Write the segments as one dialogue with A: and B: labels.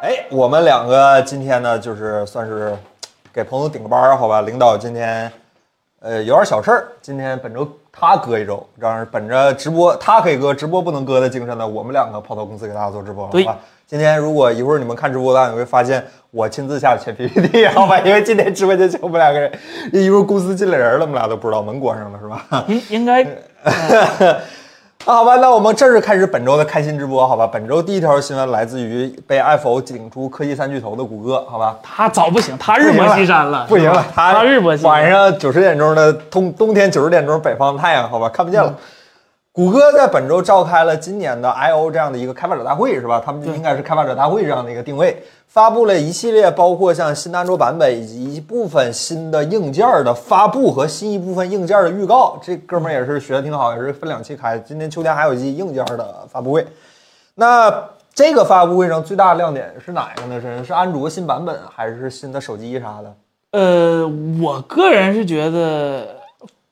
A: 哎，我们两个今天呢，就是算是给朋友顶个班儿，好吧？领导今天呃有点小事儿，今天本周他搁一周，让本着直播他可以搁，直播不能搁的精神呢，我们两个跑到公司给大家做直播，好
B: 对
A: 吧？今天如果一会儿你们看直播的话，你会发现我亲自下 的全 PPT，好吧？因为今天直播间就我们两个人，一会儿公司进来人了，我们俩都不知道，门关上了是吧？
B: 应应该
A: 那啊好吧，那我们正式开始本周的开心直播，好吧？本周第一条新闻来自于被 Apple 顶出科技三巨头的谷歌，好吧？
B: 他早不行，他日薄西山了，
A: 不行
B: 是
A: 了
B: 吧，
A: 他
B: 他日薄西
A: 晚
B: 山。
A: 上九十点钟的冬冬天九十点钟北方太阳，好吧，看不见
B: 嗯
A: 了。谷歌在本周召开了今年的 I O 这样的一个开发者大会，是吧？他们就应该是开发者大会这样的一个定位，发布了一系列包括像新的安卓版本以及一部分新的硬件的发布和新一部分硬件的预告。这哥们儿也是学的挺好，也是分两期开。今年秋天还有一期硬件的发布会。那这个发布会上最大的亮点是哪一个呢？是是安卓新版本还是新的手机啥的？
B: 呃，我个人是觉得，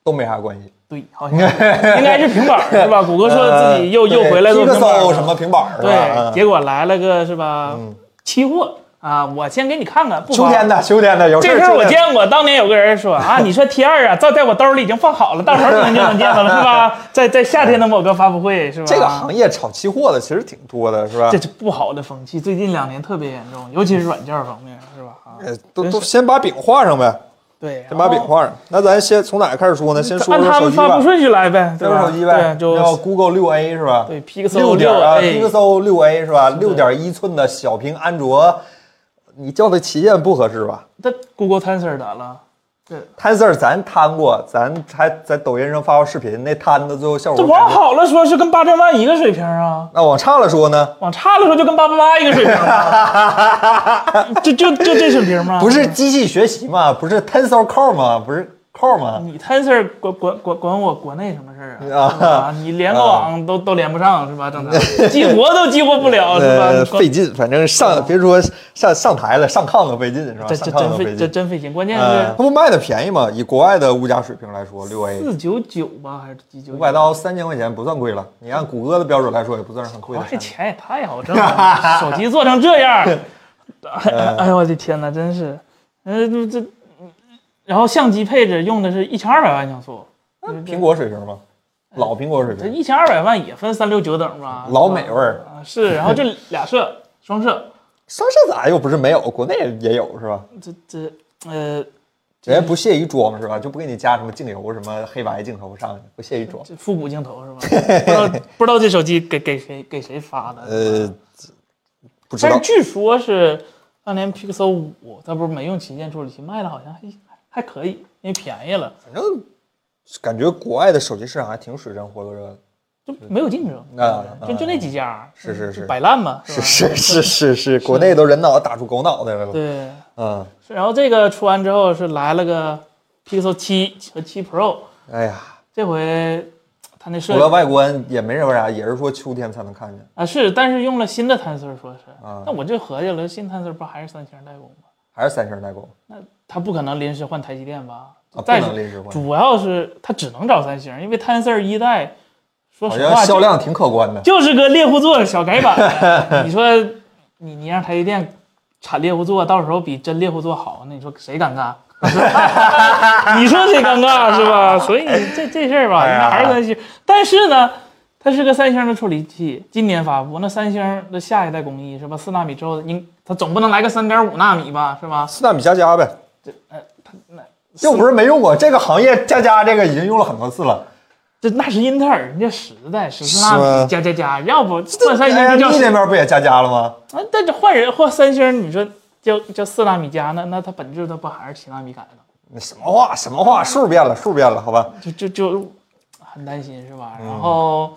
A: 都没啥关系。
B: 对，好像应该是平板儿是吧？谷歌说自己又
A: 呃
B: 又回来做
A: 对
B: 平板儿
A: Pixel
B: 了
A: 什么平板儿是吧？
B: 对，
A: 嗯
B: 结果来了个是吧？期货啊，我先给你看看，不
A: 秋
B: 花
A: 天的，秋天的有事
B: 这事儿我
A: 秋天
B: 见过，当年有个人说啊，你说 T 二啊，在在我兜里已经放好了，到时候你们就能见到了，是吧？在在夏天的某个发布会，是吧？
A: 这个行业啊炒期货的其实挺多的，是吧
B: 啊这？是不好的风气，最近两年特别严重，尤其是软件方面，是吧？啊，
A: 呃都都先把饼画上呗，
B: 对，
A: 先把饼画上。那咱先从哪个开始说呢？先说
B: 哦按
A: 说
B: 他
A: 手
B: 们
A: 机
B: 发布
A: 吧，
B: 顺序来呗，
A: 先
B: 对
A: 说
B: 吧？
A: 手机呗，
B: 对，
A: 叫
B: 就
A: Google 六 A 是吧？
B: 对 Pixel 哎
A: 六点啊
B: 6A
A: ，Pixel 六 A 是吧？六点一寸的小屏安卓，你叫它旗舰不合适吧
B: 那 Google Tensor 咋了？这
A: ？Tensor 咱摊过，咱还在抖音上发过视频，那摊的最后效
B: 这
A: 果
B: 往
A: 感觉。
B: 好了说是跟八千万一个水平啊，
A: 那往差了说呢？
B: 往差了说就跟八八八一个水平啊， 就就就这水平吗？
A: 不是机器学习嘛，不是 Tensor Core 嘛，不是 Core 嘛，
B: 你 Tensor 管管管管我国内什么事儿
A: 啊
B: 啊是吧？你连个网都都连不上是吧？正常激活都激活不了是吧？
A: 呃，
B: 你光哦
A: 费劲，反正上别说上上台了，上炕都费劲是吧？
B: 这
A: 上
B: 这
A: 炕
B: 真
A: 都
B: 费
A: 费
B: 这
A: 劲。
B: 真费劲，关键
A: 呃，
B: 是
A: 它不卖的便宜嘛？以国外的物价水平来说，六 A
B: 四九九吧还是几九
A: 五百到三千块钱不算贵了，你按谷歌的标准来说，也不算是很贵
B: 哦哇，这
A: 的。
B: 钱也太好挣了， 手机做成这样 儿，
A: 呃
B: 哎哎呦我的天哪，真是，呃这这，然后相机配置用的是一千二百万像素，
A: 苹果水平嘛，老苹果水
B: 这
A: 平，
B: 一千二百万也分三六九等吧，
A: 老美味儿。
B: 啊是，然后这俩摄双摄，
A: 上色咋又不是没有，国内也有是吧？
B: 这这呃
A: 人家不屑于装是吧？就不给你加什么镜头，什么黑白镜头上去，不屑于装。
B: 这复古镜头是 吧？不知道不知道这手机给给谁给谁发的，
A: 呃，不知
B: 但
A: 道
B: 是。据说是当年 Pixel 五，它不是没用旗舰处理器卖的，好像还还可以，因为便宜了，
A: 反正感觉国外的手机市场还挺水深火热的。
B: 就没有竞争，
A: 啊
B: 就就那几家，
A: 是是是
B: 就摆烂嘛，是吧？
A: 是是是是，国内都人脑打出狗脑袋来了。
B: 对，
A: 嗯，
B: 是然后这个出完之后是来了个 Pixel 七和七 Pro，
A: 哎呀，
B: 这回它那
A: 除
B: 设
A: 了
B: 计
A: 外观也没什么啥，也是说秋天才能看见，
B: 啊是，但是用了新的 Tensor 说是
A: 啊，
B: 那我就合计了，新 Tensor 不还是三星代工吗？
A: 还是三星代工
B: 那它不可能临时换台积电吧？
A: 啊，不
B: 再
A: 能临时换，
B: 主要是它只能找三星，因为 Tensor 一代，说
A: 好
B: 实
A: 像
B: 话，
A: 销量挺可观的。
B: 就是个猎户座小改 版。你说你你让台积电产猎户座，到时候比真猎户座好，那你说谁 尴尬？你说谁尴尬是吧？所以这这事儿吧，
A: 哎
B: 应
A: 呀
B: 该还是三星。但是呢，它是个三星的处理器，今年发布。那三星的下一代工艺是吧？四纳米之后，你它总不能来个三点五纳米吧？是吧？
A: 四纳米加加呗，
B: 呃，它那
A: 又不是没用过，这个行业加加这个已经用了很多次了。
B: 这那是英特尔人家十代十四纳
A: 是
B: 米
A: 吗
B: 加加加，要不换三星
A: 哎
B: 就叫
A: 呀，你
B: 十
A: 那边不也加加了吗？
B: 啊，但是换人换三星，你说叫叫四纳米加，那那它本质它不还是七纳米改的？
A: 你什么话什么话，数变了数变了，好吧？
B: 就就就很担心是吧？
A: 嗯
B: 然后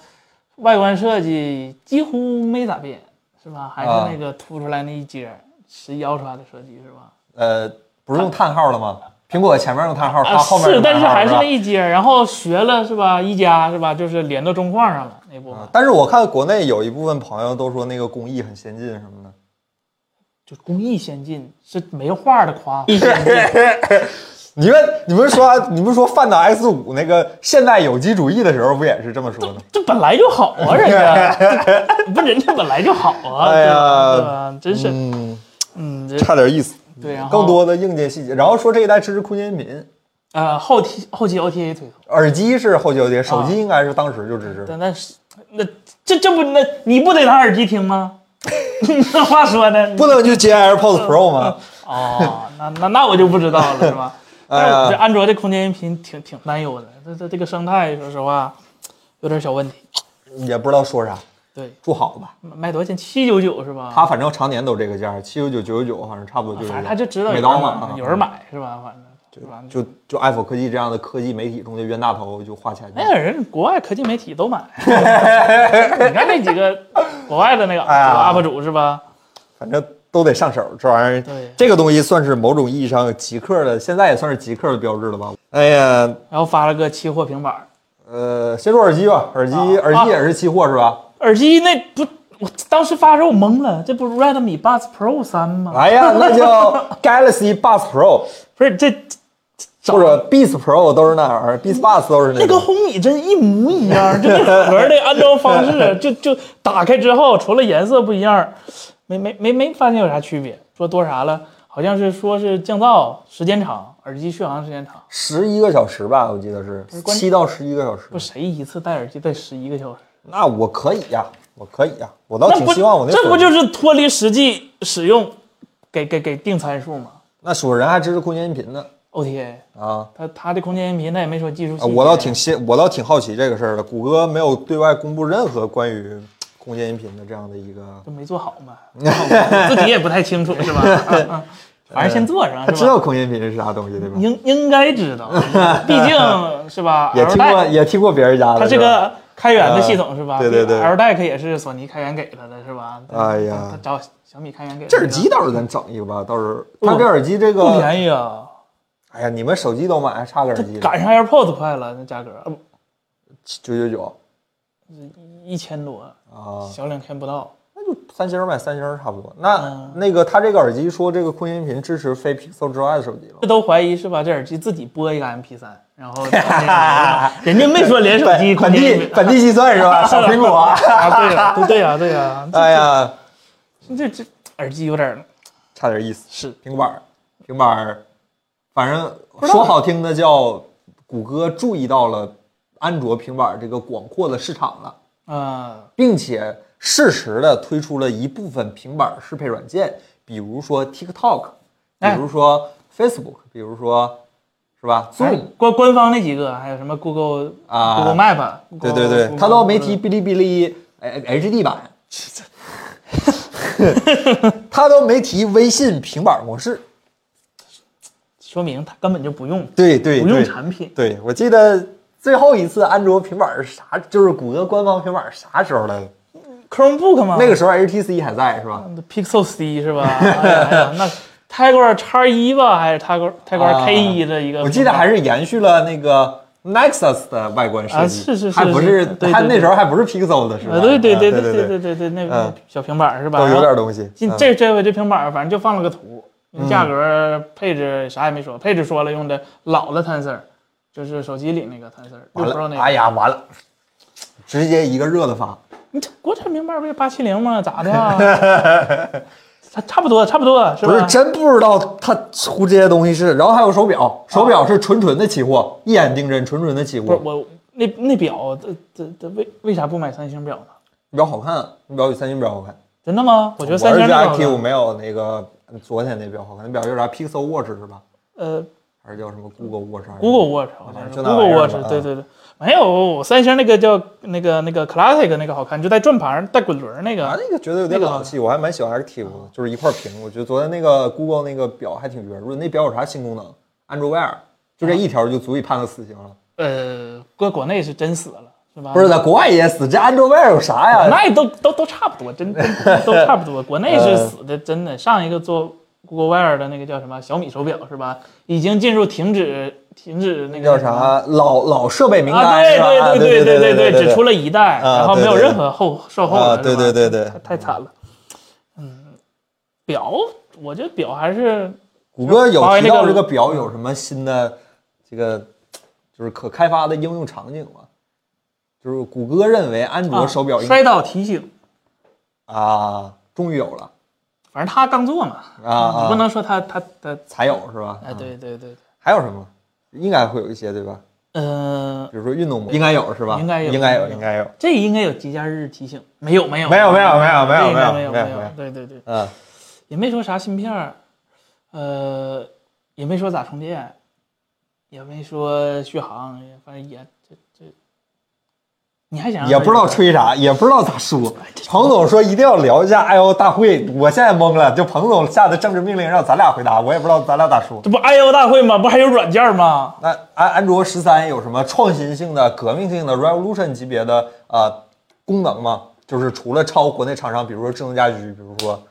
B: 外观设计几乎没咋变，是吧？还是
A: 啊
B: 那个凸出来那一截十一 Ultra 的设计是吧？
A: 呃，不是用叹号了吗？苹果前面用叹号，它
B: 啊，
A: 后面
B: 是，
A: 用
B: 但
A: 叹
B: 是
A: 号
B: 还是
A: 吧
B: 那一截儿，然后学了是吧？一加是吧？就是连到中框上了那部分，
A: 但是我看国内有一部分朋友都说那个工艺很先进什么的，
B: 就工艺先进，是没话的夸。先进
A: 你们你们说你们说范达 X 五那个现代有机主义的时候不也是这么说的？
B: 这本来 就好啊，人家不，人家本来就好啊，
A: 哎
B: 对
A: 呀
B: 吧？对吧真是，
A: 嗯，
B: 这
A: 差点意思。
B: 对，啊然后
A: 更多的硬件细节，然后说这一代支持空间音频，
B: 呃后期后期 OTA 推出，
A: 耳机是后期有点，手
B: 啊
A: 机应该是当时就支持。
B: 但但是那这这不那你不得拿耳机听吗？ 那话说的，
A: 不能就接 AirPods Pro 吗？
B: 哦，那那那我就不知道了，是吧？
A: 哎呀
B: 但我这安卓这空间音频挺挺担忧的，这这这个生态，说实话有点小问题。嗯
A: 也不知道说啥，
B: 对，
A: 祝好吧。
B: 卖多少钱？七九九是吧？
A: 他反正常年都这个价，七九九、九九九，好像差不多就是这
B: 反
A: 样。
B: 正他就知道
A: 美
B: 有
A: 刀
B: 人
A: 嘛啊
B: 买，，有人买是吧？反正是吧？
A: 就就爱否科技这样的科技媒体中的冤大头就花钱。
B: 那个人国外科技媒体都买， 你看那几个国外的那个
A: 哎呀
B: UP 主是吧？
A: 反正都得上手，这玩意
B: 对
A: 儿，这个东西算是某种意义上极客的，现在也算是极客的标志了吧？哎呀，
B: 然后发了个期货平板儿，
A: 呃，先说耳机吧，耳机、
B: 啊
A: 耳机也是期货是吧？
B: 耳机那不，我当时发的时候我懵了，这不是 Redmi Buds Pro 三吗？
A: 哎呀，那 叫 Galaxy Buds Pro
B: 不是这找
A: 或者 Beats Pro 都是那玩意儿，Beats Buds 都是
B: 那
A: 那
B: 跟
A: 个。
B: 红米真一模一样，就那盒儿的安装方式，就就打开之后，除了颜色不一样，没没没没发现有啥区别。说多啥了？好像是说是降噪时间长，耳机续航时间长。
A: 十一个小时吧，我记得是
B: 是关
A: 七到十一个小时。
B: 不，谁一次戴耳机戴十一个小时？
A: 那我可以呀、我可以呀、我倒
B: 那
A: 挺
B: 不
A: 希望我那
B: 这
A: 手
B: 不
A: 机
B: 就是脱离实际使用，给给给定参数吗
A: 那说人还支持空间音频呢
B: ？OTA，
A: 啊
B: 它它的空间音频它也没说技术细
A: 啊！
B: 节。
A: 我倒挺希，我倒挺好奇这个事儿的。谷歌没有对外公布任何关于空间音频的这样的一个，
B: 就没做好嘛，自己也不太清楚是 吧？嗯嗯反正先做上
A: 他
B: 是吧？
A: 知道空间音频是啥东西对吧？
B: 应应该知道，毕 竟是吧
A: 也听过，
B: ？LDAC
A: 也听过别人家的。
B: 它
A: 是
B: 这
A: 吧
B: 个开源的系统是吧？
A: 呃对对对
B: ，LDAC 也是索尼开源给它的是吧？
A: 哎呀
B: 它找小米开源给它的
A: 这耳机到时候咱整一个吧，到时候
B: 不
A: 他这耳机这
B: 不
A: 个，
B: 便宜啊，
A: 哎呀，你们手机都买，还差个耳机
B: 赶上 AirPods 快了，那价格呃不
A: 九九九
B: 一千多，
A: 啊，
B: 小两千不到。
A: 三星儿买三星儿差不多。那
B: 嗯
A: 那个他这个耳机说这个空间音频支持非 Pixel 之外的手机了
B: 这。都怀疑是吧？这耳机自己播一个 MP 3然后 人家没说连手机
A: 本
B: 空间音
A: 地
B: 频
A: 本地计算是 吧？小苹果。
B: 啊，对呀、对呀、对呀、啊
A: 哎呀，
B: 这这耳机有点儿
A: 差点意思。
B: 是
A: 平板儿，平板儿，反正说好听的叫谷歌注意到了安卓平板儿这个广阔的市场了，
B: 啊。
A: 并且适时的推出了一部分平板儿适配软件，比如说 TikTok，比
B: 哎
A: 如说 Facebook，比如说是吧
B: 哎
A: Zoom。
B: 官官方那几个，还有什么 Google
A: 啊
B: Google Map，
A: 对对对，他都没提。哔哩哔哩哎 HD 版， 他都没提微信平板模式。
B: 说明他根本就不用，
A: 对对
B: 不用
A: 对，
B: 产品。
A: 对我记得最后一次安卓平板是啥？就是谷歌官方平板啥时候来的？
B: Chromebook 嘛，
A: 那个时候 HTC 还在是吧？
B: Pixel C 是吧？ 哎呀哎呀那泰国 X 一吧，还是泰国泰国
A: 啊
B: K 一的一个？
A: 我记得还是延续了那个 Nexus 的外观设计，
B: 啊是是是
A: 还不是
B: 是对对
A: 它那时候还不是 Pixel 的是吧？
B: 啊，对对
A: 啊
B: 对
A: 对
B: 对
A: 对
B: 对对对，那
A: 嗯
B: 个小平板是吧？
A: 都有
B: 然后
A: 点东西。
B: 今
A: 嗯
B: 这这回这平板反正就放了个图，价格配置啥也没说，配置说了用的老的 Tensor，就是手机里那个 Tensor 六
A: 完了，
B: Pro 那
A: 哎
B: 个。
A: 呀，完了，直接一个热的发。
B: 你这国产平板不是八七零吗？咋的啊？ 差差不多，差不多是
A: 不是
B: 吧？
A: 真不知道他出这些东西是，然后还有手表，手表是纯纯的期货，一眼定真，纯纯的期
B: 啊不是
A: 货。
B: 我那那表，这这这为为啥不买三星表呢？
A: 表好看，表比三星表好看。
B: 真的吗？我
A: 我
B: 觉得三星
A: 儿子
B: 那
A: IQ
B: 表，
A: 没有那个昨天那表好看，那表叫啥？Pixel Watch 是吧？
B: 呃
A: 还是叫什么 Google Watch 还是
B: ，Google Watch 好像
A: 就是那玩意
B: Google
A: 儿吧
B: Watch，
A: 啊
B: 对对对，没有三星那个叫那个那个 Classic 那个好看，就带转盘带滚轮那
A: 啊，
B: 个，
A: 那个觉得有点老气，我还蛮喜欢 Active 的，就是一块屏。我觉得昨天那个 Google 那个表还挺圆润，那表有啥新功能？安卓 Wear 就
B: 啊
A: 这一条就足以判他死刑了。
B: 呃，搁国内是真死了，是吧？
A: 不是，在国外也死，这安卓 Wear 有啥 呀？
B: 那都都都差不多，真真都差不多。国内是
A: 嗯
B: 死的，真的。上一个做 Google Wear 的那个叫什么小米手表是吧？已经进入停止停止那
A: 那叫？
B: 个
A: 啥？老老设备名
B: 啊，
A: 单
B: 对
A: 是吧啊
B: 对
A: 对
B: 对
A: 对
B: 对
A: 对，
B: 只出了一代，
A: 啊
B: 然后没有
A: 对对对
B: 任何后售后
A: 啊，
B: 了，
A: 对
B: 是吧
A: 对对对
B: 太，太惨了。嗯，表，我觉得表还是
A: 谷歌有
B: 华为
A: 提
B: 那个
A: 到这个表有什么新的这个就是可开发的应用场景吗？就是谷歌认为安卓
B: 啊
A: 手表应
B: 摔倒提醒
A: 啊，终于有了，
B: 反正他刚做嘛，
A: 啊啊
B: 你不能说他他他，
A: 才有是吧？
B: 哎，对对对，
A: 还有什么？应该会有一些对吧？
B: 呃，
A: 比如说运动模应该有是吧？
B: 应该有
A: 应该
B: 应该有
A: 应该有。
B: 这应该有节假日提醒，没有没有
A: 没有没有没有
B: 没
A: 没有
B: 没
A: 没有
B: 有
A: 没有
B: 没
A: 没有
B: 对对对，
A: 嗯，
B: 也没说啥芯片儿，呃，也没说咋充电，也没说续航，也反正也这这，你还想让
A: 也
B: 他
A: 不知道
B: 有
A: 吹啥，也不知道咋说。彭总说一定要聊一下 I O 大会，我现在懵了。就彭总下的政治命令让咱俩回答，我也不知道咱俩咋说。
B: 这不 I O 大会吗？不还有软件吗？
A: 那安安卓十三有什么创新性的、革命性的、revolution 级别的呃功能吗？就是除了超国内厂商，比如说智能家居，比如说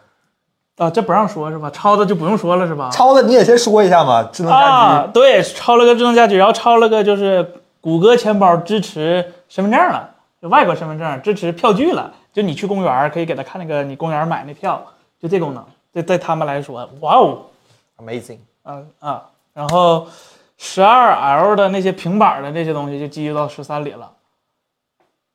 B: 啊，这不让说是吧？抄的就不用说了是吧？
A: 超的，你也先说一下嘛。智能家
B: 啊
A: 居，
B: 对，抄了个智能家居，然后抄了个就是谷歌钱包支持身份证了，就外国身份证支持票据了，就你去公园儿可以给他看那个你公园儿买那票，就这功能，对对他们来说，哇哦，
A: amazing，
B: 啊啊，然后十二 L 的那些平板儿的那些东西就基于到十三里了。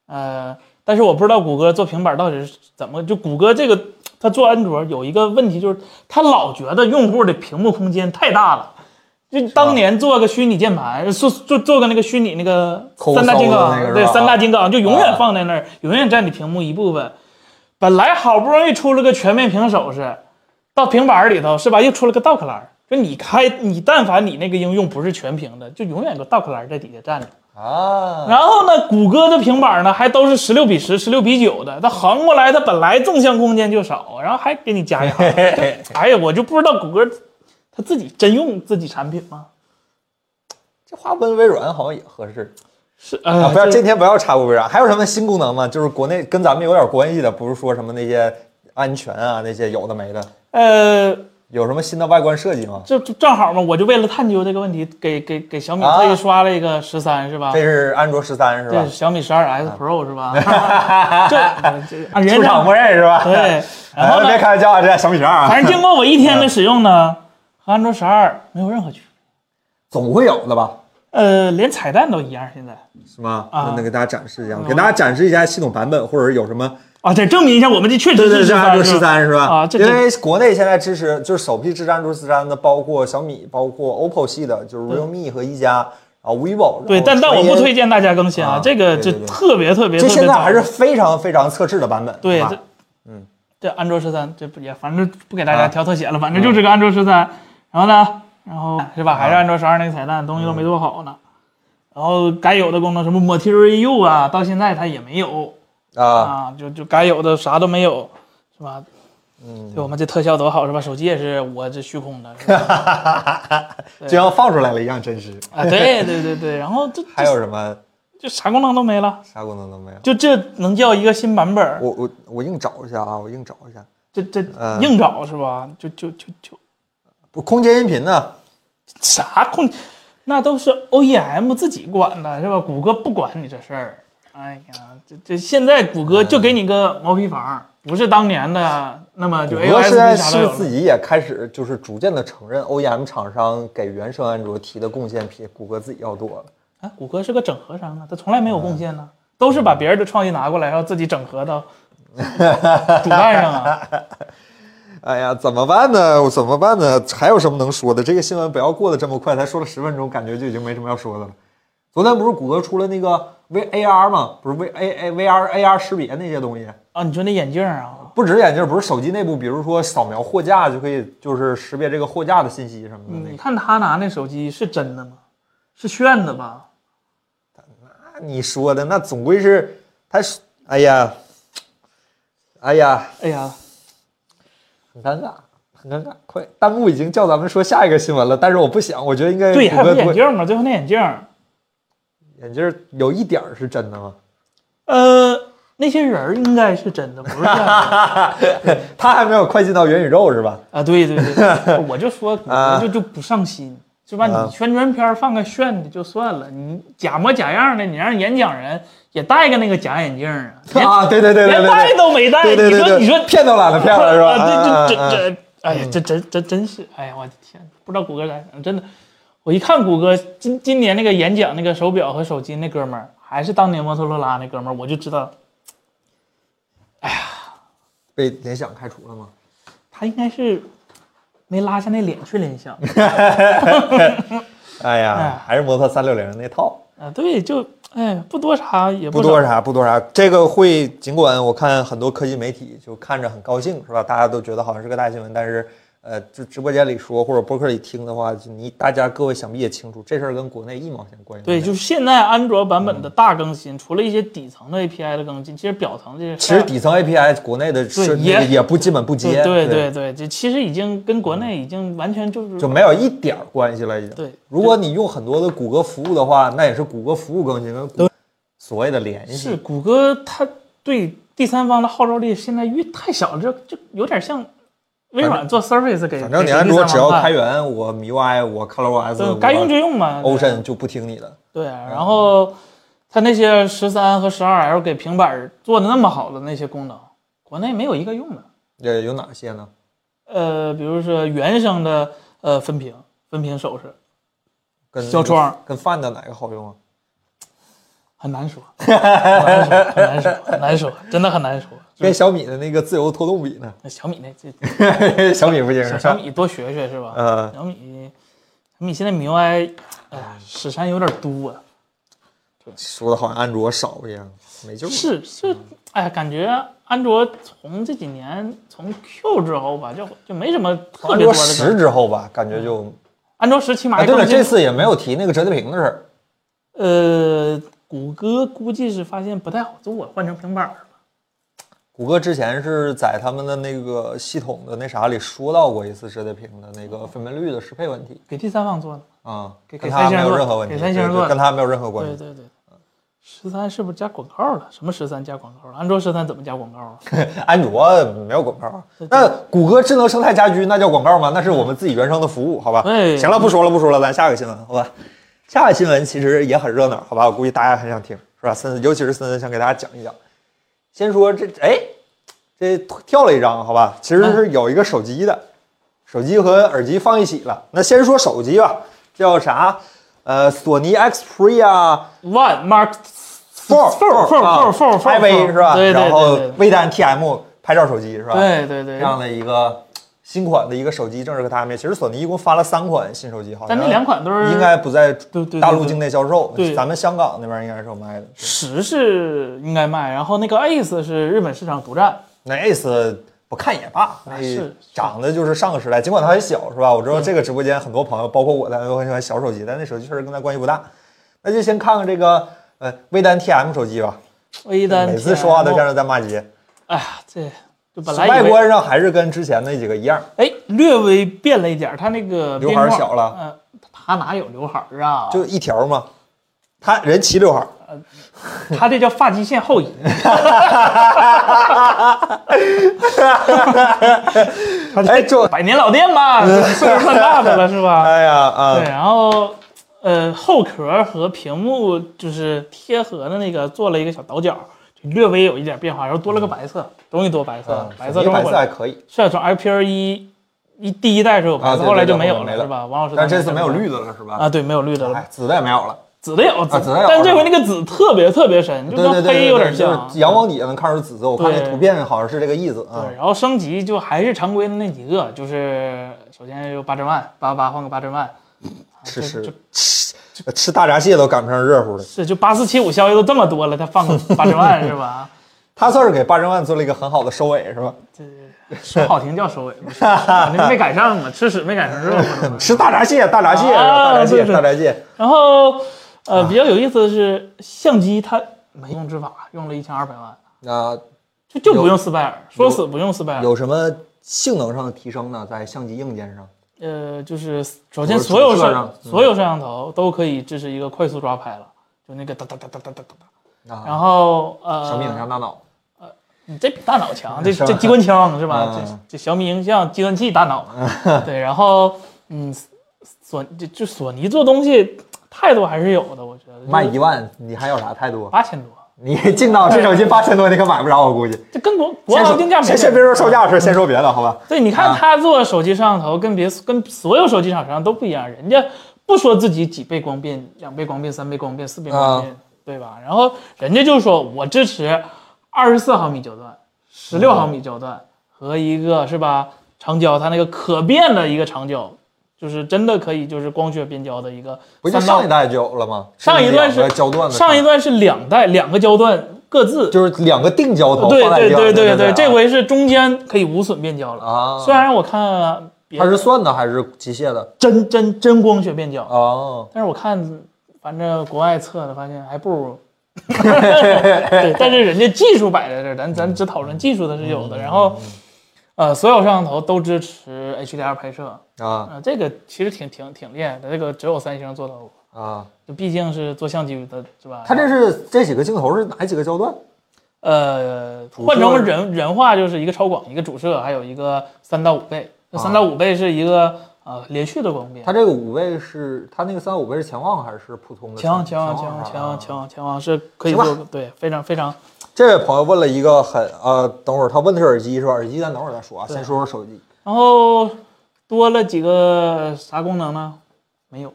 B: 呃，但是我不知道谷歌做平板儿到底是怎么，就谷歌这个它做安卓有一个问题，就是它老觉得用户的屏幕空间太大了。就当年做个虚拟键盘，做做做个那个虚拟那个
A: 抠
B: 三大
A: 搜
B: 金
A: 的
B: 刚，
A: 那个是
B: 对
A: 吧
B: 三大金刚就永远
A: 啊
B: 放在那儿，永远占你屏幕一部分。本来好不容易出了个全面屏手势，到平板儿里头是吧？又出了个 dock 栏儿，就你开你但凡你那个应用不是全屏的，就永远有个 dock 栏儿在底下站着。
A: 啊，
B: 然后呢，谷歌的平板呢还都是十六比十、十六比九的，它横过来，它本来纵向空间就少，然后还给你加一 行。就哎呀，我就不知道谷歌它自己真用自己产品吗？
A: 这话问微软好像也合 适。
B: 是
A: 啊，
B: 呃，
A: 不要，
B: 这
A: 今天不要插播微软，还有什么新功能吗？就是国内跟咱们有点关系的，不是说什么那些安全啊，那些有的没的，
B: 呃，
A: 有什么新的外观设计吗？
B: 这这正好嘛，我就为了探究这个问题，给给给小米
A: 啊
B: 特意刷了一个十三、是吧
A: 这？是安卓十三是吧
B: 这？小米十二 S Pro 是吧？这这啊人
A: 出厂
B: 家
A: 默认是吧？
B: 对，然
A: 哎
B: 后
A: 别
B: 呢，
A: 开玩笑啊，这小米十二啊，
B: 反正经过我一天的使用呢，和安卓十二没有任何区别。
A: 总会有的吧？
B: 呃，连彩蛋都一样，现在
A: 是吗？
B: 啊
A: 那那给大家展示一下，
B: 嗯
A: 给大家展示一下系统版本，或者有什么？
B: 啊，得证明一下我们这确
A: 对
B: 实
A: 对，
B: 是
A: 这安卓十
B: 13吧
A: 三是吧？
B: 啊这
A: 因为国内现在支持就是首批支持安卓十三的，包括小米，包括 OPPO 系的，就是 realme 和一加，然后 vivo。
B: 对，但但我不推。荐大家更新
A: 啊
B: 啊，这个
A: 对
B: 这
A: 对对
B: 特别特别特
A: 这
B: 别
A: 现在
B: 早
A: 还是非常非常测试的版本，
B: 对
A: 是吧
B: 这，
A: 嗯，
B: 这安卓十三这不也反正不给大
A: 啊
B: 家调特写了，反正就是个安卓十三，然后呢，然后是
A: 啊
B: 吧，还是安卓十二那个彩蛋，东西
A: 嗯
B: 都没做好呢，然后该有的功能什么 Material U 啊，到现在它也没有
A: 啊，
B: 啊，就就该有的啥都没有，是吧？嗯，对我们这特效多好是吧？手机也是我这虚空的，是吧？
A: 就像放出来了一样真实。
B: 啊， 对对对对，然后这
A: 还有什么
B: 就啥功能都没了，
A: 啥功能都没有？
B: 就这能叫一个新版本儿？
A: 我我我硬找一下啊，我硬找一下。
B: 这这
A: 嗯
B: 硬找是吧？就就就就
A: 不，空间音频呢？
B: 啥控，那都是 OEM 自己管的是吧？谷歌不管你这事儿。哎呀，这这现在谷歌就给你个毛坯房，不是当年的那么
A: 谷
B: 就 AOS
A: 歌现在
B: 啥都
A: 是
B: 有
A: 不是自
B: 了。
A: 己也开始就是逐渐的承认 OEM 厂商给原生安卓提的贡献比谷歌自己要多了。
B: 啊，谷歌是个整合商啊，它从来没有贡献呢，都是把别人的创意拿过来，然后自己整合到主干 上啊。
A: 哎呀，怎么办呢？我怎么办呢？还有什么能说的？这个新闻不要过得这么快，才说了十分钟，感觉就已经没什么要说的了。昨天不是谷歌出了那个 V A R 吗？不是 V A A V R A R 识别那些东西，
B: 啊，你说那眼镜儿啊，
A: 不止眼镜，不是手机内部，比如说扫描货架就可以，就是识别这个货架的信息什么的那
B: 你
A: 个。
B: 看他拿那手机是真的吗？是炫的吧？
A: 那你说的那总归是他是，哎呀，哎呀，
B: 哎呀，
A: 很尴尬，很尴尬。快，弹幕已经叫咱们说下一个新闻了，但是我不想，我觉得应该
B: 对，
A: 谷
B: 还有
A: 歌
B: 个眼
A: 不会
B: 镜儿嘛，最后那眼镜儿，
A: 眼镜儿有一点儿是真的吗？
B: 呃，那些人儿应该是真的，不 是炫的
A: 他还没有快进到元宇宙是吧？
B: 啊？对对 对，我就说谷
A: 啊
B: 歌就就不上心，是吧？
A: 啊
B: 你宣传片儿放个炫的就算了，你假模假样的，你让演讲人也戴个那个假眼镜儿 啊，连
A: 啊，对对对对
B: 连
A: 对
B: 戴都没戴，
A: 对对
B: 你
A: 对
B: 说
A: 对，
B: 你说
A: 骗到懒了，骗了是吧？
B: 啊，这
A: 嗯
B: 这
A: 嗯嗯
B: 这这，哎呀，这真真真是，哎呀，我的天，不知道谷歌咋想，真的，我一看谷歌今今年那个演讲那个手表和手机那哥们儿，还是当年摩托罗拉那哥们儿，我就知道
A: 被联想开除了吗？
B: 他他应该是没拉下那脸去联想。
A: 哎
B: 哎
A: 呀，还是摩托三六零那套，
B: 啊，对，就哎不多啥也
A: 不
B: 少
A: 多啥，不多啥。这个会，尽管我看很多科技媒体就看着很高兴，是吧？大家都觉得好像是个大新闻，但是，呃，就直播间里说或者播客里听的话，就你大家各位想必也清楚，这事儿跟国内一毛钱关系都没
B: 对，
A: 有。
B: 就是现在安卓版本的
A: 嗯
B: 大更新，除了一些底层的 API 的更新，其实表层这些
A: 其实底层 API 国内的是
B: 也
A: 那个也不基本不接，
B: 对对对，这其实已经跟国内已经完全就是
A: 就没有一点儿关系了已经。
B: 对
A: 如果你用很多的谷歌服务的话，那也是谷歌服务更新跟谷所谓的联系。
B: 是谷歌它对第三方的号召力现在越太小了，这这有点像微软做 Surface 给
A: 反正你
B: 给
A: 安
B: 第
A: 卓
B: 三
A: 只要
B: 方
A: 开
B: 看
A: 源，我 MIUI，我 ColorOS，
B: 对
A: 我
B: 啊嗯该用就用嘛。对
A: Ocean 就不听你的。
B: 对，啊然后它那些十三和十二 L 给平板儿做的那么好的那些功能，国内没有一个用的。
A: 呃，有哪些呢？
B: 呃，比如说原生的呃分屏、分屏手势，
A: 跟
B: 小窗
A: 跟 Find 哪个好用啊？
B: 很难说，很难说，很难说，很难说，真的很难说。
A: 跟小米的那个自由拖动比呢？
B: 那小米那 这
A: 小米不行
B: 小
A: 是
B: 小
A: 吧？
B: 米多学学是吧？
A: 呃，
B: 小米，小米现在 MIUI，哎呀，屎山有点多啊。
A: 说的好像安卓少一样，没救了。
B: 是是，哎呀，感觉安卓从这几年从 Q 之后吧，就就没什么特
A: 安
B: 别多
A: 卓
B: 的更新。
A: 十之后吧，感觉就
B: 安卓十起码
A: 啊，
B: 还
A: 对了，
B: 更
A: 这
B: 新。
A: 次也没有提那个折叠屏的事儿。
B: 呃，谷歌估计是发现不太好做，换成平板儿了。
A: 谷歌之前是在他们的那个系统的那啥里说到过一次折叠屏的那个分辨率的适配问题
B: 给第三方做的。
A: 啊，
B: 给
A: 跟
B: 给
A: 它
B: 三星
A: 没有
B: 做
A: 任何问题，
B: 给三星
A: 对对
B: 做
A: 跟它没有任何关
B: 对
A: 系。
B: 对对。十三是不是加广告了？什么十三加广告了？安卓十三怎么加广告 啊？
A: 安卓没有广告，啊那谷歌智能生态家居那叫广告吗？那是我们自己原生的服务，好吧？
B: 对
A: 行了，不说了，不说了，咱下个新闻，好吧？下个新闻其实也很热闹，好吧？我估计大家很想听，是吧？森森，尤其是森森想给大家讲一讲。先说这，哎，这跳了一张，好吧？其实
B: 嗯
A: 是有一个手机的，手机和耳机放一起了。那先说手机吧，叫啥？呃，索尼 Xperia
B: One Mark
A: Four
B: Four Four Four Four Four
A: IV 是吧？
B: 对对对对
A: 然后微单 TM 拍照手机是吧？
B: 对对
A: 这
B: 对，
A: 样的一个新款的一个手机正式和它面。其实索尼一共发了三款新手机，好像
B: 但那两款都是
A: 应该不在
B: 对对
A: 大陆境内销售，
B: 对对
A: 咱们香港那边应该是有卖的。
B: 十是应该卖，然后那个 Ace 是日本市场独占。
A: 那 Ace 不看也罢，那
B: 啊是是
A: 长得就是上个时代，尽管它很小，是吧？我知道这个直播间很多朋友，包括我，大家都很喜欢小手机，但那手机确实跟它关系不大。那就先看看这个呃微单 TM 手机吧，
B: 微单
A: 每次说话都像
B: 是，
A: 是在骂街，
B: 哎呀，这就本来以
A: 外
B: 为
A: 观上还是跟之前那几个一样。
B: 哎略微变了一点儿，它那个
A: 刘
B: 边
A: 海儿
B: 框
A: 小了，
B: 嗯，它哪有刘海儿啊？
A: 就一条嘛，他人齐刘海儿，
B: 它这叫发际线后移。
A: 哎，这，
B: 百年老店 吧，岁数算大的了是吧？
A: 哎呀啊，
B: 对，然后呃，后壳和屏幕就是贴合的那个做了一个小倒角，就略微有一点变化，然后多了个白色，东西多白色
A: 嗯，
B: 白色
A: 一
B: 中
A: 白
B: 国
A: 色还可以，
B: 是从啊 LPR 一一第一代时候有白
A: 啊
B: 色，
A: 对
B: 后来
A: 对
B: 就
A: 对
B: 没
A: 后来
B: 有
A: 没
B: 了
A: 了
B: 是吧？王老师
A: 但
B: 当时
A: 这次没有
B: 说
A: 绿的了是吧？
B: 啊，对，没有绿的了
A: 哎，，紫的也没有了，
B: 紫的有紫
A: 紫的有
B: 但
A: 是
B: 这
A: 吧
B: 回那个紫特别特别深，就
A: 对对
B: 跟
A: 对，
B: 黑有点
A: 对对
B: 像。啊
A: 就是阳光底下能看出紫色，我看那
B: 对
A: 图片好像是这个意思啊
B: 对，。然后升级就还是常规的那几个，就是首先有八针万八八换个八针万，
A: 吃
B: 这
A: 吃吃吃大闸蟹都赶不上热乎的，
B: 是就八四七五效益都这么多了，他放个八 针万是吧？
A: 他算是给八珍万做了一个很好的收尾是吧？
B: 这说好听叫收尾，反正没赶上嘛，吃屎没赶上热 乎嘛。
A: 吃大闸蟹，大闸蟹，是吧大闸蟹，
B: 对对
A: 大闸蟹，
B: 然后呃，比较有意思的是相机它没用之法，用了一千二百万，
A: 那
B: 就就不用斯拜尔，说死不用斯拜尔。
A: 有什么性能上的提升呢？在相机硬件上，
B: 呃，就是首先
A: 主
B: 所有
A: 摄
B: 摄
A: 上嗯
B: 所有摄像头都可以支持一个快速抓拍了，就那个哒哒哒哒哒哒哒哒。
A: 啊，
B: 然后呃，
A: 小米影像大脑，
B: 你这比大脑强，这
A: 是吧啊
B: 这机关枪是吧？
A: 嗯
B: 这这小米影像计算器大脑，
A: 啊
B: 对，然后嗯，索就就索尼做东西态度还是有的，我觉得
A: 卖一万你还要啥态度啊？
B: 八千多，
A: 你进到这手机八千多，你可买不着，我估计。
B: 这跟国国
A: 先
B: 行
A: 说
B: 定价没啊
A: 先先别说售价的事，先说别的，好吧？
B: 对，你看
A: 啊
B: 他做手机摄像头跟别跟所有手机厂商都不一样，人家不说自己几倍光变、两倍光变、三倍光变、四倍光
A: 啊
B: 变，对吧？然后人家就说我支持二十四毫米焦段、十六毫米焦段和一个是吧长焦，它那个可变的一个长焦，就是真的可以就是光学变焦的一个
A: 不就
B: 三道
A: 上一代就有了吗？
B: 上一段是
A: 两个焦段的，
B: 上一段是两代两个焦段各自，
A: 就是两个定焦头
B: 对
A: 放在一
B: 对
A: 样的，
B: 对
A: 对
B: 对，这
A: 啊
B: 回是中间可以无损变焦了。
A: 啊，
B: 虽然我看别
A: 它是算的还是机械的？
B: 真真真光学变焦，
A: 哦，
B: 但是我看反正国外测的，发现还不 如。对，但是人家技术摆在这儿，咱咱只讨论技术的是有的。然后，呃，所有摄像头都支持 HDR 拍摄，
A: 啊
B: 呃，这个其实挺挺挺厉害的，这个只有三星做到过，
A: 啊，
B: 就毕竟是做相机的，是吧？
A: 它这是这几个镜头是哪几个焦段？
B: 呃，
A: 主
B: 换成
A: 摄
B: 人人话就是一个超广，一个主摄，还有一个三到五倍。那
A: 啊
B: 三到五倍是一个呃连续的光变，
A: 它这个五位是它那个三五位是前望还是普通的
B: 前望前
A: 前
B: 望
A: 前
B: 前望前
A: 望
B: 望前望前望啊是可以
A: 啊行吧
B: 做对，非常非常
A: 这位朋友问了一个很呃，等会儿他问的是耳机是吧？耳机咱等会儿再说啊，
B: 对
A: 先说说手机。
B: 然后多了几个啥功能呢？没有，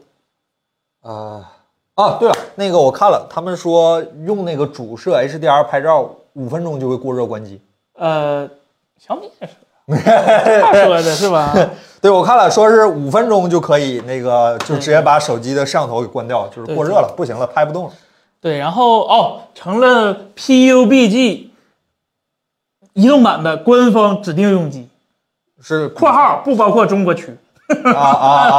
A: 呃，啊，对了，那个我看了，他们说用那个主摄 HDR 拍照五分钟就会过热关机。
B: 呃，小米也是，他说的是吧？
A: 对，我看了，说是五分钟就可以那个，就直接把手机的摄像头给关掉，就是过热了，不行了，拍不动了。
B: 对，然后哦，成了 PUBG 移动版的官方指定用机
A: 是
B: （括号不包括中国区嗯
A: 啊啊啊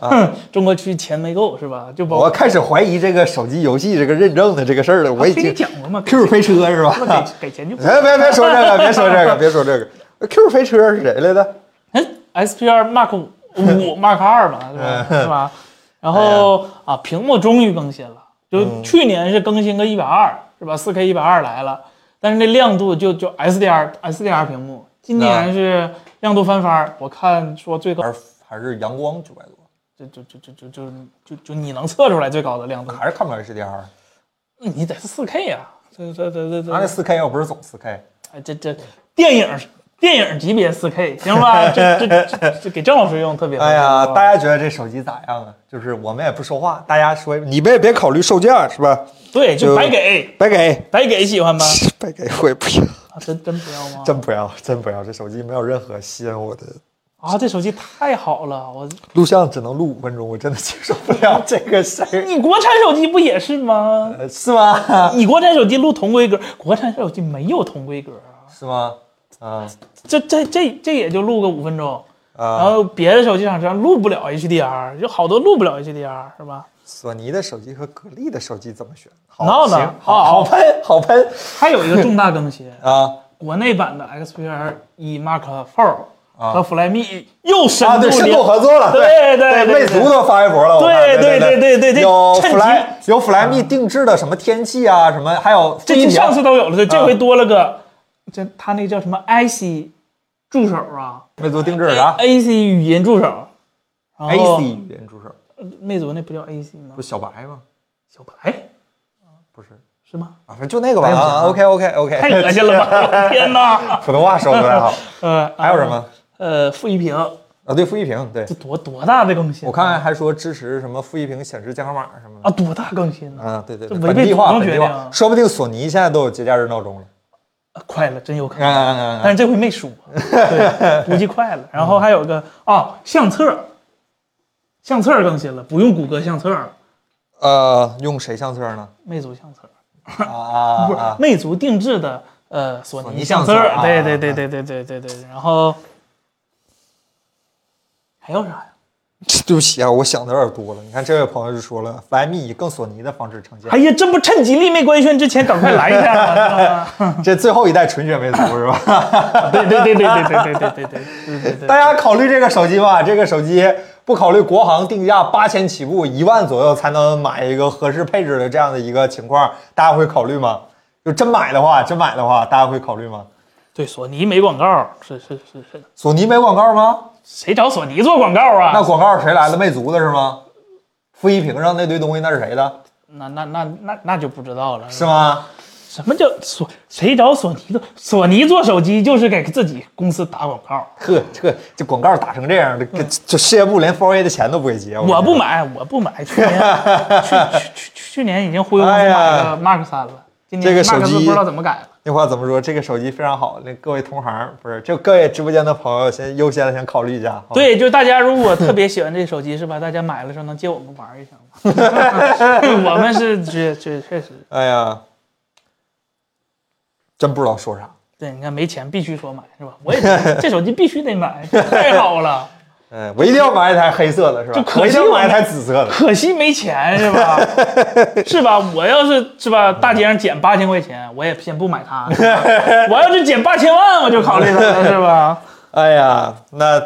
A: 啊啊！），
B: 中国区钱没够是吧？就包
A: 我开始怀疑这个手机游戏这个认证的这个事儿了，我已
B: 跟你
A: 经
B: 讲过嘛，啊给
A: Q 飞车是吧？
B: 给给钱就不
A: 哎，别别说这个，别说这个，别说这个。Q 飞车是谁来的？
B: 嗯 SPR Mark 五、Mark 二嘛，是吧？
A: 哎
B: 是吧？然后啊，屏幕终于更新了，
A: 嗯
B: 就去年是更新个一百二，是吧？四 K 一百二来了，但是那亮度就就 SDR SDR 屏幕，今年是亮度翻番儿，我看说最高
A: 还是还是阳光九百多？
B: 就就就就就就就就你能测出来最高的亮度，
A: 还是看不了 HDR？
B: 嗯你得是四 K 呀，这这这这这
A: 拿那四 K 要不是总四 K，
B: 哎，这这电影电影级别四 K 行吧？这这这这给郑老师用特别合适
A: 哎呀，
B: 是吧
A: 大家觉得这手机咋样啊？就是我们也不说话，大家说你们也别考虑售价是吧？
B: 对就
A: 就
B: 白给
A: 白给，
B: 白给喜欢吧？
A: 白给我也不要，
B: 啊，真真不要吗？
A: 真不要，真不要，这手机没有任何吸引我的。
B: 啊，这手机太好了，我
A: 录像只能录五分钟，我真的接受不了这个事儿，
B: 你国产手机不也是吗？
A: 呃是吗？
B: 你国产手机录同规格，国产手机没有同规格啊，
A: 是吗？啊
B: 这这这这也就录个五分钟，然
A: 啊！
B: 后别的手机厂商录不了 HDR，有好多录不了 HDR 是吧？
A: 索尼的手机和格力的手机怎么选？好
B: 闹呢
A: 行好好喷，好喷
B: 还有一个重大 更新，
A: 啊！
B: 国内版的 XPR 一 Mark Four 和 Flyme 又深
A: 啊，
B: 度
A: 对，深
B: 连
A: 度合作了，对
B: 对对
A: 魅
B: 对
A: 族都发微博了，我看
B: 对
A: 对
B: 对对对对
A: 有
B: 这
A: Fly 有 Flyme 定制的什么天气啊，什么还有
B: 这
A: 飞
B: 期
A: 行
B: 上次都有了，对，这回多了个，这他那叫什么 IC 助手啊
A: 魅族定制的啥
B: ？AC 语音助手然后
A: ？AC 语音助手
B: 魅族那不叫 AC 吗
A: 不？小白吗？
B: 小白
A: 不是
B: 是吗？
A: 啊，反正就那个吧
B: 哎呀
A: 啊，OK OK
B: 太
A: OK，
B: 恶心 了吧！我天哪！
A: 普通话说的不太 好。
B: 呃，
A: 还有什？么？
B: 呃，负一屏，
A: 嗯啊，对，负一屏，对
B: 这多多大的更新？
A: 我看还说支持什么负一屏显示健康码什么的。
B: 啊，多大更新呢？
A: 啊，对对，
B: 这
A: 对
B: 违
A: 本
B: 背
A: 地
B: 祖
A: 化，
B: 宗
A: 本地
B: 决定
A: 化，
B: 啊
A: 说不定索尼现在都有节假日闹钟了。
B: 啊快了，真有可
A: 嗯
B: 能，
A: 嗯嗯嗯
B: 但是这回没说， 对，估计快了。然后还有个啊，相册，相册更新了，不用谷歌相册了，
A: 呃，用谁相册呢？
B: 魅族相册。
A: 啊啊
B: 不是
A: 啊！
B: 魅族定制的呃索
A: 索尼
B: 尼
A: 相
B: 册
A: 册啊
B: 儿，对对对对对对对对。然后还有啥呀？
A: 对不起啊，我想的有点多了。你看这位朋友就说了，Flyme 以更索尼的方式呈现
B: 哎，呀，这不趁吉利没官宣之前赶快来一下吗？ 是吧
A: 这最后一代纯血魅族是吧？
B: 对对对对对对对对对对对对
A: 大
B: 对。
A: 家考虑这个手机 吧，这个手机不考虑国行定价八千起步，一万左右才能买一个合适配置的这样的一个情况，大家会考虑吗？就真买的话，真买的话，大家会考虑吗？
B: 对，索尼没广告，是是是是，
A: 索尼没广告吗？
B: 谁找索尼做广告
A: 那
B: 啊？
A: 广告谁来的？魅族的是吗？负一屏上那堆东西那是谁的？
B: 那那那那那就不知道了。
A: 是吗？
B: 什么叫索？谁找索尼做？索尼做手机就是给自己公司打广告。
A: 呵，这个这广告打成这样，这这这事业部连 4A 的钱都不给结。
B: 我
A: 跟你
B: 不买，我不买。去年去去去去去年已经忽悠公司
A: 哎呀
B: 买了 Mark 三了，今
A: 这
B: 年
A: 个手
B: Mark 四
A: 机
B: 不知道怎么改了。
A: 说那话怎么说？这个手机非常好，那各位同行不是，就各位直播间的朋友，先优先的先考虑一下。好吧，
B: 对，就大家如果特别喜欢这手机是吧？大家买了之后能借我们玩一下吗？ 我们是确确确实，
A: 哎呀，真不知道说啥。
B: 对，你看没钱必须说买是吧？我也这手机必须得买，太好了，
A: 哎，我一定要买一台黑色的，是吧
B: 就？可惜
A: 我一定要买一
B: 我
A: 台紫色的。
B: 可惜没钱是吧？ 是吧？我要是是吧，大街上捡八千块钱，我也先不买它。 是吧我要是捡八千万，我就考虑它了是吧？
A: 哎呀， 那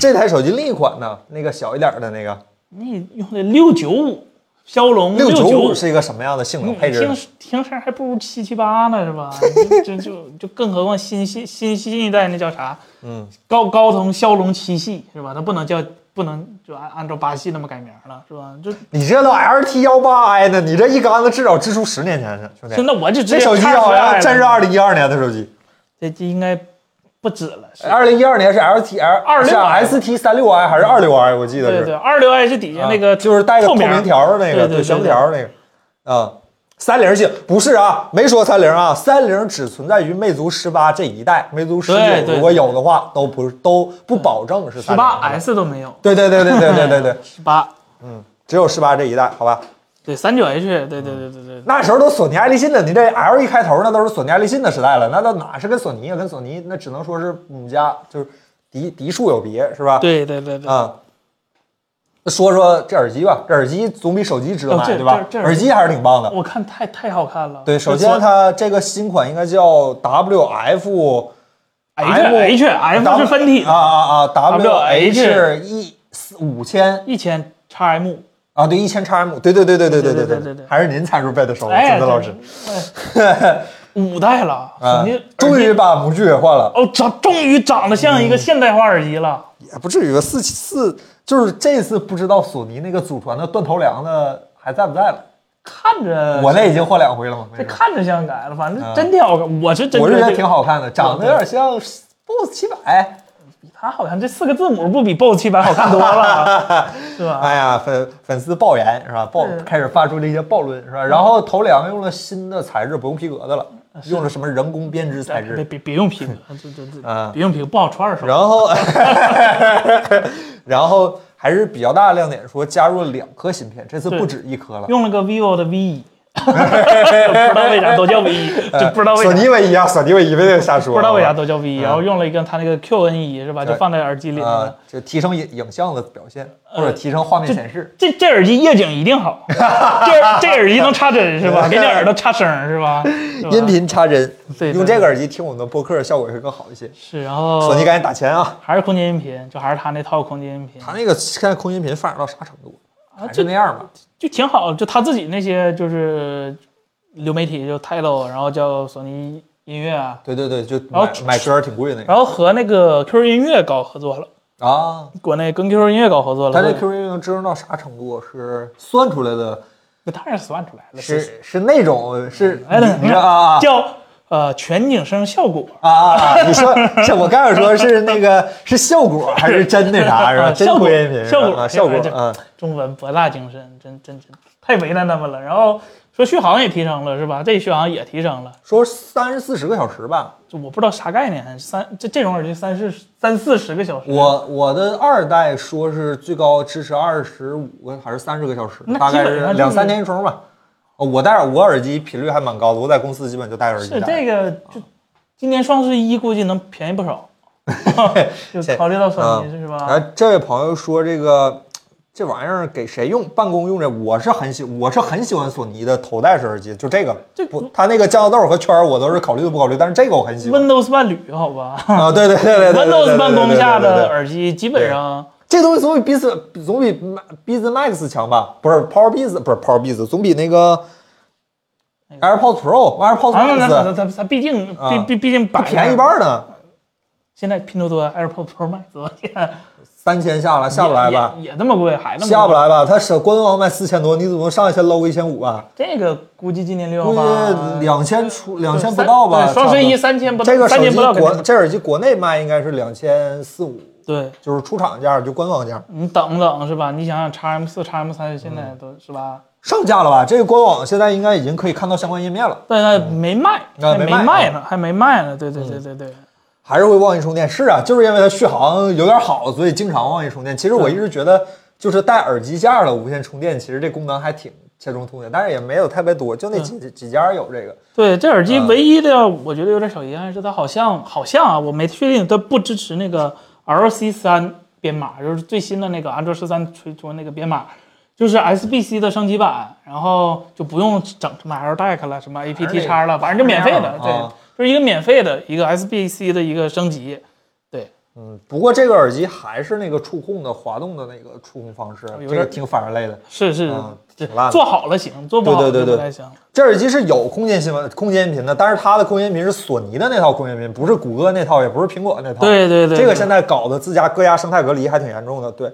A: 这台手机另一款呢？那个小一点的那个
B: 你用的六九五骁龙
A: 六九
B: 五嗯
A: 五是一个什么样的性能配置呢
B: 听？听声还不如七七八呢，是吧？ 就就就就更何况新新新新一代那叫啥？
A: 嗯，
B: 高高通骁龙七系是吧？它不能叫不能就按按照八系那么改名了，是吧？就
A: 你这都 LT 幺八 I 呢？你这一竿子至少支出十年前去，兄
B: 现
A: 弟。
B: 在我就直接
A: 这手机
B: 看出
A: 好
B: 来
A: 像
B: 了
A: 真是二零一二年的手机，
B: 这这应该不止了，是
A: 二零一二年是 LT L
B: 26
A: 是 ST 三六 I 还是二六 I？我记得
B: 对
A: 是
B: 对，二六 i 是底下
A: 啊
B: 那个
A: 就是带个透
B: 明
A: 明条儿那个，
B: 对对对
A: 小条儿那个，啊、三零系不是啊，没说三零啊，三零只存在于魅族十八这一代，魅族十
B: 对
A: 九
B: 对
A: 如果有的话，都不是都不保证是
B: 十
A: 三
B: 八 S 都没有，
A: 对对对对对对对对，
B: 十八
A: 只有十八这一代，好吧？
B: 对三九 H，对对对对对，
A: 那时候都索尼爱立信的，你这 L 一开头那都是索尼爱立信的时代了，那都哪是跟索尼啊？跟索尼那只能说是母家就是嫡嫡庶有别，是吧？
B: 对对对对，
A: 啊。那说说这耳机吧，这耳机总比手机值得
B: 哦
A: 买，
B: 这
A: 对吧
B: 这？这耳
A: 耳机还是挺棒的。
B: 我看太太好看了。
A: 对，首先它这个新款应该叫 WF M-
B: H H F 是分体
A: 啊
B: 的，
A: 啊啊
B: WH
A: WH 一五千
B: 一千 x M。
A: 啊，对，一千 XM，对对对对对对
B: 对对
A: 对
B: 对对
A: 还是您参数背的熟，
B: 哎，
A: 金子老师，
B: 哎五代了，
A: 啊
B: 手机，
A: 终于嗯把模具给换了，
B: 哦长终于长得像一个现代化耳机了。
A: 也不至于吧，四四就是这次不知道索尼那个祖传的断头梁的还在不在了，
B: 看着
A: 我那已经换两回了嘛，没事
B: 这看着像改了，反
A: 啊
B: 正真挺好看。我是真
A: 我是
B: 觉
A: 觉
B: 得
A: 得挺好看的，长得有点像 BOSS 七百。
B: 它好像这四个字母不比 BOSS 七百好看多了， 是吧？
A: 哎呀，粉粉丝爆言是吧？爆
B: 嗯
A: 开始发出了一些暴论是吧？然后头梁用了新的材质，不用皮革的了，用了什么人工编织材
B: 别
A: 质。
B: 别别 用皮革，这这
A: 啊
B: 这别用皮革不好穿二手。
A: 然后， 然后还是比较大的亮点，说加入了两颗芯片，这次
B: 对
A: 不止一颗了。
B: 用了个 vivo 的 V 一，不知道为啥都叫 V 一， 就不知道为啥
A: 索尼唯一啊，索尼唯一，别别瞎说。啊
B: 不知道为啥
A: 好吧
B: 都叫 V，然后用了一个它那个 QN 一是吧，就
A: 嗯对
B: 放在耳机里头了。
A: 啊，就提升影影像的表现，
B: 呃
A: 或者提升画面显示。
B: 这这耳机夜景一 定好，这这耳机能插针是吧？给你耳朵插声儿是吧？ 是吧
A: 音频插针，
B: 对对哦
A: 用这个耳机听我们的播客效果会更好一些。
B: 是，然后
A: 索尼赶紧打钱啊！
B: 还是空间音频，就还是它那套空间音频，
A: 他那个现在空音频发展到啥程度？
B: 啊
A: 还是那样吧。
B: 就挺好。就他自己那些就是流媒体，就 Tidal，然后叫索尼音乐啊，
A: 对对对，就
B: 然后
A: 买买歌儿挺贵那个
B: 然后和那个 QQ 音乐搞合作了，
A: 啊。
B: 国内跟 QQ 音乐搞合作了。
A: 它这 QQ 音能支撑到啥程度？是算出来的，
B: 那当然算出来了，
A: 是是那种是，
B: 哎等
A: 你你知道啊啊
B: 叫呃全景声效果。
A: 啊啊！啊你说，像我刚才说是那个是效果还是真那啥是吧？真
B: 啊效果
A: 扩音频
B: 效果
A: 啊，效果
B: 哎这
A: 啊，
B: 中文博大精深，真真真太为难他们了。然后说续航也提升了是吧？这续航也提升了，
A: 说三十四十个小时吧。
B: 就我不知道啥概念，三这这种耳机三四三四十个小时，
A: 我我的二代说是最高支持二十五个还是三十个小时，
B: 那
A: 大概
B: 基本上
A: 是
B: 就是
A: 两三天一充吧。哦我戴我耳机频率还蛮高的，我在公司基本就戴耳机戴。
B: 是这个就今年双十一估计能便宜 不少，就考虑到索尼是吧？
A: 哎，这位朋友说这个这玩意儿给谁用？办公用着，我是很喜，我是很喜欢索尼的头戴式耳机，就这个，
B: 这
A: 不，它那个降噪豆和圈儿我都是考虑都不考虑，但是这个我很喜欢
B: Windows 伴侣好吧
A: 啊，对对对对对对对对
B: ，Windows
A: 对
B: 办公下
A: 对对对
B: 的
A: 对
B: 耳机基本上
A: 这东西总比 Beats 总比 Beats Max 强吧？不是 Power Beats，不是 Power Beats，总比那个 AirPods Pro、AirPods
B: 啊，那它
A: Max
B: 它它它毕竟
A: 啊
B: 毕毕毕竟
A: 它
B: 百
A: 便宜一。半呢，
B: 现在拼多多 AirPods Pro Max 多 少钱？
A: 三千下来下不来吧？
B: 也也也那么贵，还那么贵
A: 下不来吧？它是官方卖四千多，你总能上一千搂个一千五吧？
B: 这个估计今年六
A: 估
B: 幺八
A: 计两千出，两千
B: 呃三
A: 不到吧？
B: 对双十一
A: 差
B: 三千
A: 不
B: 不
A: 多
B: 到，
A: 这个手
B: 三千
A: 机
B: 不到肯定
A: 国
B: 不到。
A: 这耳机国内卖应该是两千四五，
B: 对
A: 就是出厂价就官方价。
B: 你等等是吧？你想想，x M 四、x M 三现在都是吧？
A: 上架了吧？这个官网现在应该已经可以看到相关页面了。
B: 但是没卖，
A: 啊
B: 还
A: 没
B: 没
A: 卖
B: 卖呢，还没卖呢。对对对对对，
A: 还是会忘记充电，是啊，就是因为它续航有点好，所以经常忘记充电。其实我一直觉得，就是带耳机架的无线充电，其实这功能还挺切中痛点，但是也没有特别多，就
B: 嗯
A: 那几、几家有这个。
B: 对，这耳机
A: 啊
B: 唯一的我觉得有点小遗憾是它好像好像啊，我没确定它不支持那个 LC 三编码，就是最新的那个安卓十三推出那个编码，就是 SBC 的升级版，然后就不用整什么 LDAC 了，什么 APT 叉了，反正就免费的，对
A: 啊，
B: 就是一个免费的一个 SBC 的一个升级，对，
A: 嗯，不过这个耳机还是那个触控的滑动的那个触控方式，
B: 有
A: 这个
B: 点
A: 挺反人类的。
B: 是是
A: 啊，
B: 这
A: 挺烂的
B: 做好了行，做不好
A: 对
B: 了
A: 对
B: 就
A: 对
B: 不
A: 对
B: 太行。
A: 这耳机是有空间新闻、空间音频的，但是它的空间音频是索尼的那套空间音频，不是谷歌那套，也不是苹果那套。
B: 对对对，
A: 这个
B: 对
A: 现在搞得自家各家生态隔离还挺严重的。对，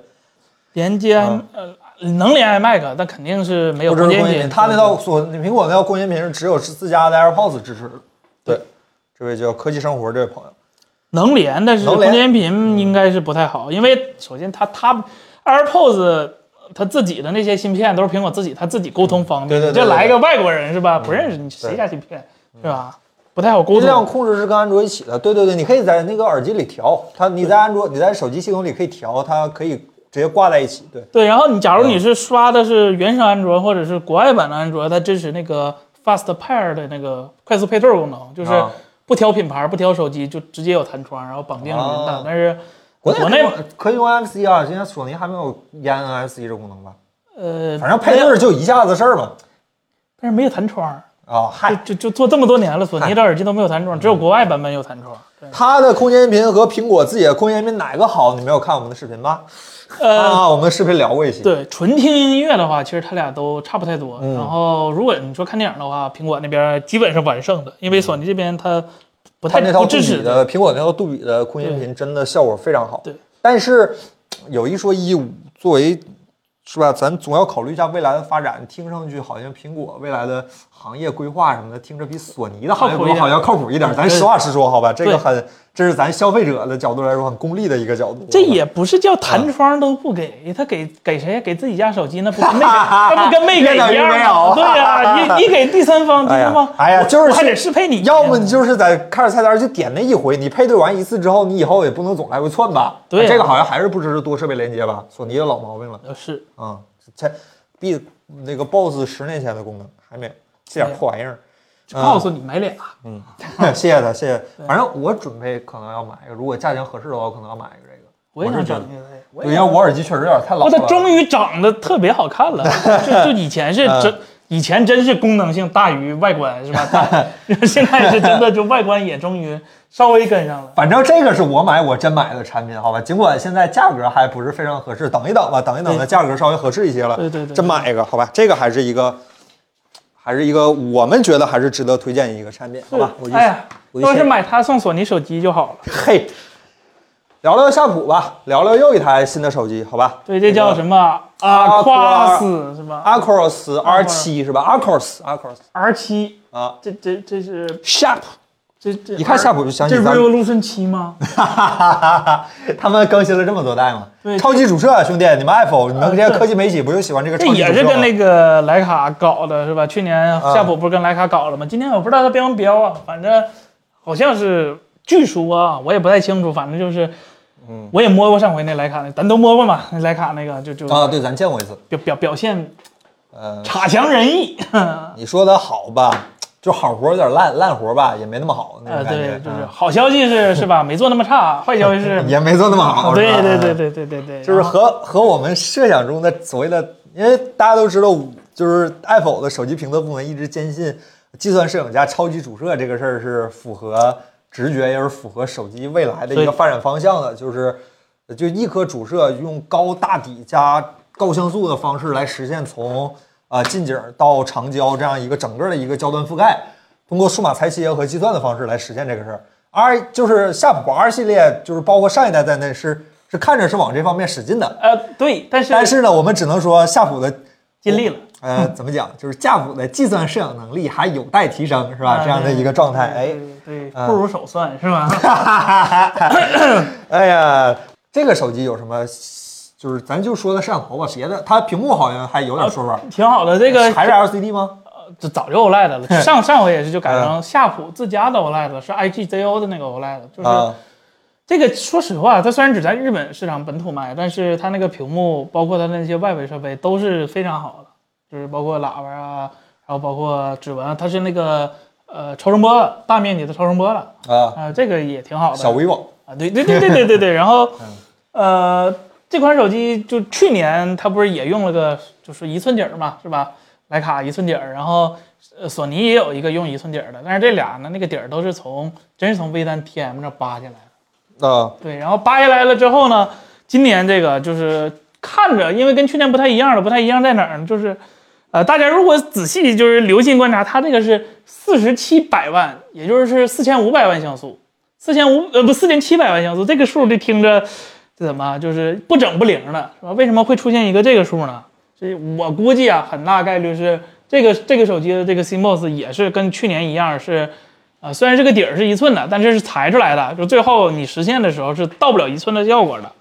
B: 连接呃能连 iMac，但肯定是没有
A: 啊不支
B: 空
A: 持
B: 间
A: 空
B: 解
A: 音
B: 决
A: 频，它那套索尼苹果那套空音频是只有是自家的 AirPods 支持的。对，这位叫科技生活这位朋友，
B: 能连，但是
A: 能
B: 空
A: 连嗯
B: 间音频应该是不太好，因为首先它它 AirPods 它自己的那些芯片都是苹果自己，它自己沟通方
A: 对对
B: 便。
A: 对嗯
B: 你这
A: 对
B: 来个外国人是吧？不认识你谁家芯片是吧？不太好沟
A: 音量
B: 通。
A: 控制是跟安卓一起的。对对对，你可以在那个耳机里调它，你在安卓你在手机系统里可以调，它可以直接挂在一起。对，
B: 对，然后你假如你
A: 嗯
B: 是刷的是原生安卓或者是国外版的安卓，它支持那个 Fast Pair 的那个快速配对功能，就是
A: 啊
B: 不挑品牌、不挑手机，就直接有弹窗，然后绑定语音
A: 啊
B: 档。但是
A: 国内
B: 国内
A: 可以用 NFC 啊，现在索尼还没有延 NFC 这功能吧？
B: 呃，
A: 反正配对
B: 没有
A: 儿就一下子事儿嘛。
B: 但是没有弹窗，
A: 啊，
B: 就
A: 嗨，
B: 就就做这么多年了，
A: 哎
B: 索尼的耳机都没有弹窗，
A: 嗯
B: 只有国外版本有弹窗。对
A: 它的空间音频和苹果自己的空间音频哪个好？你没有看我们的视频吧？
B: 呃，
A: 啊，我们的视频聊过一些。
B: 对，纯听音乐的话，其实它俩都差不太多。
A: 嗯
B: 然后如果你说看电影的话，苹果那边基本是完胜的，因为索尼这边它
A: 嗯
B: 不
A: 它
B: 太
A: 那套
B: 不
A: 杜
B: 支
A: 比
B: 持的。
A: 的苹果那套杜比的空间
B: 对
A: 音频真的效果非常好。
B: 对，
A: 但是有一说一，作为是吧，咱总要考虑一下未来的发展。听上去好像苹果未来的行业规划什么的，听着比索尼的行业
B: 靠谱一
A: 规划好
B: 点
A: 像靠谱一点。咱
B: 对
A: 实话实说，好吧，这个
B: 对
A: 很，这是咱消费者的角度来说很功利的一个角度。
B: 这也不是
A: 啊
B: 叫弹窗都不给，他给给谁呀？给自己家手机那 不跟没给，那不跟没给
A: 越等
B: 一
A: 越
B: 样
A: 没有
B: 吗？对 呀，你你给第三方，第
A: 哎呀
B: 三方，
A: 哎呀就是
B: 我还得适配你，
A: 要么你就是在开始菜单就点那一回，你配对完一次之后，你以后也不能总来回窜吧？
B: 对啊
A: 这个好像还是不支持多设备连接吧？索尼的老毛病了。
B: 呃是
A: 啊，这 B 那个 BOSS 十年前的功能还没有，这点破玩意儿。
B: 告诉你买俩，
A: 嗯谢谢他，谢谢。反正我准备可能要买一个，如果价钱合适的话，我可能要买一个这个。
B: 我也
A: 是
B: 想
A: 觉
B: 整
A: 得，
B: 这个我
A: 对，
B: 也
A: 因为我耳机确实有点太老
B: 不，
A: 了。
B: 哦它终于长得特别好看 了，就就以前是
A: 嗯
B: 真，以前真是功能性大于外观是吧？ 但现在是真的就外观也终于稍微跟上了。
A: 反正这个是我买我真买的产品，好吧？尽管现在价格还不是非常合适，等一等吧，等一等，的价格稍微合适一些了，
B: 对对对
A: 真买一个，好吧？这个还是一个，还是一个我们觉得还是值得推荐的一个产品，好吧？我就
B: 哎呀，
A: 我就
B: 要
A: 先
B: 是买它送索尼手机就好了。
A: 嘿，聊聊夏普吧，聊聊又一台新的手机，好吧？
B: 对，这叫什么
A: 阿
B: 阿
A: 库拉
B: 夸斯是吧
A: Acros R 7是吧？Acros Acros
B: ？R 七，
A: 啊
B: 这这这是
A: ，Sharp，
B: 这这，
A: 一看夏普就想起
B: 这
A: 咱们
B: Revolution 七吗？
A: 哈哈哈哈！ 他们更新了这么多代吗？
B: 对
A: 超级主摄，兄弟，你们 Apple，你们这些科技媒体不就喜欢这个
B: 这
A: 超级主摄吗？
B: 也是跟那个徕卡搞的是吧？去年
A: 啊
B: 夏普不是跟徕卡搞了吗？今年我不知道它标没标啊，反正好像是，据说啊，我也不太清楚，反正就是，嗯，我也摸过上回那徕卡那，咱都摸过嘛，那徕卡那个就就
A: 啊，对，咱见过一次。
B: 表表表现
A: 呃，
B: 差强人意，啊
A: 你说的好吧，就好活有点烂，烂活吧也没那么好那种
B: 呃，
A: 感觉，啊
B: 对，就是好消息是是吧？没做那么差，坏消息是
A: 嗯，也没做那么好。
B: 对
A: 是吧啊
B: 对对，对对对对，
A: 就是和和我们设想中的所谓的，因为大家都知道，就是 Apple 的手机评测部门一直坚信计算摄影加超级主摄这个事儿是符合直觉，也是符合手机未来的一
B: 所
A: 个
B: 以
A: 发展方向的，就是就一颗主摄用高大底加高像素的方式来实现从啊近景到长焦这样一个整个的一个焦段覆盖，通过数码裁切和计算的方式来实现这个事儿。R 就是夏普 R 系列，就是包括上一代在内是是看着是往这方面使劲的，
B: 呃对，但是
A: 但是呢，我们只能说夏普的
B: 尽力了。
A: 呃，怎么讲，就是夏普的计算摄影能力还有待提升，是啊
B: 啊
A: 吧？这样的一个状态，哎，
B: 对，对对不如 手算是吧？
A: 哎呀，这个手机有什么就是咱就说它摄像头吧，别的它屏幕好像还有点说法。
B: 挺好的。啊这个
A: 还是 LCD 吗？
B: 这早就 OLED 了， 上上回也是就
A: 嗯
B: 改成夏普自家的 OLED 了，是 IGZO 的那个 OLED，就是
A: 啊，
B: 这个说实话，它虽然只在日本市场本土卖，但是它那个屏幕包括它那些外围设备都是非常好的，就是包括喇叭啊，然后包括指纹啊，它是那个呃超声波大面积的超声波了，
A: 啊，
B: 啊、这个也挺好的。
A: 小 vivo
B: 啊，对对对对对对对。然后，呃，这款手机就去年它不是也用了个就是一寸底儿嘛，是吧？徕卡一寸底儿，然后呃索尼也有一个用一寸底儿的，但是这俩呢，那个底儿都是从真是从微单 TM 那儿扒下来的。
A: 啊，
B: 对，然后扒下来了之后呢，今年这个就是看着，因为跟去年不太一样了，不太一样在哪儿呢？就是。呃，大家如果仔细就是留心观察，它这个是四十七百万，也就是四千五百万像素，四千五呃不四千七百万像素，这个数就听着这怎么啊就是不整不零的，是吧？为什么会出现一个这个数呢？这我估计啊，很大概率是这个这个手机的这个 CMOS 也是跟去年一样是，呃虽然这个底儿是一寸的，但是是裁出来的，就最后你实现的时候是到不了一寸的效果的，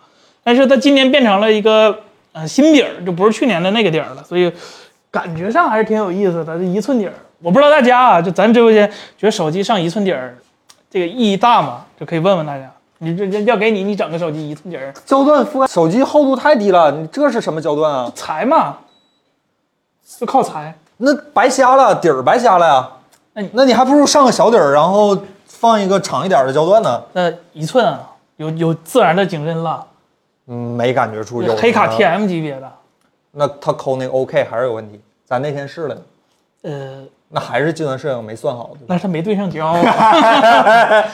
B: 但是它今年变成了一个呃新底儿，就不是去年的那个底儿了，所以感觉上还是挺有意思的，这一寸底儿。我不知道大家啊，就咱直播间觉得手机上一寸底儿，这个意义大吗？就可以问问大家。你这这要给你，你整个手机一寸底儿
A: 焦段覆盖，手机厚度太低了，你这是什么焦段啊？
B: 裁嘛，就靠裁。
A: 那白瞎了，底儿白瞎了呀。
B: 那你
A: 那你还不如上个小底儿，然后放一个长一点的焦段呢。
B: 那一寸啊，有有自然的景深了，
A: 嗯，没感觉出有啊
B: 黑卡
A: 什么
B: TM 级别的，
A: 那他抠那个 OK 还是有问题。咱那天试了，
B: 呃，
A: 那还是计算摄影没算好。
B: 那是没对上焦啊，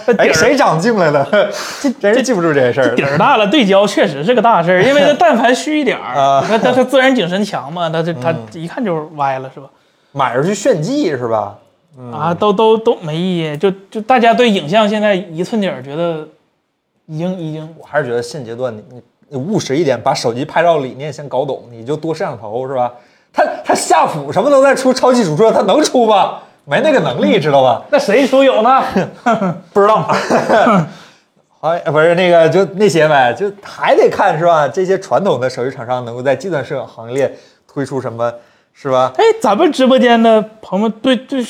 B: 那底
A: 哎，
B: 儿
A: 谁长进来了？ 真是记不住这些事 儿
B: 底。儿大了，对焦确实是个大事儿，因为它但凡虚一点儿，
A: 啊
B: 它它它自然景深强嘛，它这它一看就是歪了，是吧？
A: 买着去炫技是吧？
B: 啊，都都都没意义，就就大家对影像现在一寸底儿觉得已经已经
A: 我还是觉得现阶段你你你务实一点，把手机拍照理念先搞懂，你就多摄像头是吧？他他夏普什么都在出超级主摄，他能出吗？没那个能力，知道吧？
B: 那谁出有呢？
A: 不知 道。好，哎不是那个，就那些呗，就还得看是吧？这些传统的手机厂商能够在计算摄影行列推出什么，是吧？
B: 哎，咱们直播间的朋友们对对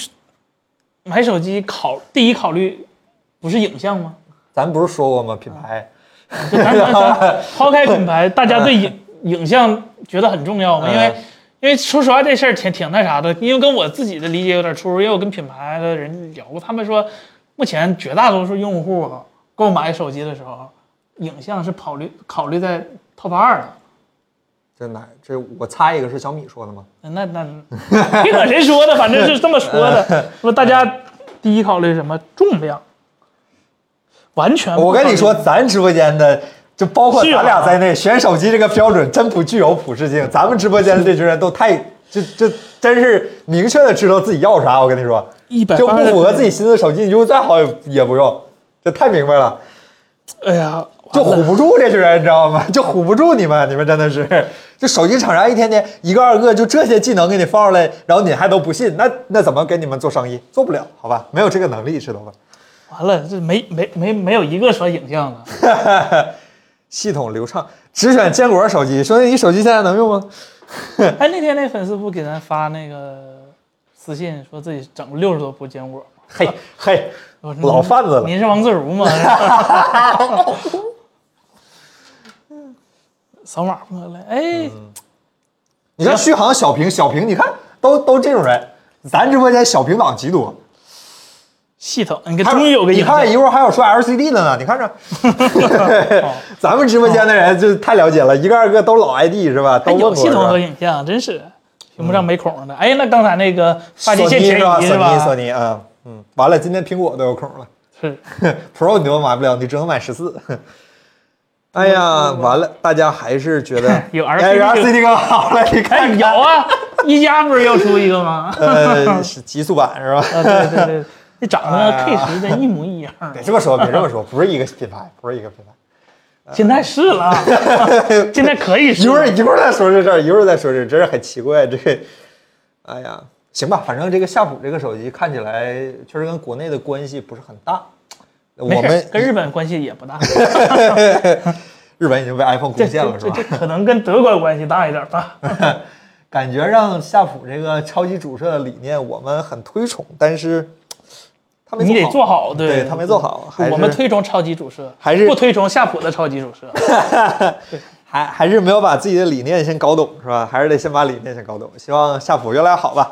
B: 买手机考第一考虑不是影像吗？
A: 咱不是说过吗？品牌
B: 就咱咱咱抛开品牌，大家
A: 哎
B: 对影影像觉得很重要吗？因为
A: 嗯
B: 因为说实话这事儿挺挺那啥的，因为跟我自己的理解有点出入，因为我跟品牌的人聊过，他们说目前绝大多数用户啊购买手机的时候，影像是考虑考虑在 top 二的。
A: 这哪？这我猜一个是小米说的吗？
B: 那那 别管谁说的，反正是这么说
A: 哎
B: 的。 说大家第一考虑什么重量，完全不
A: 我跟你说，
B: 考虑
A: 咱直播间的就包括
B: 是啊
A: 咱俩在内，选手机这个标准真不具有普适性。咱们直播间的这群人都太就就真是明确的知道自己要啥。我跟你说，
B: 一百
A: 就
B: 八
A: 不
B: 十
A: 符合自己心思的手机，你用再好也也不用，这太明白了。
B: 哎呀，
A: 就
B: 完了
A: 唬不住这群人，你知道吗？ 就唬不住你们，你们真的是，就手机厂商一天天一个二个就这些技能给你放出来，然后你还都不信，那那怎么跟你们做生意？做不了，好吧？没有这个能力，知道吧？
B: 完了，这没没没没有一个说影像的。
A: 系统流畅，只选坚果手机。兄弟，你手机现在能用吗？
B: 哎，那天那粉丝不给咱发那个私信，说自己整六十多部坚果吗？
A: 嘿嘿
B: 我，说
A: 老贩子了。
B: 您是王自如吗？ 扫码过来，哎，
A: 嗯你看续航、小屏、小屏，你看都都这种人，咱直播间小屏党极多。
B: 系统，你看
A: 还
B: 终于有个
A: 你
B: 影像
A: 看一会儿还有说 LCD 的呢，你 看着，咱们直播间的人就太了解了，一个二个都老 ID 是吧？都
B: 还
A: 问
B: 哎有
A: 过
B: 系统和
A: 是吧
B: 影像，真是屏幕上没孔的。哎，那刚才那个发际
A: 索
B: 线
A: 尼
B: 前
A: 是吧？
B: 移
A: 索尼索
B: 吧？
A: 尼啊，嗯，完了，今天苹果都有孔了
B: 是，
A: ，Pro 你都买不了，你只能买十四。哎呀，完了，大家还是觉得
B: 嗯 有
A: 哎
B: LCD
A: 更好了，你
B: 哎，
A: 看
B: 有
A: 看，
B: 啊，一加不是要出一 个吗？
A: 呃，是极速版是吧？
B: 啊，对对对，那长得
A: 哎
B: K
A: 呀
B: 十真一模一样。
A: 别这么说，别这么说，不是一个品牌，不是一个品牌。
B: 现在是了，啊 现在可以
A: 一
B: 是
A: 会儿
B: 了。
A: 一会儿再说这事儿，一会儿再说这事儿，真是很奇怪。这个，哎呀，行吧，反正这个夏普这个手机看起来确实跟国内的关系不是很大。
B: 没
A: 我
B: 事儿
A: 们
B: 跟日本关系也不大。
A: 日本已经为 iPhone
B: 这
A: 贡献
B: 这
A: 了，是
B: 这
A: 吧
B: 这？可能跟德国关系大一点吧。
A: 感觉让夏普这个超级主摄的理念我们很推崇，但是他没
B: 你得
A: 好
B: 做好，
A: 对他没做好还
B: 我们
A: 是
B: 推崇超级主摄，
A: 还是
B: 不推崇夏普的超级主 摄。
A: 还还是没有把自己的理念先搞懂，是吧？还是得先把理念先搞懂。希望夏普越来越好吧。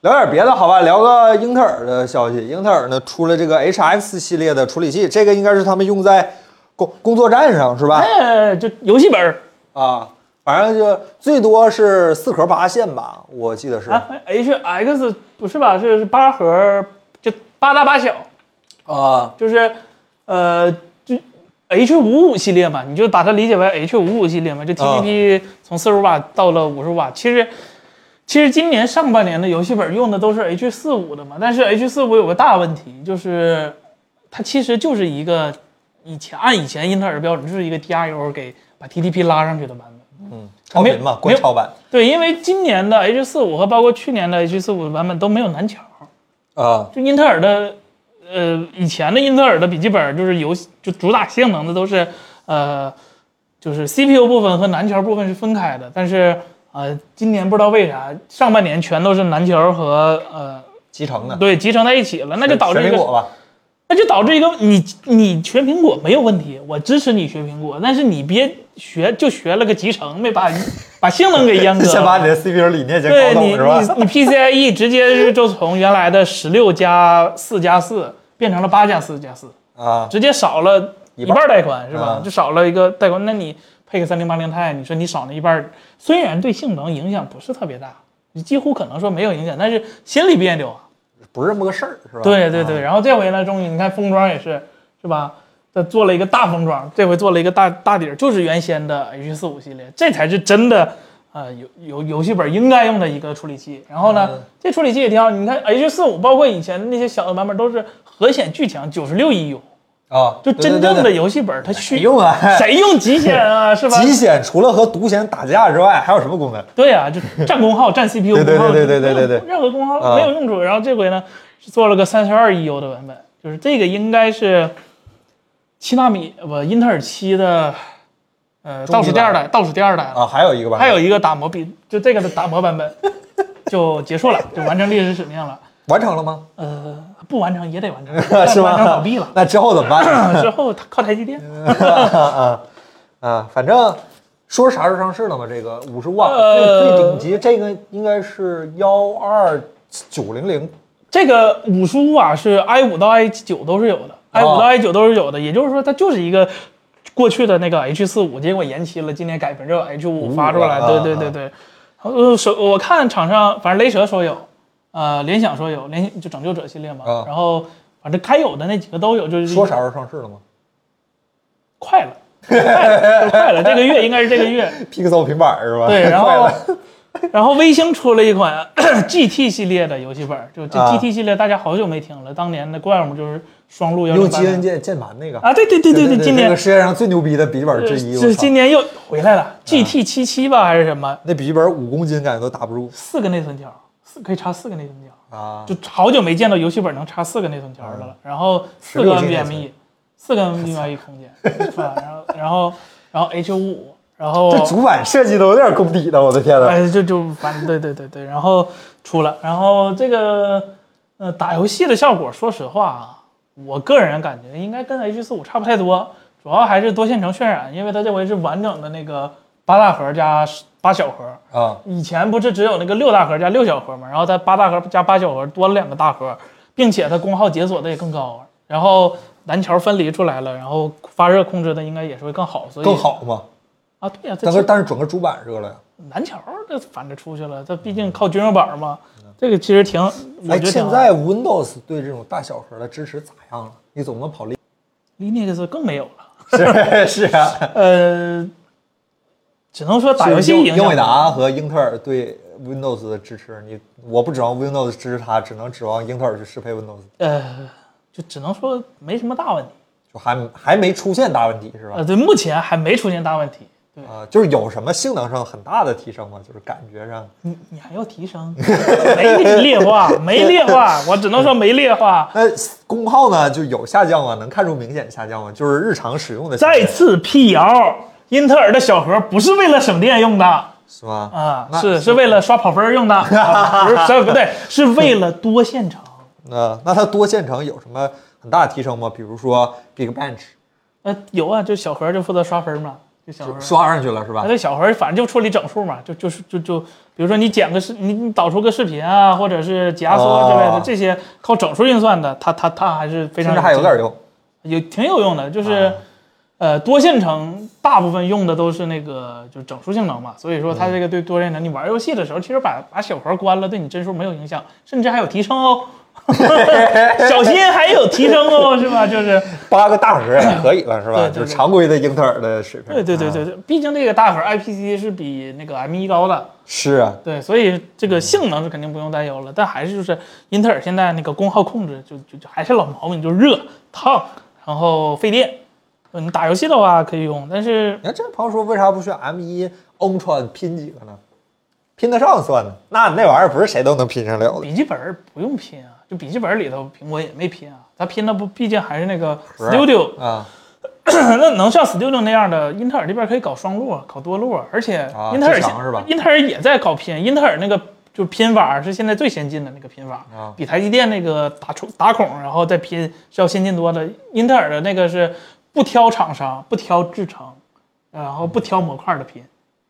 A: 聊点别的，好吧？聊个英特尔的消息。英特尔呢出了这个 HX 系列的处理器，这个应该是他们用在工工作站上，是吧？
B: 哎，就游戏本儿
A: 啊，反正就最多是四核八线吧，我记得是。
B: 啊，HX 不是吧？是是八核，就八大八小，
A: 啊，
B: 就是呃，就 H 五五系列嘛，你就把它理解为 H 五五系列嘛，就 TDP 从四十五瓦到了五十五瓦。其实其实今年上半年的游戏本用的都是 H 四五的嘛，但是 H 四五有个大问题，就是它其实就是一个以前按以前英特尔标准，就是一个 DRU 给把 TDP 拉上去的版本。
A: 超频嘛，
B: 没
A: 过
B: 有
A: 超版
B: 对，因为今年的 H 四五和包括去年的 H 四五版本都没有南墙，
A: 啊
B: 就英特尔的，呃，以前的英特尔的笔记本就是游戏就主打性能的都是，呃，就是 CPU 部分和南桥部分是分开的，但是呃，今年不知道为啥上半年全都是南桥和呃
A: 集成的，
B: 对集成在一起了，那就导致一
A: 全苹
B: 个
A: 果吧。
B: 那就导致一个你你学苹果没有问题，我支持你学苹果，但是你别学就学了个集成，没 把把性能给阉割了。
A: 先把你的 CPU 理念先
B: 对
A: 搞
B: 你
A: 懂，是吧？
B: 你你 PCIe E 直接就从原来的十六加四加四变成了八加四加四，
A: 啊，
B: 直接少了一
A: 一
B: 半
A: 半
B: 儿带宽是吧？
A: 嗯
B: 就少了一个带宽。那你配个三零八零 i 你说你少了一半儿，虽然对性能影响不是特别大，你几乎可能说没有影响，但是心里别扭啊。
A: 不是这么个事儿，是吧？啊
B: 对对对，然后这回呢，终于你看封装也是是吧？这做了一个大封装，这回做了一个大大底儿，就是原先的 H 四五系列，这才是真的呃游游游戏本应该用的一个处理器。然后呢，
A: 嗯
B: 这处理器也挺好，你看 H 四五包括以前那些小的版本都是核显巨强，九十六 EU，
A: 啊，
B: 就
A: 对
B: 真正
A: 对
B: 的
A: 对对
B: 游戏本它
A: 谁
B: 需
A: 用啊？
B: 谁用极显啊，是 吧？
A: 极显除了和独显打架之外，还有什么功能？
B: 对啊，就占 功耗、占 CPU
A: 对对
B: 功耗，
A: 对对对对对
B: 任何功耗
A: 啊
B: 没有用处。然后这回呢，是做了个三十二 EU 的版本，就是这个应该是七纳米呃不英特尔七的呃倒
A: 中级
B: 数第二代，倒数第二代了。
A: 啊，还有一个吧，
B: 还有一个打磨比就这个的打磨版本 就结束了，就完成历史使命了。
A: 完成了吗？，
B: 呃，不完成也得完成
A: 是
B: 完成倒
A: 吗
B: 闭了？。
A: 那之后怎么 办？
B: 之后它靠台积电，
A: 啊啊，反正说啥时候上市了吗？这个五十五瓦最
B: 呃
A: 最顶级，这个应该是幺二九零零
B: 这个五十五瓦是 i 五到 i 九都是有的，i
A: 哦
B: 五到 i 九都是有的，也就是说它就是一个过去的那个 H 四五，结果延期了，今年改成这 H 五
A: 55
B: 发出来，
A: 了
B: 对
A: 啊
B: 对
A: 啊
B: 对对。呃，手我看厂商，反正雷蛇说有，呃，联想说有，联想就拯救者系列嘛，
A: 啊
B: 然后反正该有的那几个都有，就是
A: 说啥时候上市了吗
B: 快了，快了，快了，这个月应该是这个月，
A: ？Pixel 平板是吧？
B: 对，然
A: 快
B: 后
A: 了
B: 然后微星出了一款 GT 系列的游戏本儿，就这
A: 啊
B: GT 系列大家好久没听了，当年的 GRAM 就是双路幺
A: 用
B: 零八
A: G N 键键盘那个。
B: 啊，对对对
A: 对
B: 对，今
A: 这
B: 年
A: 个世界上最牛逼的笔记本之一，
B: 是
A: 我操啊
B: 今年又回来了，GT 七七吧还是什么，
A: 那笔记本五公斤感觉都打不住
B: 四个内存条，四可以插四个内存条，
A: 啊！
B: 就好久没见到游戏本能插四个内存条的了，然后四
A: 16
B: 个
A: 内存
B: NVMe，四个 E，NVMe E 空间， 是吧？然后然后然后 H 五五，然后
A: 这主板设计都有点功底的，我的天呐！
B: 哦哎，就就反正对对对对，然后出了，然后这个呃打游戏的效果，说实话啊，我个人感觉应该跟 H 四五差不太多，主要还是多线程渲染，因为它这回是完整的那个八大核加十八小核，
A: 啊，
B: 以前不是只有那个六大核加六小核嘛，然后它八大核加八小核多了两个大核，并且它功耗解锁的也更高，然后南桥分离出来了，然后发热控制的应该也是会更好，所以
A: 更好嘛？
B: 啊，对呀、这
A: 但是但是整个主板热了呀。
B: 南桥这反正出去了，它毕竟靠军用板嘛，这个其实挺，我
A: 哎，
B: 觉得挺
A: 现
B: 好。
A: 在 Windows 对这种大小核的支持咋样了？你总不能跑离
B: Linux 更没有 了，
A: 是是 啊，
B: 呃，只能说打游戏
A: 英
B: 影
A: 英伟
B: 响
A: 达和英特尔对 Windows 的支持，你我不指望 Windows 支持它，只能指望英特尔去适配 Windows，
B: 呃，就只能说没什么大问题。
A: 就还还没出现大问题是吧？
B: 呃，对，目前还没出现大问题。对
A: 啊、就是有什么性能上很大的提升吗？就是感觉上
B: 你，你还要提升，没给你劣化，没劣化，我只能说没劣化。
A: 那功耗呢就有下降吗？能看出明显下降吗？就是日常使用的情况
B: 再次辟谣，英特尔的小核不是为了省电用的
A: 是吗？
B: 啊，
A: 那
B: 是是为了刷跑分儿用的，啊不是是不对，是为了多线程。
A: 那那它多线程有什么很大的提升吗？比如说 Big Bench
B: 呃，有啊，就小核就负责刷分儿嘛，就小核。
A: 刷上去了是吧
B: 它？这小核反正就处理整数嘛，就就是就就，比如说你剪个视，你你导出个视频啊，或者是解压缩之类的，
A: 哦
B: 这些靠整数运算的，它它它还是非
A: 甚
B: 常
A: 至还有点用。
B: 有挺有用的，就是、
A: 啊
B: 呃多线程大部分用的都是那个就是整数性能嘛，所以
A: 嗯
B: 说它这个对多线程，你玩游戏的时候，其实把把小核关了，对你帧数没有影响，甚至还有提 升哦。 小心还有提升哦，是吧？就是，
A: 八个大核也可以了，是吧？
B: 对对对
A: 就是常规的英特尔的水平。
B: 对对对
A: 啊，
B: 对对，毕竟这个大核 IPC 是比那个 M1 高的，
A: 是啊，
B: 对，所以这个性能是肯定不用担忧了，但还是就是英特尔现在那个功耗控制就就就还是老毛病，就热烫，然后费电。嗯，你打游戏的话可以用，但是
A: 你看这朋友说为啥不去 M 1 Ultra 拼几个呢？拼得上算呢？那那玩意儿不是谁都能拼上了的。
B: 笔记本儿不用拼啊，就笔记本儿里头苹果也没拼啊，它拼的不毕竟还是那个
A: 盒儿
B: Studio，
A: 啊，
B: 那能像 Studio 那样的，英特尔这边可以搞双路，啊搞多路，而且
A: 啊
B: 英特尔
A: 自
B: 现、
A: 强是吧
B: 英特尔也在搞拼，英特尔那个就拼法是现在最先进的那个拼法，
A: 啊
B: 比台积电那个打孔打孔然后再拼是要先进多了。英特尔的那个是不挑厂商，不挑制程，然后不挑模块的拼，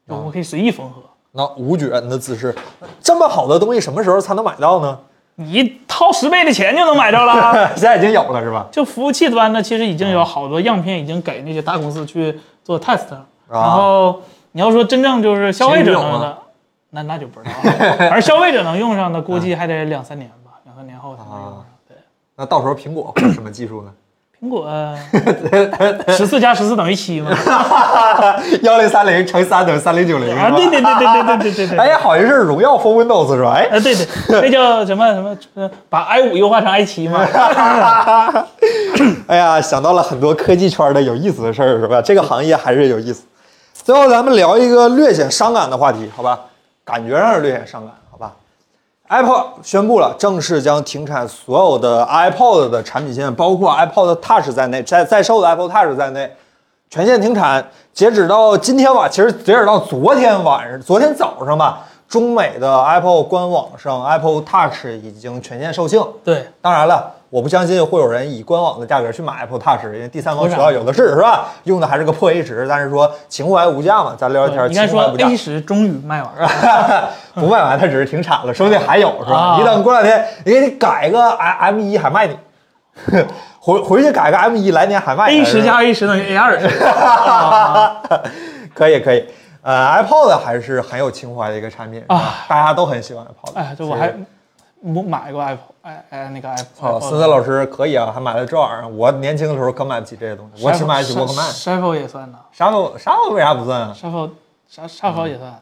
A: 啊
B: 我们可以随意缝合。
A: 那吴举恩的姿势，这么好的东西什么时候才能买到呢？
B: 你掏十倍的钱就能买着了。啊
A: 现在已经有了是吧？
B: 就服务器端呢，其实已经
A: 嗯
B: 有好多样片已经给那些大公司去做 test，了、
A: 啊
B: 然后你要说真正就是消费者
A: 谁用
B: 能
A: 啊
B: 的，那那就不知道了。而消费者能用上的，估
A: 嗯
B: 计还得两三年吧，两三年后才能用上。
A: 啊
B: 对，
A: 那到时候苹果会有什么技 术呢？
B: 苹果 十四加十四等于七嘛？
A: 幺零三零乘三等于三零九零
B: 啊，对对对对对对对对
A: 哎
B: 对。
A: 呀，好像是荣耀 for Windows 是吧？哎，
B: 啊，对对，那叫什么什么，呃把 i 五优化成 i 七嘛？
A: 哎呀，想到了很多科技圈的有意思的事儿，是吧？这个行业还是有意思。最后，咱们聊一个略显伤感的话题，好吧？感觉上是略显伤感，好吧？Apple 宣布了，正式将停产所有的 iPod 的产品线，包括 iPod Touch 在内，在在售的 Apple Touch 在内，全线停产。截止到今天晚，其实截止到昨天晚上，昨天早上吧，中美的 Apple 官网上 Apple Touch 已经全线售罄。
B: 对，
A: 当然了，我不相信会有人以官网的价格去买 Apple Touch，因为第三方
B: 为啥
A: 渠道有的是，是吧？用的还是个破 A 值，但是说情怀无价嘛，咱聊聊
B: 应
A: 天，
B: 该
A: 情
B: 说
A: 怀无价
B: A 十终于卖完了。
A: 不卖完，它只是停产了，说不定还有，是吧？
B: 啊
A: 你等过两天，你给你改个 M 1还卖你， 回回去改个 M 1来年还卖你
B: A 十加 A 十等于 A 二十。
A: 可以可以。呃，iPod 还是很有情怀的一个产品，是吧
B: 啊
A: 大家都很喜欢哦 iPod。
B: 哎，这
A: 所
B: 我
A: 以
B: 还我买过 Apple，哎哎那个 Apple。
A: 哦，森森老师可以啊，还买了这玩意儿。我年轻的时候可买不起这些东西，我只买得起沃克曼。
B: Shuffle 也算呐
A: 啥狗啥狗为啥不算啊？
B: ，Shuffle 啥 Shuffle 也算
A: 嗯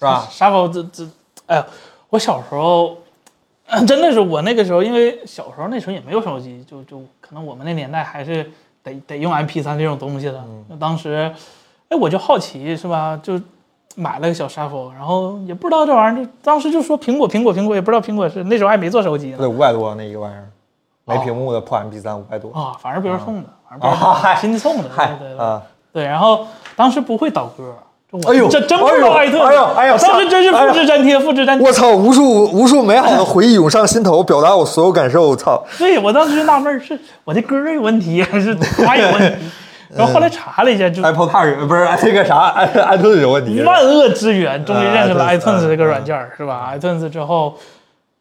A: 是吧？
B: ？Shuffle 这这，哎呀，我小时候。真的是我那个时候，因为小时候那时候也没有手机，就就可能我们那年代还是得得用 MP 3这种东西的。
A: 嗯
B: 那、当时，哎，我就好奇是吧？就买了个小 Shuffle，然后也不知道这玩意儿，就当时就说苹果苹果苹果，也不知道苹果是那时候还没做手机呢
A: 不。 对，五百多那一个玩意儿，没
B: 哦
A: 屏幕的破 MP 3五百多。
B: 啊，反正别人送的，反正别人
A: 啊
B: 送
A: 嗨
B: 的亲戚送的，
A: 嗨
B: 对对对
A: 啊，
B: 对。然后当时不会导歌，这我
A: 哎呦
B: 这真不
A: 哎
B: 知
A: 呦
B: 道艾特，
A: 哎呦哎呦
B: 我当时真是
A: 哎呦
B: 复制粘贴，复制粘贴。
A: 我操！无数无数美好的回忆涌上心头，表达我所有感受。我 操！
B: 对我当时就纳闷儿，是我这歌儿有问 题还是他有问题？然后后来查了一下，就
A: Apple Touch 不是那个啥安安顿有问题。
B: 万恶之源，终于认识了
A: 啊对
B: iTunes 这个软件儿，是吧？iTunes 之后，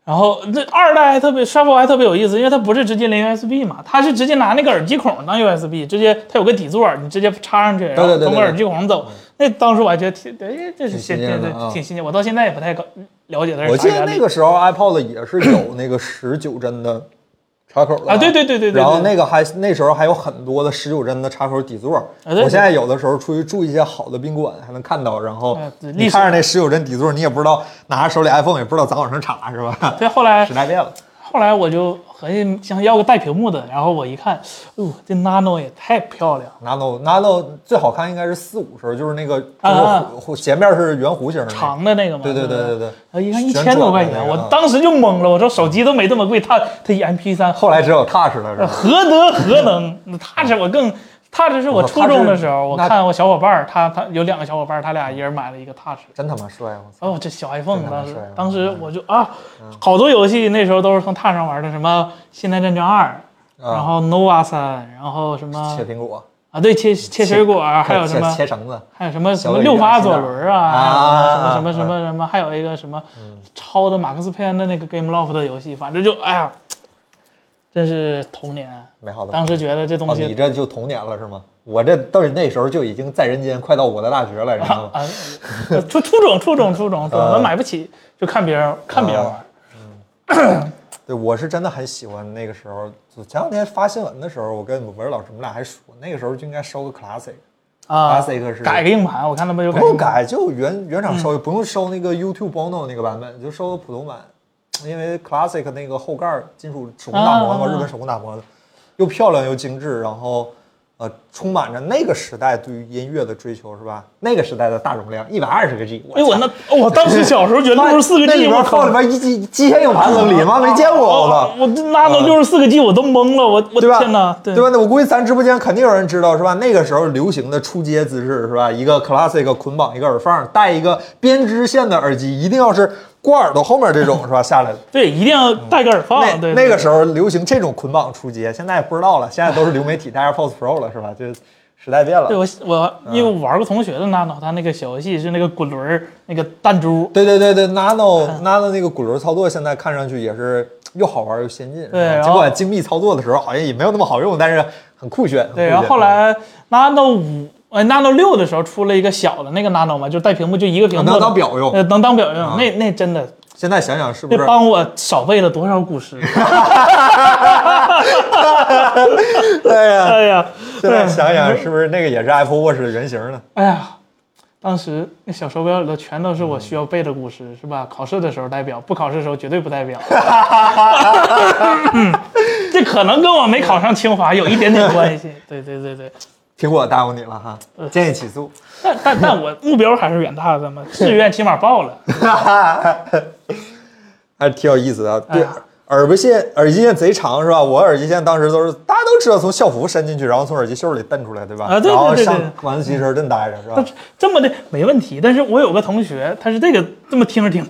B: 然后这二代还特别 Shuffle 还特别有意思，因为它不是直接连 USB 嘛，它是直接拿那个耳机孔当 USB，直接它有个底座儿，你直接插上去，然
A: 对
B: 后
A: 对对
B: 通过
A: 对嗯
B: 耳机孔走。那当时我还觉得挺，哎，这
A: 挺
B: 是
A: 新鲜
B: 新，对
A: 的
B: 对
A: 啊，
B: 挺新鲜。我到现在也不太搞了解它
A: 我
B: 是
A: 记得
B: 啥原
A: 那
B: 理
A: 个时候 iPod 也是有那个十九帧的插口的
B: 啊，对。对对对对。
A: 然后
B: 对
A: 那个还那时候还有很多的十九帧的插口底座，
B: 啊对对
A: 我现在有的时候出去住一些好的宾馆还能看到，然后
B: 啊对历
A: 你
B: 史
A: 看着那十九帧底座，你也不知道拿着手里 iPhone 也不知道咋往上插是吧？
B: 对后来
A: 时代变了。
B: 后来我就合计想要个带屏幕的，然后我一看，哦，这 Nano 也太漂亮了，
A: Nano Nano 最好看应该是四五时候，就是那个
B: 啊啊
A: 就是弧前面是圆弧形的那个，
B: 长的那个嘛。
A: 对对
B: 对
A: 对对对。
B: 啊，一看一
A: 旋
B: 千多
A: 转的
B: 块
A: 那
B: 钱，
A: 个
B: 我
A: 啊
B: 当时就懵了，我说手机都没这么贵，它它一 MP 3
A: 后来只有 Touch 了是吧？
B: 何德何能？那 Touch 我更 Touch 是
A: 我
B: 我
A: 靠
B: 初
A: Touch
B: 中的时候，我
A: 那
B: 看我小伙伴儿，他他有两个小伙伴儿，他俩一人买了一个 Touch。
A: 真他妈帅！我操，
B: 哦，这小 iPhone
A: 真的
B: 当时
A: 是啊，
B: 当时我就啊，好多游戏那时候都是从 Touch 上玩的，什么《现代战争二》，然
A: 啊
B: 后 Nova 三，然后什么
A: 切苹果，
B: 啊，对，切切水果，啊还有
A: 切
B: 什么
A: 切橙子，
B: 还有什么什
A: 小
B: 么
A: 尾鱼
B: 六发
A: 是吧
B: 左轮
A: 啊
B: 啊，什么什么
A: 啊
B: 什
A: 嗯
B: 么什么，还有一个什么抄的马克思佩恩的那个 GameLoft 的游戏，反正就哎呀，真是童年。
A: 美好的。
B: 当时觉得这东
A: 哦，你
B: 西
A: 这就童年了是吗？我这到那时候就已经在人间，快到我的嗯大学了，你知道吗？
B: 啊，呃初初中初中初中，怎么买不起就看别人看别人玩。
A: 对，我是真的很喜欢那个时候。就前两天发新闻的时候，我跟文老师我们俩还说，那个时候就应该收个 Classic，
B: 啊
A: Classic 是
B: 改个嗯硬盘，我看他们有
A: 嗯不
B: 改硬
A: 用
B: 盘。
A: 改，就原原厂收，也不用收那个 YouTube Bono 那个版本，就收普通版，因为 Classic 那个后盖儿金属手工打磨嘛，
B: 啊啊啊
A: 日本手工打磨的，又漂亮又精致，然后呃，充满着那个时代对于音乐的追求，是吧？那个时代的大容量，一百二十个 G，我
B: 哎呦我
A: 操
B: 那我当时小时 候觉得六十四个
A: 那里
B: G，我
A: 边
B: 靠
A: 放
B: 哦
A: 里！边一机机械硬盘子里吗？没见过，我操！
B: 我这拿到六十四个 G 我都懵了，我我
A: 对吧？
B: 天哪！对
A: 对吧？那我估计咱直播间肯定有人知道，是吧？那个时候流行的出街姿势是吧？一个 classic 捆绑一个耳放，戴一个编织线的耳机，一定要是挂耳朵后面这种是吧？下 来的。
B: 对，一定要戴个耳放。
A: 那
B: 哦对，
A: 那
B: 对
A: 个时候流行这种捆绑出街，现在不知道了，现在都是流媒体带 AirPods Pro 了，是吧？就时代变了
B: 对。我我
A: 嗯
B: 因为我玩过同学的 Nano，他那个小游戏是那个滚轮儿那个弹珠，
A: 对对对对，Nano Nano 那个滚轮操作现在看上去也是又好玩又先进，是吧
B: 对然后
A: 尽管精密操作的时候好像也没有那么好用，但是很酷炫。很酷
B: 对，然后
A: 炫
B: 后来 Nano 五呃 Nano 六的时候出了一个小的那个 Nano 嘛，就带屏幕就一个屏
A: 啊
B: 幕的，
A: 能当表用，
B: 呃能当表
A: 啊
B: 用，那那真的
A: 现在想想是不
B: 那
A: 是
B: 帮我少背了多少 古诗，
A: 对呀、
B: 哎呀，
A: 现在想想是不是那个也是 Apple Watch 的原型呢？
B: 哎呀，当时那小手表里头全都是我需要背的古诗，是吧？考试的时候代表，不考试的时候绝对不 代表。嗯这可能跟我没考上清华有一点点关系。对对对对，
A: 苹果耽误你了哈，建议起诉。
B: 但但但我目标还是远大的嘛，志愿起码报了。
A: 还是挺有意思的。对，
B: 哎呀
A: 耳背线、耳机线贼长是吧？我耳机线当时都是大家都知道，从校服伸进去，然后从耳机袖里蹬出来，对吧？
B: 啊对对
A: 然后
B: 对对
A: 上
B: 对
A: 晚自习时候真待着是吧？
B: 这么的没问题，但是我有个同学，他是这个这么听着听，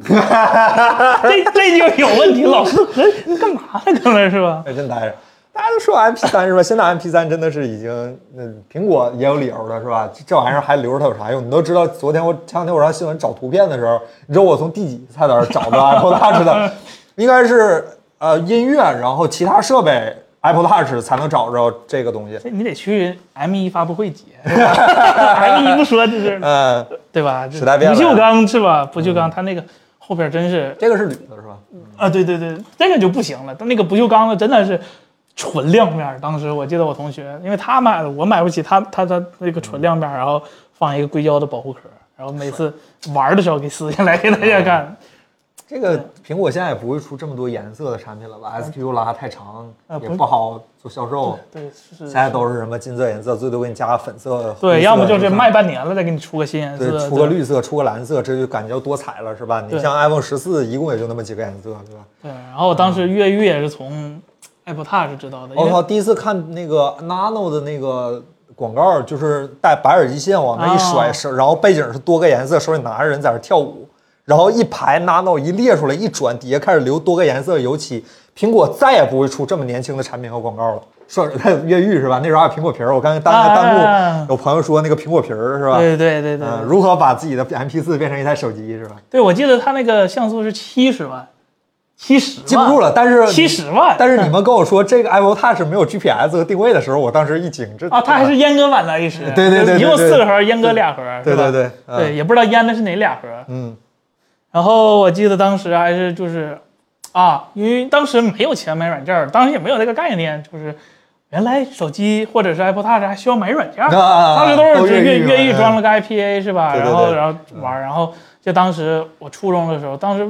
B: 这这就有问题。老师，哎干嘛呢？哥们儿是吧？
A: 哎，真待着。大家都说 MP 3是吧？现在 MP 3真的是已经，嗯，苹果也有理由了是吧？这这玩意儿还留着它有啥用？你都知道，昨天我前两天我上新闻找图片的时候，你知道我从第几菜单找到 Apple Touch 的？ 应该是呃音乐，然后其他设备 Apple Touch 才能找着这个东西。
B: 这你得去 M 1发布会节，M 1不说这是
A: 嗯，
B: 对吧？这
A: 时代变了嗯
B: 不锈钢是吧？不锈钢它那个后边真是
A: 这个是铝的是吧？
B: 啊，对对对，这个就不行了。它那个不锈钢的真的是纯亮面儿。当时我记得我同学，因为他买的，我买不起，他他他那个纯亮面儿，然后放一个硅胶的保护壳，然后每次玩的时候给撕下来给大家看。
A: 哦这个苹果现在也不会出这么多颜色的产品了吧？SQ 拉太长
B: 啊
A: 也
B: 不
A: 不好做销售，
B: 对，是
A: 现。在都是什么金色颜色，最多给你加个粉色。
B: 对，要么就是
A: 卖。
B: 卖半年了再给你出个新颜色，
A: 对，出个绿色，出个蓝色，这就感觉多彩了，是吧？你
B: 对
A: 像 iPhone 十四，一共也就那么几个颜色，对吧？
B: 对。然后我当时越狱也是从 Apple Touch 知道的，因
A: 我
B: 为
A: 哦靠，第一次看那个 Nano 的那个广告，就是带白耳机线往那一甩，
B: 啊
A: 手然后背景是多个颜色，手里拿着人在那跳舞，然后一排 Nano 一列出来，一转底下开始流多个颜色的油漆。苹果再也不会出这么年轻的产品和广告了。说它越狱是吧？那时候还有苹果皮儿，我刚才弹
B: 啊
A: 弹幕有朋友说那个苹果皮儿是吧？
B: 对对对对
A: 嗯，如何把自己的 MP 4变成一台手机是吧？
B: 对，我记得他那个像素是七十万，七十
A: 记不住了，但是
B: 七十 万，
A: 但是你们跟我说这个 Apple Touch 没有 GPS 和定位的时候，我当时一惊，这
B: 啊，它还是阉割版的 A 十，
A: 对对对对
B: 一共
A: 对
B: 四个盒，阉割俩盒，
A: 对
B: 是吧
A: 对对嗯
B: 对，也不知道阉的是哪俩盒。
A: 嗯，
B: 然后我记得当时还是就是，啊，因为当时没有钱买软件儿，当时也没有这个概念，就是原来手机或者是 Apple Touch 还需要买软件儿，
A: 啊啊啊
B: 当时都
A: 都
B: 是
A: 越
B: 越
A: 狱嘛
B: 越狱
A: 嗯
B: 装了个 IPA 是吧？
A: 对对
B: 然后
A: 对嗯
B: 然后玩儿，然后就当时我初中的时候，当时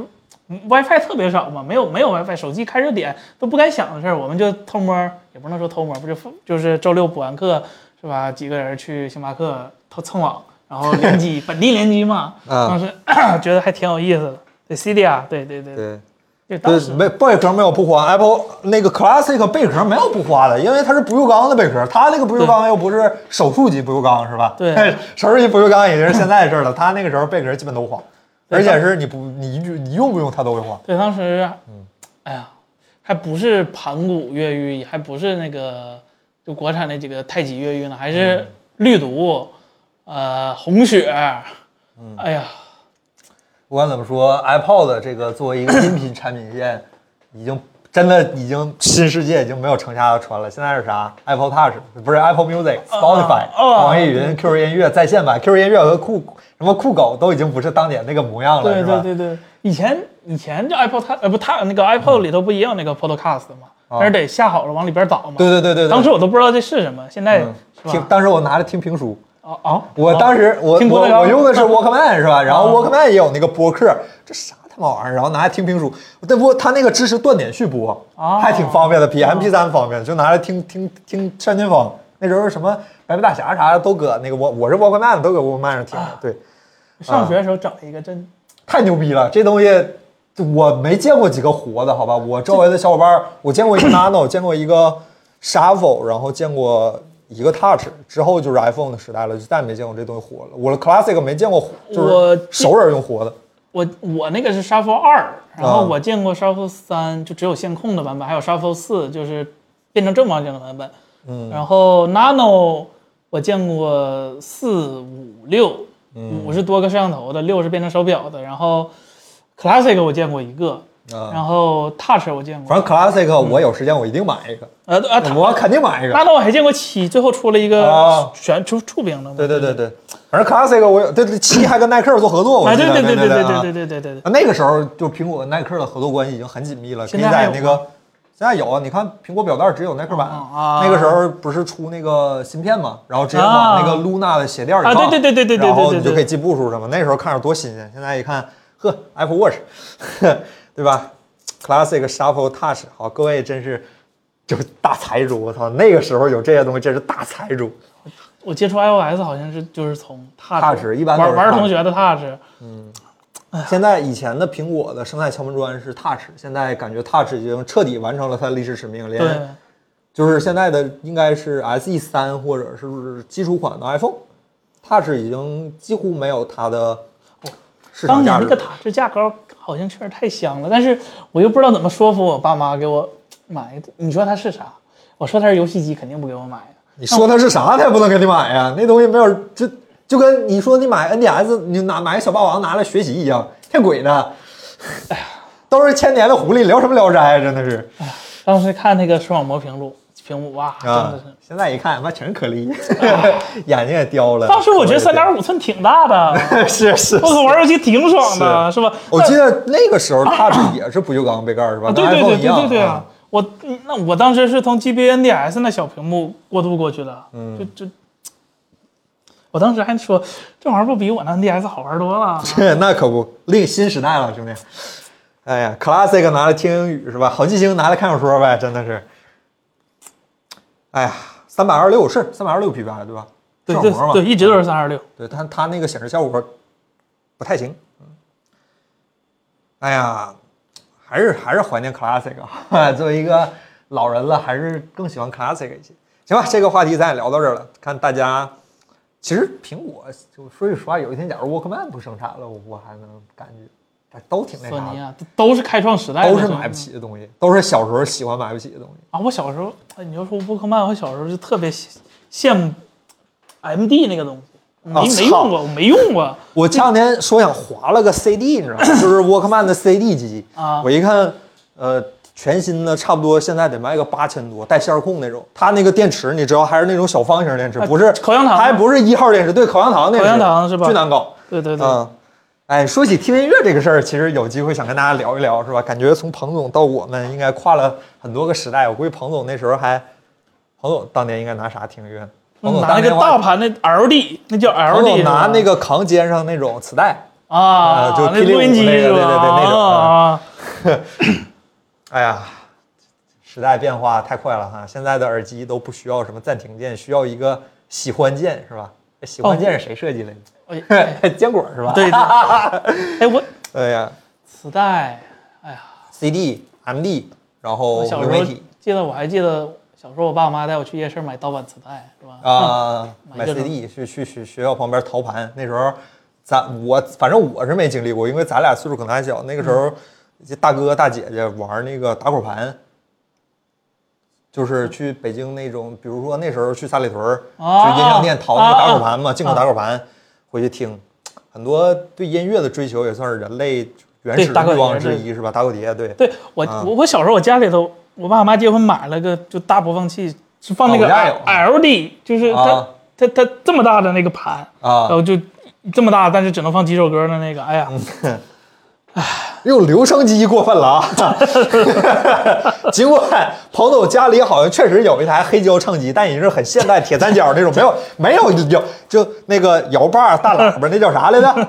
B: 嗯 WiFi 特别少嘛，没有没有 WiFi，手机开热点都不该想的事儿，我们就偷摸儿，也不能说偷摸儿，不就就是周六补完课是吧？几个人去星巴克偷蹭网，然后联 机本地联机嘛，
A: 啊
B: 当时觉得还挺有意思的。对 CD 啊，对对对，
A: 嗯对。
B: 对，当
A: 对
B: 时，
A: 没贝壳没有不花，Apple 那个 Classic 贝壳没有不花的，因为它是不锈钢的贝壳，它那个不锈钢又不是手术级不锈钢是吧？
B: 对，
A: 手术级不锈钢已经是现在的事儿了，它那个时候贝壳基本都花，而且是你不你一句你用不用它都会花。
B: 对，当时，
A: 嗯
B: 哎呀，还不是盘古越狱，还不是那个就国产的这个太极越狱呢，还
A: 嗯
B: 是绿毒，呃，红雪，
A: 嗯
B: 哎呀，
A: 不管怎么说，iPod 这个作为一个音频产品线，已经真的已经新世界已经没有城下的船了。现在是啥？Apple Touch 不是 Apple Music、Spotify、
B: 啊
A: 网易云、QQ 音乐在线版、QQ 音乐和酷什么酷狗都已经不是当年那个模样了，
B: 对
A: 是
B: 对
A: 吧？嗯
B: 对对，以前以前这 iPod 它呃不它那个 iPod 里头不也有那个 Podcast 吗？但是得下好了往里边导嘛。
A: 哦对对对对对嗯
B: 当时我都不知道这是什么，现在是
A: 听
B: 吧？
A: 当时我拿着听评书，
B: 哦哦，
A: 我当时我
B: 听郭德
A: 我
B: 纲
A: 我用的 是 Walkman 是吧？然后
B: 哦
A: Walkman 也有那个播客，这啥他妈玩意儿？然后拿来听评书，但不过它那个支持断点续播，
B: 哦
A: 还挺方便的，比 MP 3方便，就拿来听听听单田芳。那时候什么白眉大侠啥的都搁那个我我是 Walkman 都搁 Walkman 上听
B: 啊
A: 的，对，嗯
B: 上学的时候整一个真
A: 太牛逼了，这东西我没见过几个活的，好吧？我周围的小伙伴儿，我见过一个 Nano，见过一个 Shuffle，然后见过一个 Touch，之后就是 iPhone 的时代了，就再也没见过这东西活了。我的 Classic 没见过活，就
B: 我
A: 是熟人用活的。
B: 我我那个是 Shuffle 二，然
A: 啊
B: 后我见过 Shuffle 三，就只有线控的版本，还有 Shuffle 四，就是变成正方形的版本。嗯，然后 Nano 我见过四五六，
A: 嗯
B: 五是多个摄像头的，六是变成手表的，然后 Classic 我见过一个，
A: 啊
B: 然后 Touch 我见过，
A: 反正 Classic 我有时间我一定买一个，
B: 呃啊，Touch-
A: 我肯定买一个。
B: Nano 我还见过七，最后出了一
A: 啊
B: 个全触触屏的嘛。
A: 对对对对，反正 Classic 我有，对对，七还跟耐克做合作，我
B: 啊，
A: 记
B: 对
A: 得
B: 对对对对
A: 啊
B: 对对对对对 对。
A: 那个时候就苹果跟耐克的合作关系已经很紧密了，可
B: 现
A: 以
B: 在还
A: 在
B: 有吗
A: 那个现在有啊，你看苹果表带只有耐克版，
B: 哦啊
A: 那个时候不是出那个芯片嘛，然后直接往那个 Luna 的鞋垫里放，
B: 啊对对对对对对对
A: 然后你
B: 对对
A: 就可以记步数什么，那时候看着多新鲜，现在一看，呵，Apple Watch，呵 对吧？Classic Shuffle Touch，好，各位真是就是大财主，我操，那个时候有这些东西真是大财主。
B: 我接触 iOS 好像是就是从 Touch，,
A: Touch，一般都是
B: 玩玩
A: Touch
B: 同学的 Touch，哎
A: 现在以前的苹果的生态敲门砖是 Touch，现在感觉 Touch 已经彻底完成了它的历史使命，连
B: 对，
A: 就是现在的应该是 S E 三或者是基础款的 iPhone，Touch 已经几乎没有它的市场
B: 当年
A: 价值
B: 那个。塔式架高好像确实太香了，但是我又不知道怎么说服我爸妈给我买的。你说它是啥？我说它是游戏机，肯定不给我买呀。
A: 你说它是啥，它也不能给你买呀，那东西没有这。就跟你说你买 NDS，你拿买个小霸王拿来学习一样，骗鬼呢！
B: 哎
A: 都是千年的狐狸，聊什么聊斋啊？真的是
B: 当时看那个视网膜屏幕，屏幕哇，真
A: 啊
B: 的是。！啊
A: 现在一看，妈全是颗粒， 眼睛也刁了。
B: 当时我觉得
A: 口
B: 三
A: 味也
B: 点五寸挺大 的，
A: 刁是是
B: 我可玩游戏挺爽的，是吧？
A: 我记得那个时候 Touch 也是不锈钢杯盖是吧？
B: 啊，对
A: 哦跟
B: 对
A: iPhone
B: 对
A: 一
B: 对
A: 样
B: 对对啊！我嗯那我当时是从 GBNDS 那小屏幕过渡过去的，嗯，就就，我当时还说这玩意儿不比我那 NDS 好玩多 了。
A: 这那可不，另新时代了，兄弟。哎呀，Classic 拿来听英语是吧？好记星拿来看小说呗，真的是。哎呀，三百二六是三百二六 PPI 对吧？
B: 对
A: 视
B: 对
A: 网膜嘛，
B: 对，一直都是三二六。
A: 对它它那个显示效果不太行。嗯哎呀，还是还是怀念 Classic 啊， 作为一个老人了，还是更喜欢 Classic 一些。行吧，这个话题咱也聊到这儿了，看大家。其实苹果就说句实话，有一天假如 Walkman 不生产了，我我还能感觉，但都挺那
B: 索尼
A: 啥
B: 啊，都都是开创时代
A: 的，
B: 的，
A: 都是买不起的东西，都是小时候喜欢买不起的东西。
B: 啊！我小时候，哎你要说沃克曼，我小时候就特别羡羡慕 MD 那个东西，
A: 啊
B: 没没
A: 操
B: 用过，我没用过。
A: 我前两天说想划了个 CD，你知道 吗？就是沃克曼的 CD 机
B: 啊
A: 我一看，呃，全新的差不多现在得卖个八千多，带线控那种。它那个电池你知道还是那种小方形电池，不是
B: 口香糖
A: 还不是一号电池，对，口香糖那
B: 口香糖是吧
A: 巨难搞。
B: 对对对，
A: 嗯，哎，说起听音乐这个事儿，其实有机会想跟大家聊一聊，是吧？感觉从彭总到我们应该跨了很多个时代。我估计彭总那时候还，彭总当年应该拿啥听音乐？彭总
B: 拿
A: 当
B: 那
A: 年
B: 个
A: 玩
B: 大盘的 LD，那叫
A: 彭
B: LD，
A: 总拿
B: 是吧
A: 那个扛肩上那种磁带。
B: 啊，
A: 就
B: 那
A: P65
B: 录音机
A: 那个对
B: 是吧？
A: 对对那种
B: 啊，
A: 哎呀，时代变化太快了哈！现在的耳机都不需要什么暂停键，需要一个喜欢键是吧？哎喜欢键是谁设计的？
B: 哎 哎
A: 坚果是吧？
B: 啊对，对，哎我
A: 哎呀，
B: 磁带，哎呀，
A: CD、MD，然后
B: 我小
A: 流
B: 时
A: 媒
B: 候
A: 体
B: 记得，我还记得小时候我爸我妈带我去夜市买盗版磁带，是吧？
A: 啊，买
B: 这种
A: CD 去去去学校旁边淘盘。那时候咱我反正我是没经历过，因为咱俩岁数可能还小。那个时
B: 嗯
A: 候，这大哥大姐姐玩那个打口盘，就是去北京那种，比如说那时候去三里屯儿，
B: 啊
A: 去音像店淘那个
B: 啊
A: 打口盘嘛，进口打口
B: 哦
A: 盘，回去听。很多对音乐的追求也算是人类原始
B: 对打
A: 的
B: 口
A: 欲望
B: 碟
A: 之
B: 对
A: 一，是吧？打口碟，对。
B: 对我，
A: 啊
B: 我我小时候我家里头，我爸我妈结婚买了个就大播放器，是放那个
A: 哦我家有
B: LD，就是它、
A: 啊
B: 它它这么大的那个盘，
A: 啊嗯
B: 然后就这么大，但是只能放几首歌的那个，哎呀，
A: 用留声机过分了啊！ 尽管彭总家里好像确实有一台黑胶唱机，但也是很现代铁三角那种，没有没有有就那个摇把大喇叭，那叫啥来着？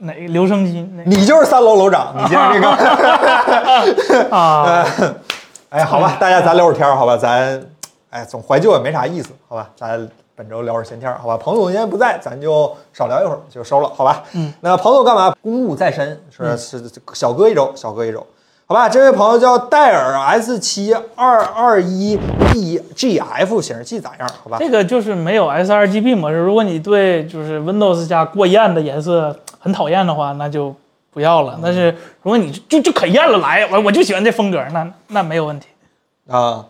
B: 哪个留声机哪
A: 你就是三楼楼长，你接着这个。
B: 啊？
A: 哎，好吧，大家咱聊会儿天儿，好吧，咱哎总怀旧也没啥意思，好吧，咱本周聊会儿闲天儿，好吧。彭总今天不在，咱就少聊一会儿就收了，好吧。嗯，那彭总干嘛？公务在身，是是是小哥一周，小哥一周，好吧。这位朋友叫戴尔 S 七二二一 E G F 显示器咋样？好吧。
B: 这个就是没有 sRGB 模式。如果你对就是 Windows 加过艳的颜色很讨厌的话，那就不要了。但
A: 嗯
B: 是如果你就就可艳了来，我我就喜欢这风格，那那没有问题。
A: 啊，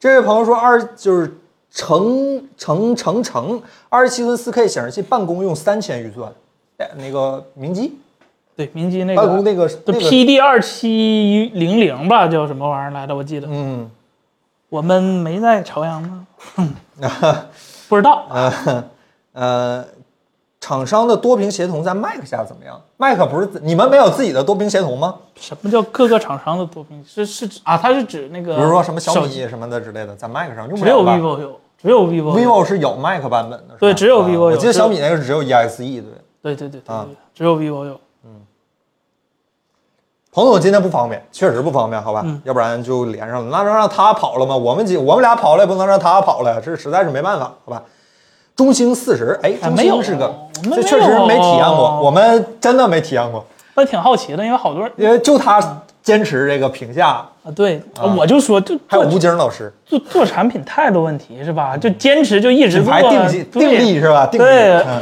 A: 这位朋友说二就是成成成成二十七寸四 K 显示器办公用三千预算，哎那个明基
B: 对，明基那
A: 办公
B: 个
A: 那个
B: 就
A: 那个
B: PD 二七零零吧，叫什么玩意儿来着？我记得
A: 嗯。
B: 我们没在朝阳吗？ 不知道。啊
A: 呃呃，厂商的多屏协同在 Mac 下怎么样？Mac 不是自你们没有自己的多屏协同吗？
B: 什么叫各个厂商的多屏？是是指啊，它是指那个
A: 比如说什么小
B: 手机，
A: 米什么的之类的，在 Mac 上用不
B: 嗯只有
A: 了吧
B: vivo 有，只有 vivo 有
A: vivo 是有 Mac 版本的，是吧
B: 对只有
A: 啊
B: vivo
A: 我
B: 有
A: 记得
B: 只
A: 小
B: 有
A: 米那个是只有 EXE 对。
B: 对对对对对
A: 啊
B: 对，只有 vivo 有。
A: 彭总今天不方便，确实不方便，好吧，
B: 嗯
A: 要不然就连上了。那能让他跑了吗？我们几我们俩跑了也不能让他跑了，这实在是没办法，好吧。中兴四十，哎，
B: 哎
A: 中
B: 没
A: 兴
B: 有
A: 是个，
B: 我们
A: 这确实
B: 没有
A: 没体验过，我们真的没体验过，
B: 我挺好奇的，因为好多人
A: 因为就他坚持这个评价，
B: 啊，对，我就说，就
A: 还有
B: 做
A: 吴京老师，
B: 做做产品态度问题是吧？就坚持就一直
A: 品
B: 做
A: 牌，定级定
B: 对
A: 力是吧？定力，
B: 对
A: 嗯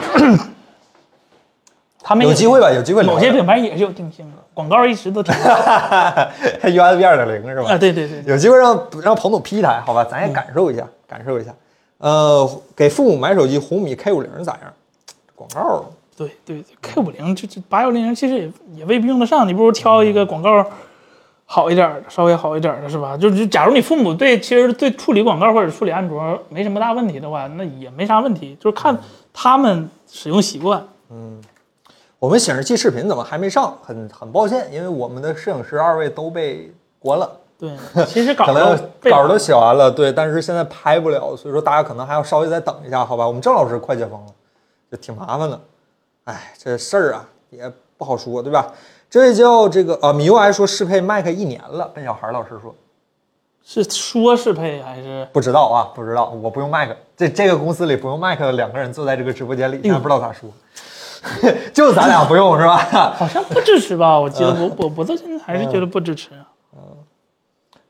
B: 他们
A: 有
B: 也
A: 机会吧？有机会聊
B: 某 些品牌也是有定性的，广告一直都挺啊，
A: U S B 二点零是吧？
B: 对对对，对
A: 有机会让让彭总批一台，好吧，咱也感受一下，感受一下。呃，给父母买手机，红米 K 五零咋样？广告
B: 对
A: 嗯
B: 对，K 五零这这八幺零零其实也也未必用得上，你不如挑
A: 嗯
B: 一个广告好一点儿的，稍微好一点儿的是吧？就是假如你父母对其实对处理广告或者处理安卓没什么大问题的话，那也没啥问题，就是
A: 嗯
B: 看他们使用习惯。
A: 我们显示器视频怎么还没上？很很抱歉，因为我们的摄影师二位都被关了，
B: 对，其实稿
A: 可
B: 儿
A: 能
B: 都被
A: 稿儿都写完了，对，但是现在拍不了，所以说大家可能还要稍微再等一下，好吧？我们郑老师快解封了，就挺麻烦的。哎，这事儿啊也不好说，对吧？这位叫这个啊，米 U I 说适配 Mac 一年了，奔小孩老师说
B: 是说适配还是？
A: 不知道啊，不知道，我不用 Mac，这这个公司里不用 Mac 的两个人坐在这个直播间里，现在不知道咋说， 就咱俩不用是吧？
B: 好像不支持吧？我记得
A: 嗯
B: 我我我到现在还是觉得不支持。 啊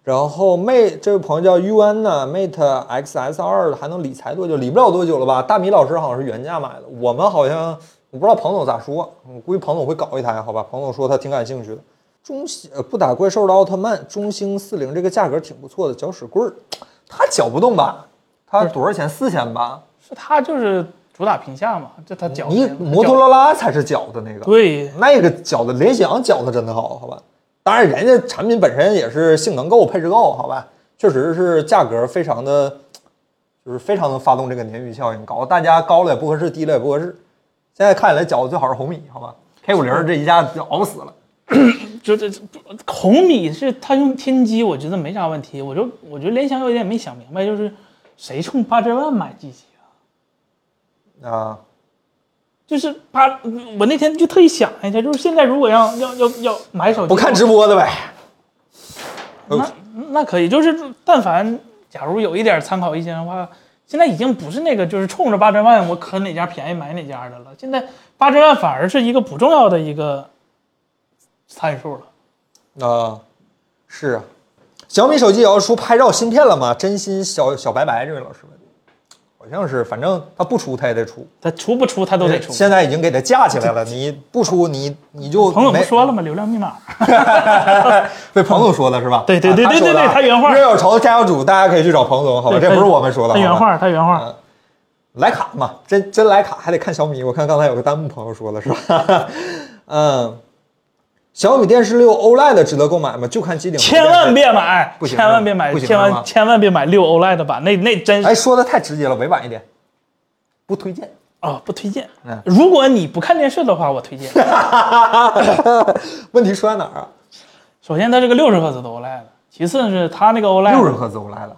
A: 然后 Mate 这位朋友叫 UN 呢，Mate XS 二还能理财多久？理不了多久了吧？大米老师好像是原价买的，我们好像我不知道彭总咋说，我估计彭总会搞一台，好吧？彭总说他挺感兴趣的。中兴呃不打怪兽的奥特曼，中兴四零这个价格挺不错的，搅屎棍儿，他搅不动吧？他多少钱？四千吧？
B: 是他就是主打屏下嘛，这他脚
A: 嗯你摩托罗拉才是搅的那个，
B: 对
A: 那个搅的联想搅的真的好，好吧？当然，人家产品本身也是性能够、配置够，好吧？确实是价格非常的，就是非常能发动这个鲶鱼效应，搞得大家高了也不合适，低了也不合适。现在看起来搅的最好是红米，好吧？K 五零这一下就熬死了。
B: 就这红米是他用天玑，我觉得没啥问题。我就我觉得联想有一点没想明白，就是谁冲八千万买机器啊？
A: 啊，
B: 就是八，我那天就特意想了一下，就是现在如果要要要要买手机，
A: 不看直播的呗。
B: 那那可以，就是但凡假如有一点参考意见的话，现在已经不是那个就是冲着八千万我啃哪家便宜买哪家的了，现在八千万反而是一个不重要的一个参数了。
A: 啊，是啊，小米手机也要出拍照芯片了吗？真心小小白白这位老师问，好像是，反正他不出他也得出，
B: 它出不出它都得出。
A: 呃现在已经给他架起来了，你不出你你就
B: 朋友
A: 没
B: 不说了吗？流量密码。
A: 被彭总说的是吧？
B: 对对对
A: 啊
B: 对
A: 他
B: 对对
A: 说的啊
B: 他原话
A: 热有仇家有主，大家可以去找彭总，好吧？
B: 对
A: 哦这不是我们说的，
B: 它原
A: 好吧嗯
B: 话，它原话。
A: 徕卡嘛，真真徕卡还得看小米。我看刚才有个弹幕朋友说了是吧？嗯，小米电视六 OLED 值得购买吗？就看机顶。
B: 千万别买，
A: 不行
B: 千
A: 是吧
B: 万别买，
A: 不行
B: 千
A: 是吗
B: 万千万别买六 OLED 的版，那那真是
A: 哎，说的太直接了，委婉一点，不推荐。
B: 啊不推荐
A: 嗯。
B: 如果你不看电视的话，我推荐。
A: 问题出在哪儿啊？
B: 首先它是个六十赫兹的 OLED，其次是它那个 OLED
A: 六十赫兹 OLED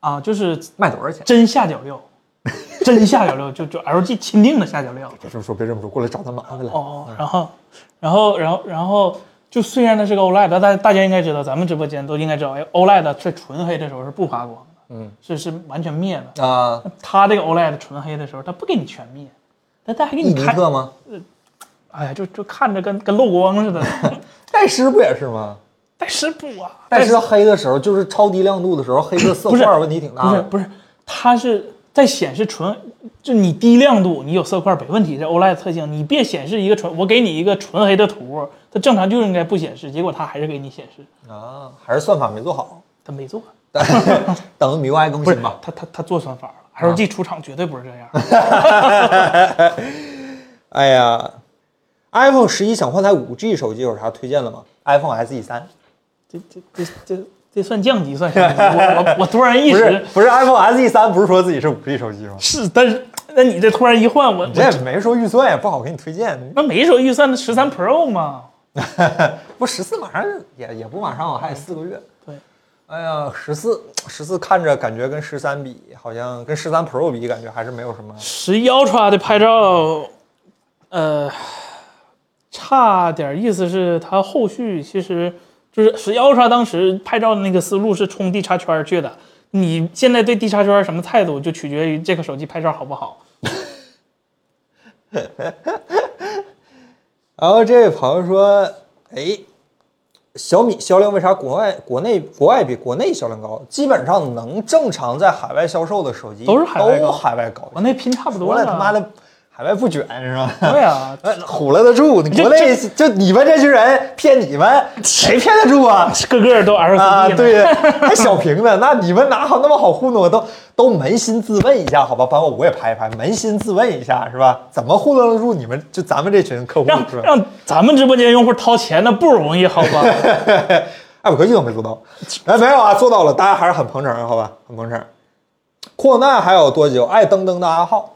B: 啊，就是
A: 卖多少钱？
B: 真下脚料，真下脚料，就就 LG 钦定的下脚料。
A: 别这么说，别这么说，过来找他麻烦了。
B: 哦，然后，然后，然后，然后，就虽然它是个 OLED，但大大家应该知道，咱们直播间都应该知道，哎，OLED 在纯黑的时候是不发光的，嗯，是是完全灭的。
A: 啊、
B: 它这个 OLED 纯黑的时候，它不给你全灭，但它还给
A: 一
B: 你
A: 尼
B: 看，
A: 特吗？
B: 哎呀，就就看着跟跟漏光 似的。
A: 戴师不也是吗？
B: 但是不啊，
A: 戴师黑的时候，就是超低亮度的时候，黑色色
B: 不是
A: 块问题挺大
B: 不是
A: 的。
B: 不是，它是在显示纯，就你低亮度，你有色块没问题，这 OLED E 特性，你别显示一个纯，我给你一个纯黑的图，它正常就应该不显示，结果它还是给你显示，
A: 啊，还是算法没做好。
B: 它没做。
A: 等 MIUI 更
B: 不是啊
A: 新吧。
B: 他他他做算法了，LG 出厂绝对不是这样。
A: 哎呀，iPhone 十一想换台五 G 手机有啥推荐的吗？iPhone SE 三
B: 这这这这这算降级算什么？我我我突然意
A: 不是
B: 识
A: 不是 iPhone SE 三不是说自己是五 G 手机吗？
B: 是，但是那你这突然一换， 我
A: 你这
B: 我
A: 也没说预算，也不好给你推荐。
B: 那没说预算的十三 Pro 嘛，
A: 不十四马上也也不马上了，还有四个月。
B: 对，
A: 哎呀，十四十四看着感觉跟十三比，好像跟十三 Pro 比，感觉还是没有什么。
B: 十一 Ultra 的拍照，呃，差点意思是它后续其实就是十一 Ultra 当时拍照的那个思路是冲地插圈去的。你现在对地插圈什么态度，就取决于这个手机拍照好 不好。
A: 然后这位朋友说，哎，小米销量为啥国外、国内、国外比国内销量高？基本上能正常在海外销售的手机
B: 都是海外高
A: 都海外高
B: 我那拼差不多
A: 国内
B: 了。
A: 他妈的海外不卷是吧？
B: 对啊，
A: 哎唬了得住， 你国内就你们这群人骗你们，谁骗得住 啊？
B: 个个都 LCD
A: 啊，
B: 了
A: 对，还小屏呢，那你们哪好那么好糊弄？都都扪心自问一下，好吧，把我我也拍一拍，扪心自问一下，是吧？怎么糊弄得住你们？就咱们这群客户
B: 让
A: 是吧？
B: 让咱们直播间用户掏钱那不容易，好 吧？
A: 艾普科技都没做到，哎，没有啊，做到了，大家还是很捧场，好吧，很捧场。扩难还有多久？爱登登的阿浩，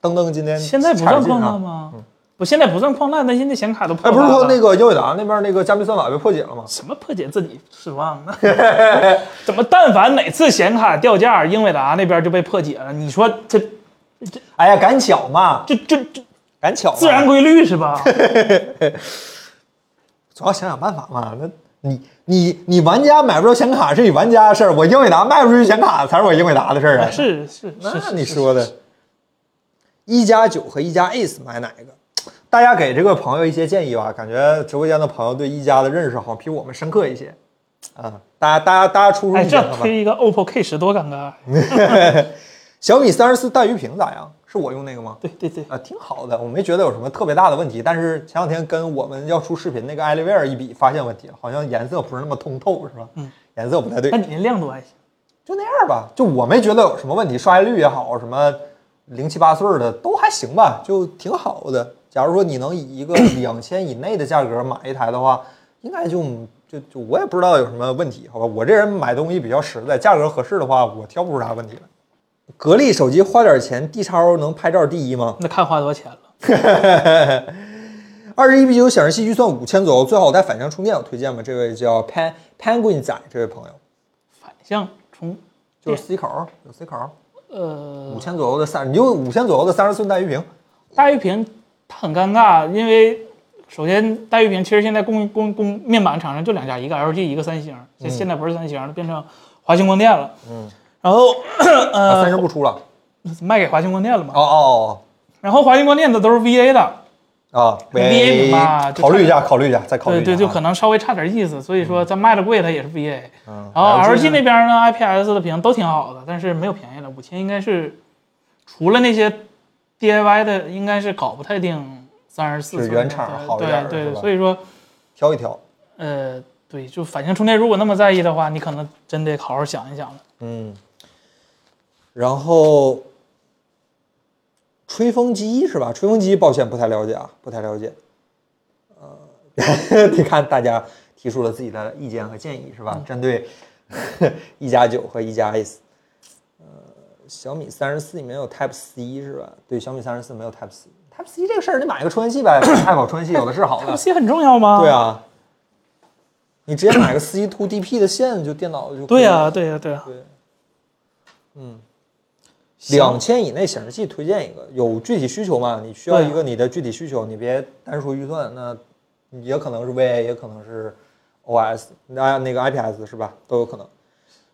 A: 登登今天
B: 现在不算矿
A: 难
B: 难？吗？我现在不算矿难，但现在显卡都
A: 啊
B: 破
A: 哎，不是
B: 发
A: 说
B: 了
A: 那个英伟达那边那个加密算法被破解了吗？
B: 什么破解自己失望 呢？怎么但凡哪次显卡掉价，英伟达那边就被破解了？你说这
A: 哎呀，赶巧嘛，
B: 这这这
A: 赶巧嘛，
B: 自然规律是吧？
A: 总要想想办法嘛。那你你你玩家买不着显卡是你玩家的事儿，我英伟达卖不出去显卡才是我英伟达的事儿啊。
B: 哎是 是是
A: 那
B: 是，
A: 你说的，一加九和一加 Ace 买哪个？大家给这个朋友一些建议吧，感觉直播间的朋友对一加的认识好像比我们深刻一些。啊，大家大家大家出出
B: 哎，
A: 意
B: 这
A: 见
B: 样
A: 好吧？
B: 推一个 OPPO K 十多尴尬。
A: 小米三十四带鱼屏咋样？是我用那个吗？
B: 对对对，
A: 啊，挺好的，我没觉得有什么特别大的问题。但是前两天跟我们要出视频那个艾利威尔一比，发现问题了，好像颜色不是那么通透，是吧？嗯，颜色不太对
B: 那。你那亮度还行。
A: 就那样吧，就我没觉得有什么问题，刷新率也好，什么零七八碎儿的都还行吧，就挺好的。假如说你能以一个两千以内的价格买一台的话，应该就就就我也不知道有什么问题，好吧？我这人买东西比较实在，价格合适的话，我挑不出啥问题来。格力手机花点钱，D 叉 O 能拍照第一吗？
B: 那看花多少钱了？
A: 二十一比九显示器预算五千左右，最好带反向充电，有推荐吗？这位叫 Pan Penguin 仔这位朋友，
B: 反向充，
A: 就是 C 口儿有 C 口儿，
B: 呃
A: 五，千左右的三，你就五千左右的三十寸带鱼屏。
B: 大玉屏它很尴尬，因为首先大玉屏其实现在供供供面板厂商就两家，一个 LG，一个三星，现现在不是三星了，变成华星光电了。嗯，然后
A: 啊，
B: 呃
A: 三十不出了。
B: 卖给华星光电了嘛，
A: 哦哦
B: 然后华星光电的都是 VA 的，
A: 啊，
B: NBA
A: 喂
B: 嘛就
A: 考虑一下，考虑一下，再考虑一
B: 对
A: 下
B: 对，就
A: 啊
B: 可能稍微差点意思，所以说咱卖的贵，它也是 VA。
A: 嗯
B: 然后 LG
A: LG
B: 那边呢，IPS 的屏都挺好的，但是没有便宜了，五千应该是除了那些 DIY 的，应该是搞不太定三十四
A: 就是
B: 寸的。
A: 原厂好一
B: 对
A: 点儿
B: 对
A: 是
B: 对，
A: 吧
B: 所以说
A: 挑一挑，
B: 呃，对，就反向充电，如果那么在意的话，你可能真得好好想一想了。
A: 嗯，然后吹风机是吧？吹风机抱歉不太了解啊，不太了解。呃， 你看大家提出了自己的意见和建议是
B: 嗯
A: 吧？针对一加九和一加 S，呃，小米三十四里面有 Type C 是吧？对，小米三十四没有 Type C。Type C 这个事儿，你买个充电器呗 ，Apple 充电器有的是好的
B: 这。些很重要吗？
A: 对啊，你直接买个 C to DP 的线，就电脑就可以
B: 对啊
A: 了
B: 呀，对呀，对呀。
A: 对，嗯，
B: 行
A: 两千以内显示器推荐一个，有具体需求吗？你需
B: 啊
A: 要一个你的具体需求，你别单说预算，那也可能是 VA，也可能是 OS，那那个 IPS 是吧？都有可能。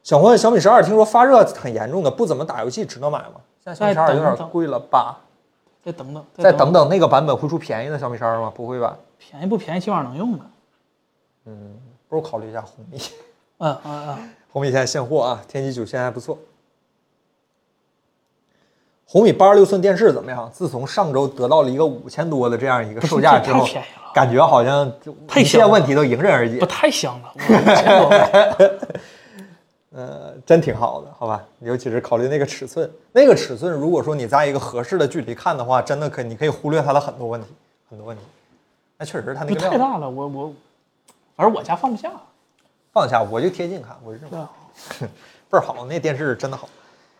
A: 想问小米十二，听说发热很严重的，不怎么打游戏，值得买吗？现在小米十
B: 再
A: 二
B: 等
A: 有点
B: 等
A: 贵了吧？
B: 再等等，
A: 再等等，那个版本会出便宜的小米十二吗？不会吧？
B: 便宜不便宜，起码能用吧。
A: 不如考虑一下红米。
B: 嗯嗯嗯，
A: 红米现在现货啊，天玑九现在还不错。红米八十六寸电视怎么样？自从上周得到了一个五千多的这样一个售价之后
B: 太便宜了，
A: 感觉好像就
B: 太
A: 一
B: 香
A: 切
B: 了
A: 问题都迎刃而解
B: 不，太香了，我
A: 呃，真挺好的，好吧？尤其是考虑那个尺寸，那个尺寸如果说你在一个合适的距离看的话，真的可以你可以忽略它的很多问题，很多问题。那确实它那
B: 不
A: 个
B: 太
A: 量
B: 大了，我我，反正我家放不下，
A: 放下，我就贴近看，我就这
B: 对
A: 么
B: 吧？
A: 倍儿好，那电视真的好。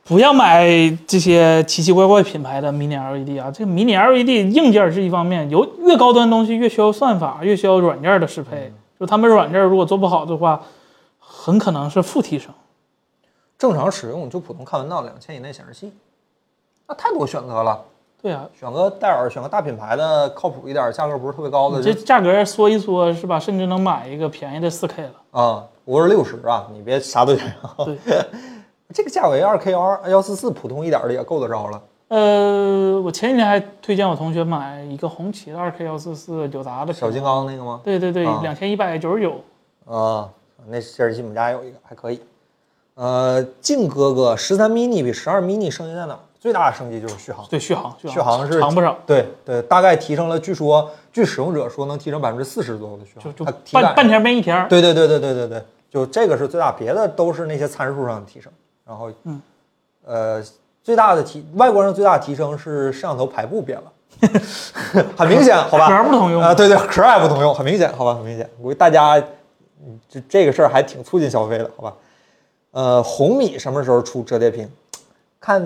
B: 不要买这些奇奇怪怪品牌的迷你 LED 啊！这个迷你 LED 硬件是一方面，有越高端的东西越需要算法，越需要软件的适
A: 嗯
B: 配。就他们软件如果做不好的话，很可能是负提升。
A: 正常使用就普通看文档，两千以内显示器，那太多选择了。
B: 对啊，
A: 选个戴尔，选个大品牌的，靠谱一点，价格不是特别高的
B: 这
A: 就
B: 价格缩一缩是吧？甚至能买一个便宜的 4K 了。
A: 啊，我是六十啊，你别啥都想。
B: 对，
A: 这个价位二 K 二幺四四普通一点的也够得着了。
B: 呃，我前几天还推荐我同学买一个红旗的 2K144 九达的
A: 小金刚那个吗？
B: 对对对，
A: 啊
B: 两千一百九十九。
A: 啊，那显示器我们家有一个，还可以。呃，靖哥哥，十三 mini 比十二 mini 升级在哪儿？最大的升级就是续航，
B: 对，续航，续航，
A: 续航是
B: 长不少，
A: 对对，大概提升了，据说据使用者说能提升百分之四十左右的续
B: 就
A: 航，
B: 就
A: 它体感
B: 半半天变一天儿。
A: 啊对对对对对对对，就这个是最大，别的都是那些参数上的提升。然后，
B: 嗯，
A: 呃，最大的提外观上最大的提升是摄像头排布变了， 很明显，好吧？
B: 壳儿不同用
A: 啊、对对，壳儿也不同用，很明显，好吧？很明显，我估计大家嗯这这个事儿还挺促进消费的，好吧？呃，红米什么时候出折叠屏？看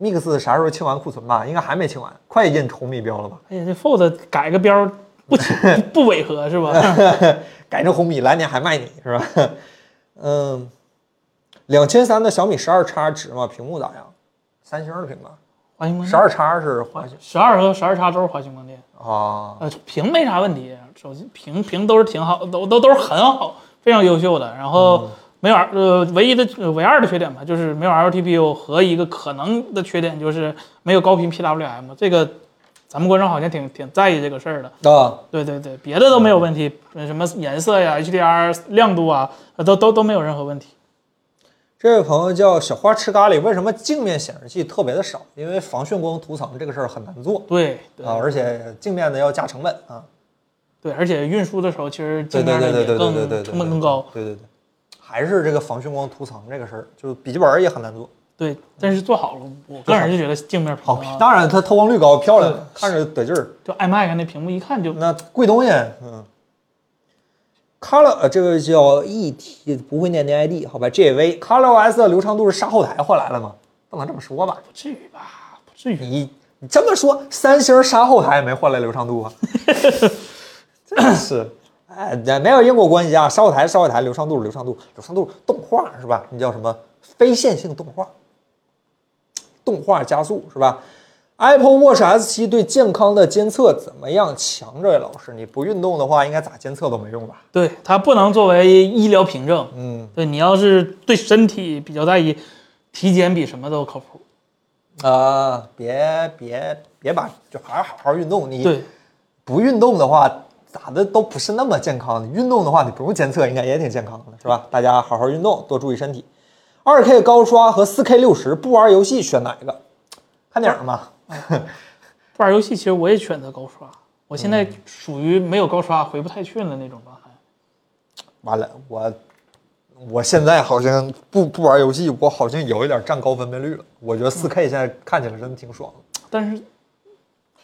A: Mix 啥时候清完库存吧，应该还没清完，快印红米标了吧？
B: 哎呀，这 Fold 改个标儿不不违和是吧？
A: 改成红米，来年还卖你是吧？ 嗯，两千三的小米十二叉值吗？屏幕咋样？三星的屏啊吧，
B: 华星光
A: 十
B: 电，
A: 二叉是华星
B: 十二和十二叉都是华星光电，
A: 啊，
B: 呃，屏没啥问题，手机屏屏都是挺好，都都都是很好，非常优秀的。然后没有呃，唯一的呃唯二的缺点吧，就是没有 LTPU 和一个可能的缺点就是没有高频 PWM。这个咱们观众好像挺挺在意这个事儿的。
A: 啊，
B: 对对对，别的都没有问题，呃什么颜色呀、HDR 亮度啊，呃都都都没有任何问题。
A: 这位朋友叫小花吃咖喱，为什么镜面显示器特别的少？因为防眩光涂层这个事儿很难做
B: 对对
A: 啊，而且镜面的要加成本啊，
B: 对，而且运输的时候其实
A: 对
B: 镜
A: 对
B: 面的
A: 对对
B: 也
A: 对对对对，
B: 更成本更高。，
A: 对对对，还是这个防眩光涂层这个事儿，就是笔记本儿也很难做。
B: 对，但是做好了，我个人是觉得镜面
A: 好
B: 屏啊，，
A: 当然它透光率高，漂亮，看着得劲儿。
B: 就 iMac 那屏幕一看就
A: 那贵东西，嗯。Color 呃，这个叫 ET 不会念的 ID 好吧？JV ColorOS 的流畅度是杀后台换来了吗？不能这么说吧？
B: 不至于吧，不至于。
A: 你你这么说，三星儿杀后台也没换来流畅度啊？真是，哎，没有因果关系啊！杀后台杀后台，流畅度是流畅度，流畅度是动画是吧？那叫什么非线性动画？动画加速是吧？Apple Watch S 7对健康的监测怎么样？强，这位老师，你不运动的话，应该咋监测都没用吧？
B: 对，它不能作为医疗凭证。
A: 嗯
B: 对你要是对身体比较在意，体检比什么都靠谱。
A: 啊、别别别把，就还是好好运动。你
B: 对，
A: 不运动的话，咋的都不是那么健康的。运动的话，你不用监测，应该也挺健康的，是吧？大家好好运动，多注意身体。二 K 高刷和四 K 六十，不玩游戏选哪个？看电影吧。
B: 不玩游戏，其实我也选择高刷。我现
A: 嗯
B: 在属于没有高刷回不太去了那种状态。
A: 完了，我我现在好像不不玩游戏，我好像有一点占高分辨率了。我觉得四
B: 嗯
A: K 现在看起来真的挺爽的，
B: 但是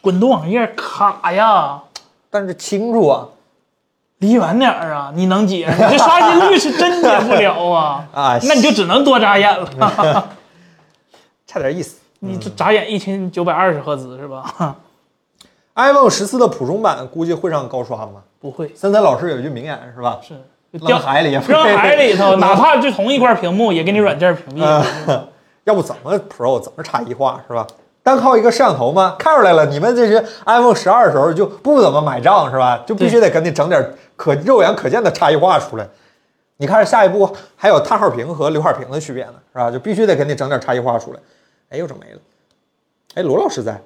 B: 滚动网页卡呀，
A: 但是清楚啊！
B: 离远点儿啊！你能解，你这刷新率是真解不了啊
A: 啊，
B: 那你就只能多眨眼
A: 嗯
B: 了。
A: 差点意思。
B: 你这眨眼一千九百二十赫兹是吧？
A: iPhone 十四的普通版估计会上高刷吗？
B: 不会，
A: 森森老师有一句名言是吧？
B: 是就
A: 扔
B: 掉
A: 海里也不
B: 扔
A: 会
B: 海里 头，哪怕就同一块屏幕，也给你软件屏蔽了。
A: 要不怎么 Pro 怎么差异化是吧？单靠一个摄像头吗？看出来了，你们这些 iPhone 十二的时候就不怎么买账是吧？就必须得给你整点可肉眼可见的差异化出来。你看下一步还有叹号屏和刘海屏的区别呢，是吧？就必须得给你整点差异化出来。哎，又整没了。哎，罗老师在，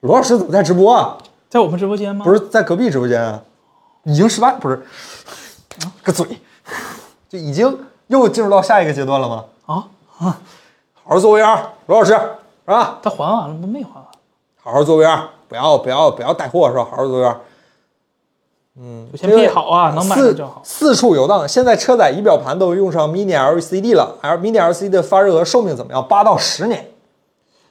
A: 罗老师怎么在直播啊？
B: 在我们直播间吗？
A: 不
B: 是，
A: 是在隔壁直播间啊？已经失败，不是个嘴，就已经又进入到下一个阶段了吗？
B: 啊，
A: 好好做 VR，罗老师是吧？
B: 他还完了不？没还完，
A: 好好做 VR，不要不要不要带货是吧？好好做 VR。
B: 有钱币好啊，能买
A: 四
B: 的就好。
A: 四处游荡，现在车载仪表盘都用上 Mini LCD 了，L Mini LCD 的发热和寿命怎么样？八到十年，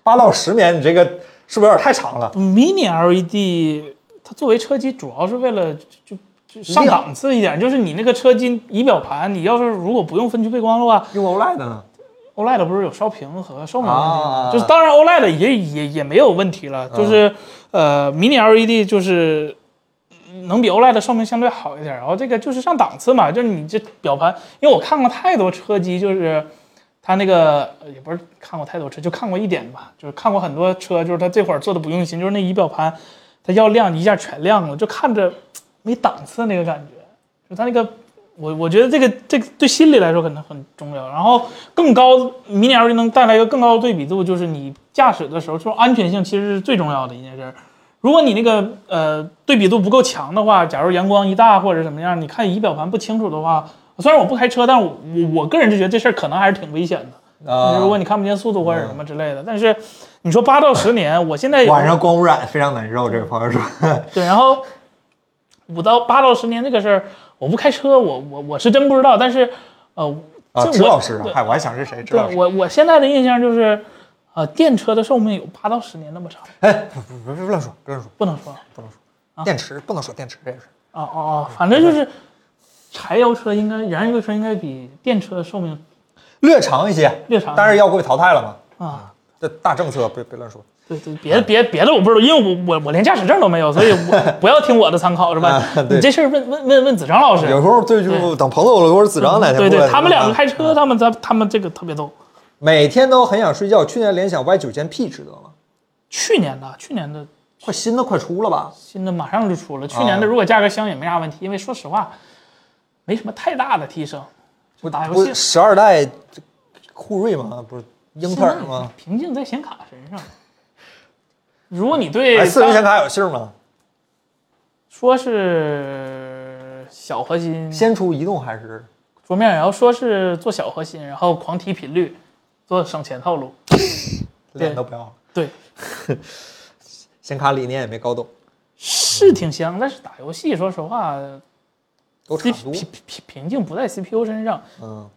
A: 八到十年，你这个是不是有点太长了？
B: Mini LED E 它作为车机，主要是为了就就上档次一点，就是你那个车机仪表盘，你要是如果不用分区背光的话
A: 用 OLED 呢？
B: ，OLED 不是有烧屏和寿命问题
A: 啊啊啊嗯
B: 吗？就是当然 OLED 也也也没有问题了，就是呃 Mini LED 就是。能比 OLED 寿命相对好一点，然后这个就是上档次嘛，就是你这表盘，因为我看过太多车机，就是它那个呃也不是看过太多车，就看过一点吧，就是看过很多车，就是它这会儿做的不用心，就是那仪表盘它要亮一下全亮了，就看着嘖没档次那个感觉，就它那个。我我觉得这个这个对心理来说可能很重要，然后更高迷你 LED 能带来一个更高的对比度，就是你驾驶的时候，就是安全性其实是最重要的一件事儿。如果你那个呃对比度不够强的话，假如阳光一大或者怎么样，你看仪表盘不清楚的话，虽然我不开车，但我我我个人就觉得这事儿可能还是挺危险的。
A: 啊、
B: 如果你看不见速度或者什么之类的，但是你说八到十年， 我现在有
A: 晚上光污染非常难受，这位朋友说，
B: 对，然后五到八到十年这个事儿，我不开车，我我我是真不知道，但是呃，
A: 啊，
B: 这
A: 支
B: 我
A: 老师啊，嗨，我还想是谁？支
B: 对
A: 老师，
B: 我我现在的印象就是，呃，电车的寿命有八到十年那么长，
A: 哎，不不不不乱说，不乱说，
B: 不能说。啊
A: 电池不能说电池这事儿。
B: 哦哦哦，反正就是柴油车应该燃油车应该比电车寿命
A: 略长一些，
B: 略长一些
A: 但是要被淘汰了嘛。
B: 啊，
A: 这大政策，别别乱说。
B: 对对，别的别别的我不知道，因为我我我连驾驶证都没有，所以 我不要听我的参考是吧
A: 啊？对
B: 你这事儿问问问问子章老师，
A: 有时候对，就
B: 对
A: 等彭总或者子章哪天
B: 嗯对
A: 过
B: 对，
A: 来
B: 他们两个
A: 啊
B: 开车，他们他他们这个特别逗。
A: 每天都很想睡觉。去年联想 Y 九千 P 值得吗？
B: 去年的去年的
A: 快新的快出了吧？
B: 新的马上就出了，去年的
A: 啊
B: 如果价格相也没啥问题，因为说实话，没什么太大的提升。就打游
A: 不
B: 戏
A: 是十二代这酷睿吗？不是英特尔吗？
B: 瓶颈在显卡身上。如果你对
A: 哎，四零
B: 当
A: 显卡有信儿吗？
B: 嗯说是小核心，
A: 先出移动还是？
B: 桌面，然后说是做小核心，然后狂提频率，做省钱套路。
A: 脸都不要了，
B: 对，
A: 显卡理念也没搞懂，
B: 是挺香，但是打游戏说实话，
A: 都差
B: 瓶
A: 不多
B: 瓶瓶。瓶瓶颈不在 CPU 身上
A: 嗯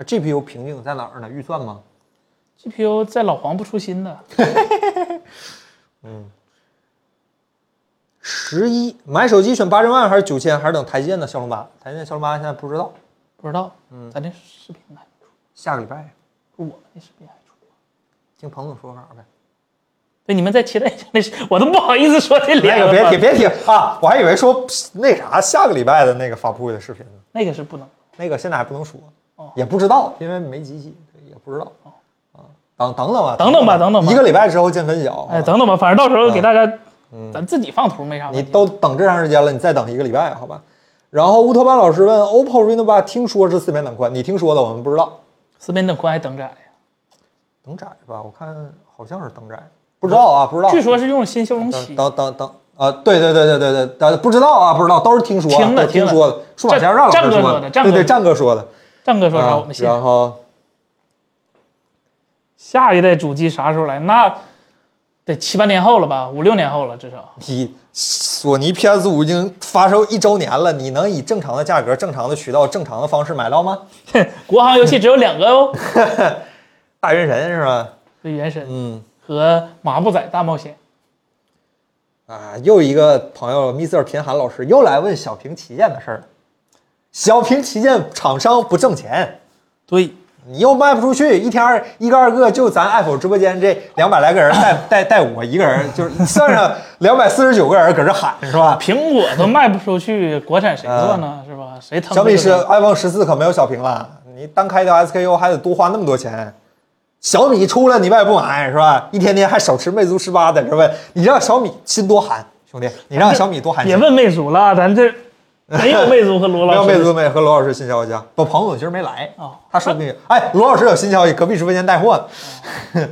A: ，GPU 瓶颈在哪儿呢？预算吗？
B: ，GPU 在老黄不出新的。
A: 十一买手机选八千万还是九千，还是等台积电的骁龙八？台积电骁龙八现在不知道，
B: 不知道，
A: 嗯
B: 咱这视频还没出，
A: 下个礼拜
B: 我们那视频还没出。
A: 听彭总说法呗。
B: 对，你们再期待一下那视，我都不好意思说这
A: 那
B: 脸
A: 个
B: 了。
A: 别提别提啊！我还以为说那啥下个礼拜的那个发布会的视频呢，
B: 那个是不能。
A: 那个现在还不能说
B: 哦，
A: 也不知道，因为没机器，也不知道啊。等等等吧，
B: 等等吧等等吧
A: 一个礼拜之后见分晓。
B: 哎，
A: 啊
B: 等等吧，反正到时候给大家，咱自己放图没啥
A: 嗯你
B: 问题。
A: 都等这长时间了，你再等一个礼拜，好吧？然后乌托邦老师问，OPPO Reno 8听说是四边等宽，你听说的我们不知道，
B: 四边等宽还等窄呀？
A: 等窄吧？我看好像是等窄，不知道啊，不知道。
B: 据说是用新修容器
A: 等。等等等啊，对对对对对对，但不知道啊，不知道，都是听说啊，
B: 听的
A: 都听
B: 听的
A: 说的，数码
B: 战
A: 加油站老师
B: 战哥
A: 说
B: 说的战
A: 对
B: 哥
A: 对，战哥说的，
B: 战哥说啥
A: 啊
B: 我们信。
A: 然后
B: 下一代主机啥时候来？那得七八年后了吧，五六年后了至少。
A: 你索尼 PS 五已经发售一周年了，你能以正常的价格、正常的渠道、正常的方式买到吗？
B: 国行游戏只有两个 哦，
A: 大元神是吧？
B: 《原神》
A: 嗯
B: 和《麻布仔大冒险
A: 啊，又一个朋友 Mr. 贫寒老师又来问小屏旗舰的事儿。小屏旗舰厂商不挣钱，》。
B: 对，
A: 你又卖不出去，一天二一个二个，就咱 Apple 直播间这两百来个人带带 带我一个人，就是算上两百四十九个人搁这喊是 吧？嗯
B: 苹果都卖不出去，国产谁做呢？是吧？谁疼？
A: 小米十 iPhone 十四可没有小屏了，你单开一条 SKU 还得多花那么多钱。小米出了你们也不买是吧？一天天还手持魅族十八在这问，你让小米心多寒，兄弟，你让小米多寒心
B: 别。问魅族了，咱这没有魅族和罗
A: 没有
B: 老师。
A: 魅族妹和罗老师新消息啊，不，彭总今儿没来
B: 哦
A: 他说不定。哎，罗老师有新消息，隔壁直播间带货呢。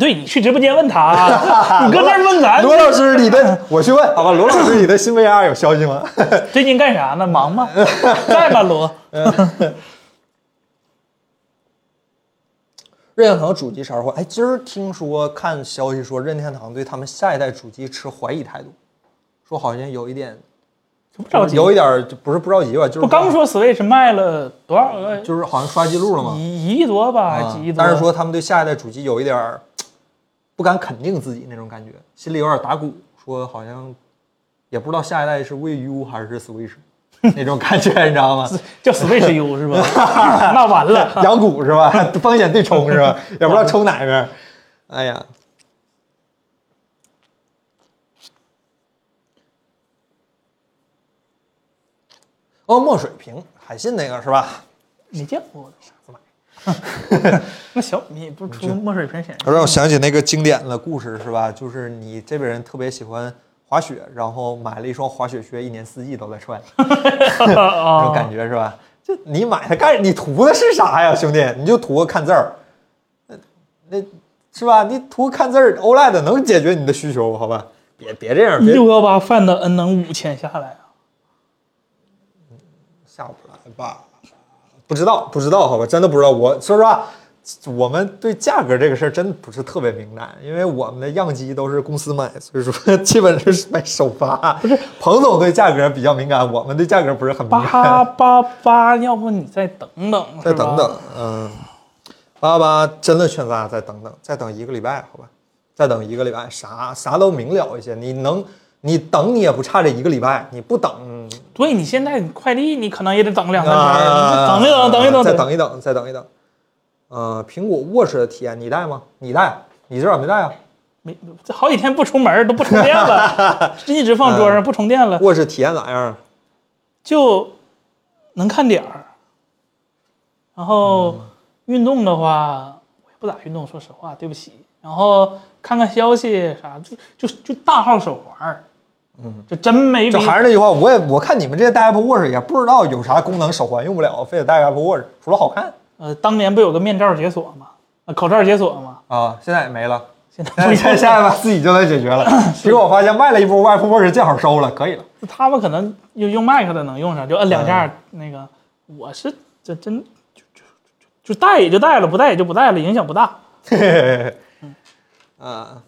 B: 对你去直播间 问他，你搁这儿问咱。
A: 罗老师，你的我去哎问，好吧？罗老师，你的新 VR 有消息吗？
B: 最近干啥呢？忙吗？在吗，罗？
A: 任天堂主机啥时候？哎，今儿听说看消息说任天堂对他们下一代主机持怀疑态度，说好像有一点
B: 不着急。
A: 有一点儿就不是不着急吧，就是
B: 不刚说 Switch 卖了多少个？
A: 就是好像刷记录了嘛，
B: 一一亿多吧，还
A: 啊
B: 几亿多？
A: 但是说他们对下一代主机有一点儿不敢肯定自己那种感觉，心里有点打鼓，说好像也不知道下一代是 w U 还是 Switch 那种感觉，你知 道吗？
B: 叫 Switch U 是吧？ 那完了，
A: 养蛊是吧？ 风险对冲是吧？也不知道冲哪边儿。哎呀，哦，墨水屏，海信那个是吧？
B: 没见过，傻子买。 那小米不出墨水屏显示器
A: 让我想起那个经典的故事是吧？就是你这边人特别喜欢滑雪，然后买了一双滑雪靴，一年四季都在穿，那种
B: 啊？
A: 感觉是吧？就你买它干，你图的是啥呀，兄弟？你就图个看字儿，那那是吧？你图个看字儿，OLED 能解决你的需求，好吧？别别这样， 别
B: 六幺八泛的 N 能五千下来啊？
A: 下不来吧？不知道，不知道，好吧，真的不知道。我说实话，我们对价格这个事儿真的不是特别敏感，因为我们的样机都是公司买，所以说 基本是买首发。不是，彭总对价格比较敏感，我们对价格不是很敏感。
B: 八八八，要不你再等等，是吧
A: 再等等，嗯，八八八真的劝大家再等等，再等一个礼拜，好吧？再等一个礼拜，啥啥都明了一些。你能，你等你也不差这一个礼拜，你不等
B: 对你现在快递你可能也得等两三天
A: 啊，
B: 儿，你再等一等，等一
A: 再
B: 等，
A: 等一等，再等一等。呃，苹果 Watch 的体验你带吗？你带，你这咋没带啊
B: 没这好几天不出门儿都不充电 了，一直放桌上
A: 嗯
B: 不充电了，
A: ？Watch 体验咋样？啊
B: 就能看点儿。然后
A: 嗯
B: 运动的话，我也不咋运动，说实话，对不起。然后看看消息啥，就就就大号手环儿，嗯，就真没
A: 这
B: 别
A: 还是那句话，我也我看你们这些戴 Apple Watch 也不知道有啥功能，手环用不了，非得戴 Apple Watch，除了好看
B: 呃，当年不有个面罩解锁吗？呃口罩解锁吗？
A: 啊，现在也没了。
B: 现在
A: 现在下一把自己就能解决 了。结果我发现卖了一波 Apple Watch 正好收了，可以了。
B: 他们可能用用 Mac 的能用上，就摁两下、
A: 哎
B: 那个。我是这真就就就就带也就带了，不带也就不带了，影响不大。
A: 嘿嘿嘿嘿啊，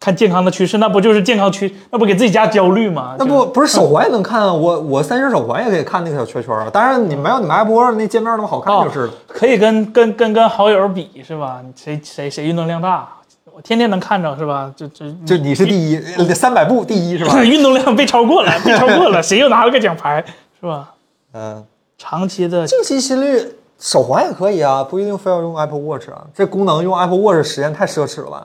B: 看健康的趋势，那不就是健康趋，那不给自己加焦虑吗？
A: 那
B: 就
A: 不不是手环也能看啊，我我三星手环也可以看那个小圈圈啊。当然你没有你们 Apple Watch 那界面那么好
B: 哦
A: 看就是了。
B: 可以跟跟跟跟好友比是吧？谁谁谁运动量大，我天天能看着是吧？这这
A: 就你是第一，三百步第一是吧？
B: 运动量被超过了，被超过了，谁又拿了个奖牌是吧？
A: 嗯，
B: 长期的
A: 静息心率手环也可以啊，不一定非要用 Apple Watch 啊。这功能用 Apple Watch 实验太奢侈了吧？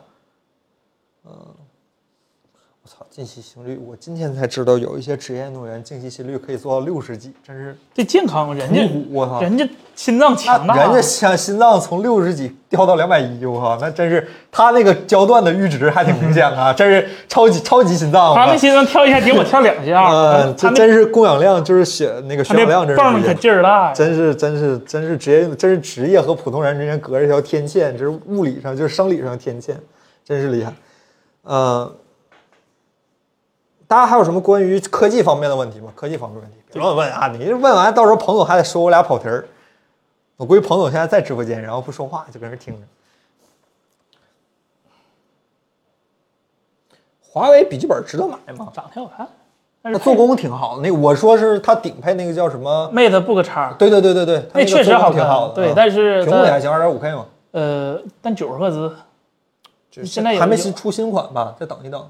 A: 嗯，我操，静息心率，我今天才知道有一些职业运动员静息心率可以做到六十几，真是
B: 对健康，人
A: 屠
B: 家
A: 虎！我操，
B: 人家心脏强大，啊
A: 人家像心脏从六十几掉到两百一，我靠，那真是他那个焦段的阈值还挺明显的 啊，真是超级超级心脏。我
B: 他
A: 靠
B: 那心脏跳一下顶我跳两下，
A: 嗯，这
B: 他那
A: 真是供氧量，就是血那个
B: 他
A: 血氧量，真
B: 那泵
A: 是
B: 可劲儿大呀，
A: 真是真是真是职业运动，真是职业和普通人之间隔着一条天堑，这是物理上就是生理上的天堑，真是厉害。嗯、呃大家还有什么关于科技方面的问题吗？科技方面问题别乱问啊！你问完，到时候彭总还得说我俩跑题儿。我估计彭总现在在直播间，然后不说话，就跟那儿听着。华为笔记本值得买吗？
B: 哎长得挺好看，但
A: 它
B: 是
A: 做工挺好的。那我说是它顶配那个叫什么？
B: Mate Book 叉，
A: 对对对对对，它个
B: 那确实
A: 做工
B: 好
A: 挺
B: 看
A: 好的。
B: 对
A: 嗯
B: 但是
A: 屏幕也
B: 它
A: 还行，二点五 K 嘛。
B: 呃，但九十赫兹
A: 这
B: 现在有
A: 还没
B: 有
A: 新出新款吧？再等一等。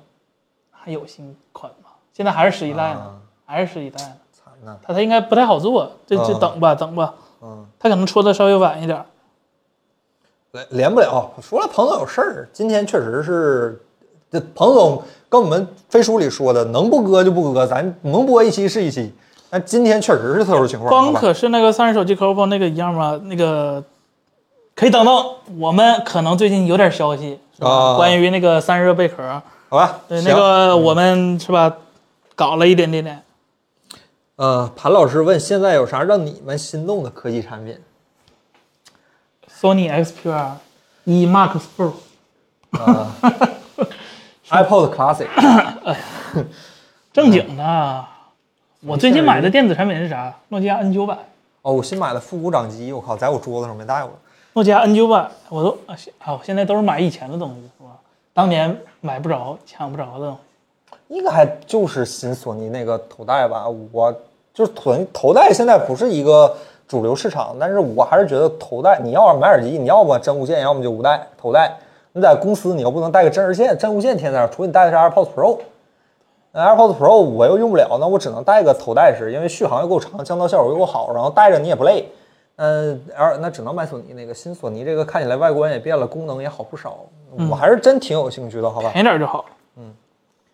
B: 还有新款吗？现在还是十一代呢
A: 啊，
B: 还是十一代呢。
A: 惨呐！
B: 它它应该不太好做，这这
A: 啊
B: 等吧等吧，
A: 嗯，
B: 它可能出的稍微晚一点儿。
A: 连连不了。说了，彭总有事儿，今天确实是，这彭总跟我们飞书里说的，能不割就不割，咱能播一期是一期。但今天确实是特殊情况，
B: 光
A: 好吧
B: 可是那个三十手机 COPPO 那个一样吗？那个可以等等，我们可能最近有点消息，是吧？
A: 啊
B: 关于那个散热贝壳，
A: 好吧？
B: 对
A: 行嗯
B: 那，个我们是吧，搞了一点点点。
A: 呃，盘老师问，现在有啥让你们心动的科技产品？
B: Sony XPR 一 Max Pro，
A: 啊，iPod Classic
B: 正经
A: 嗯
B: 的。我最近买的电子产品是啥？诺基亚 N 9 0 0
A: 哦，我新买的复古掌机，我靠，在我桌子上没带过。
B: 诺基亚 N 9 0 0我都啊现啊，我现在都是买以前的东西，是吧？当年买不着、抢不着的东西。
A: 一个还就是新索尼那个头戴吧，我就是囤头戴现在不是一个主流市场，但是我还是觉得头戴，你要是买耳机，你要么真无线，要么就无带头戴。你在公司你又不能带个真无线，真无线天天戴，除非你带的是 AirPods Pro。那 AirPods Pro 我又用不了，那我只能带个头戴式，因为续航又够长，降噪效果又够好，然后戴着你也不累。嗯、而那只能买索尼那个新索尼这个，看起来外观也变了，功能也好不少。我还是真挺有兴趣的，好吧？
B: 便宜点儿就好了，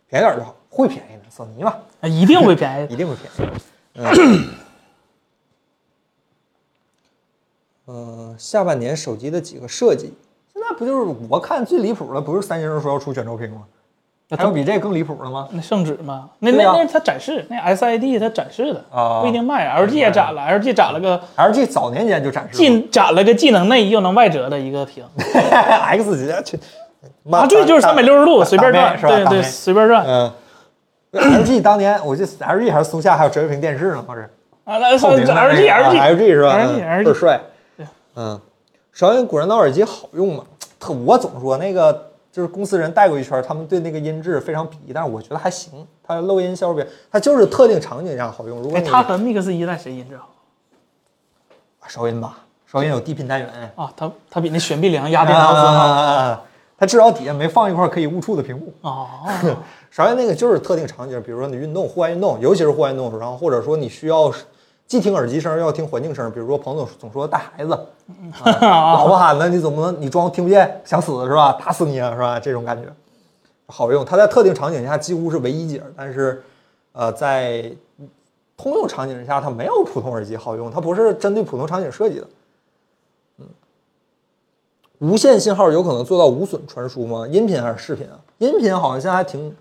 A: 便宜点儿就好，会便宜的，索尼嘛。
B: 啊一定会便 宜的
A: 一定会便宜。嗯， 呃，下半年手机的几个设计，现在不就是我看最离谱的，不是三星说要出卷轴屏吗？还有比这更离谱的吗？
B: 那圣旨嘛，那
A: 对
B: 那
A: 呀
B: 那是它展示，那 SID 它展示的
A: 啊
B: 不一定卖。LG 也展了，LG 展了个
A: LG 早年间就展示过
B: 技展了个既能内又能外折的一个屏，
A: X 级去，
B: 啊，对，就是三百六十度随便
A: 打
B: 转，
A: 面是吧
B: 对
A: 打
B: 对，
A: 面
B: 随便转
A: 嗯。LG
B: 嗯
A: 当年我记得 LG 还是松下还有折叠屏电视呢，好像是
B: 啊，那
A: 透明的那
B: LG
A: 个啊
B: LG
A: LG 是吧
B: LG
A: 嗯倍儿
B: LG
A: 帅
B: 对。
A: 嗯，韶音果然闹耳机好用吗？特我总说那个就是公司人带过一圈，他们对那个音质非常鄙夷，但是我觉得还行，它漏音效果比它就是特定场景下好用。如果
B: 哎，
A: 你啊
B: 它和 Mix 一代谁音质好
A: 韶音吧，韶音有低频单元，
B: 啊？它它比那雪碧良压
A: 啊
B: 变陶斯好
A: 它至少底下没放一块可以误触的屏幕。
B: 哦，
A: 韶音那个就是特定场景，比如说你运动、户外运动，尤其是户外运动，然后或者说你需要既听耳机声，又要听环境声，比如说彭总总说带孩子，啊、老婆喊的，你总不能你装听不见，想死是吧？打死你啊是吧？这种感觉好用，它在特定场景下几乎是唯一解，但是呃，在通用场景下它没有普通耳机好用，它不是针对普通场景设计的。嗯，无线信号有可能做到无损传输吗？音频还是视频啊？音频好像现在还挺，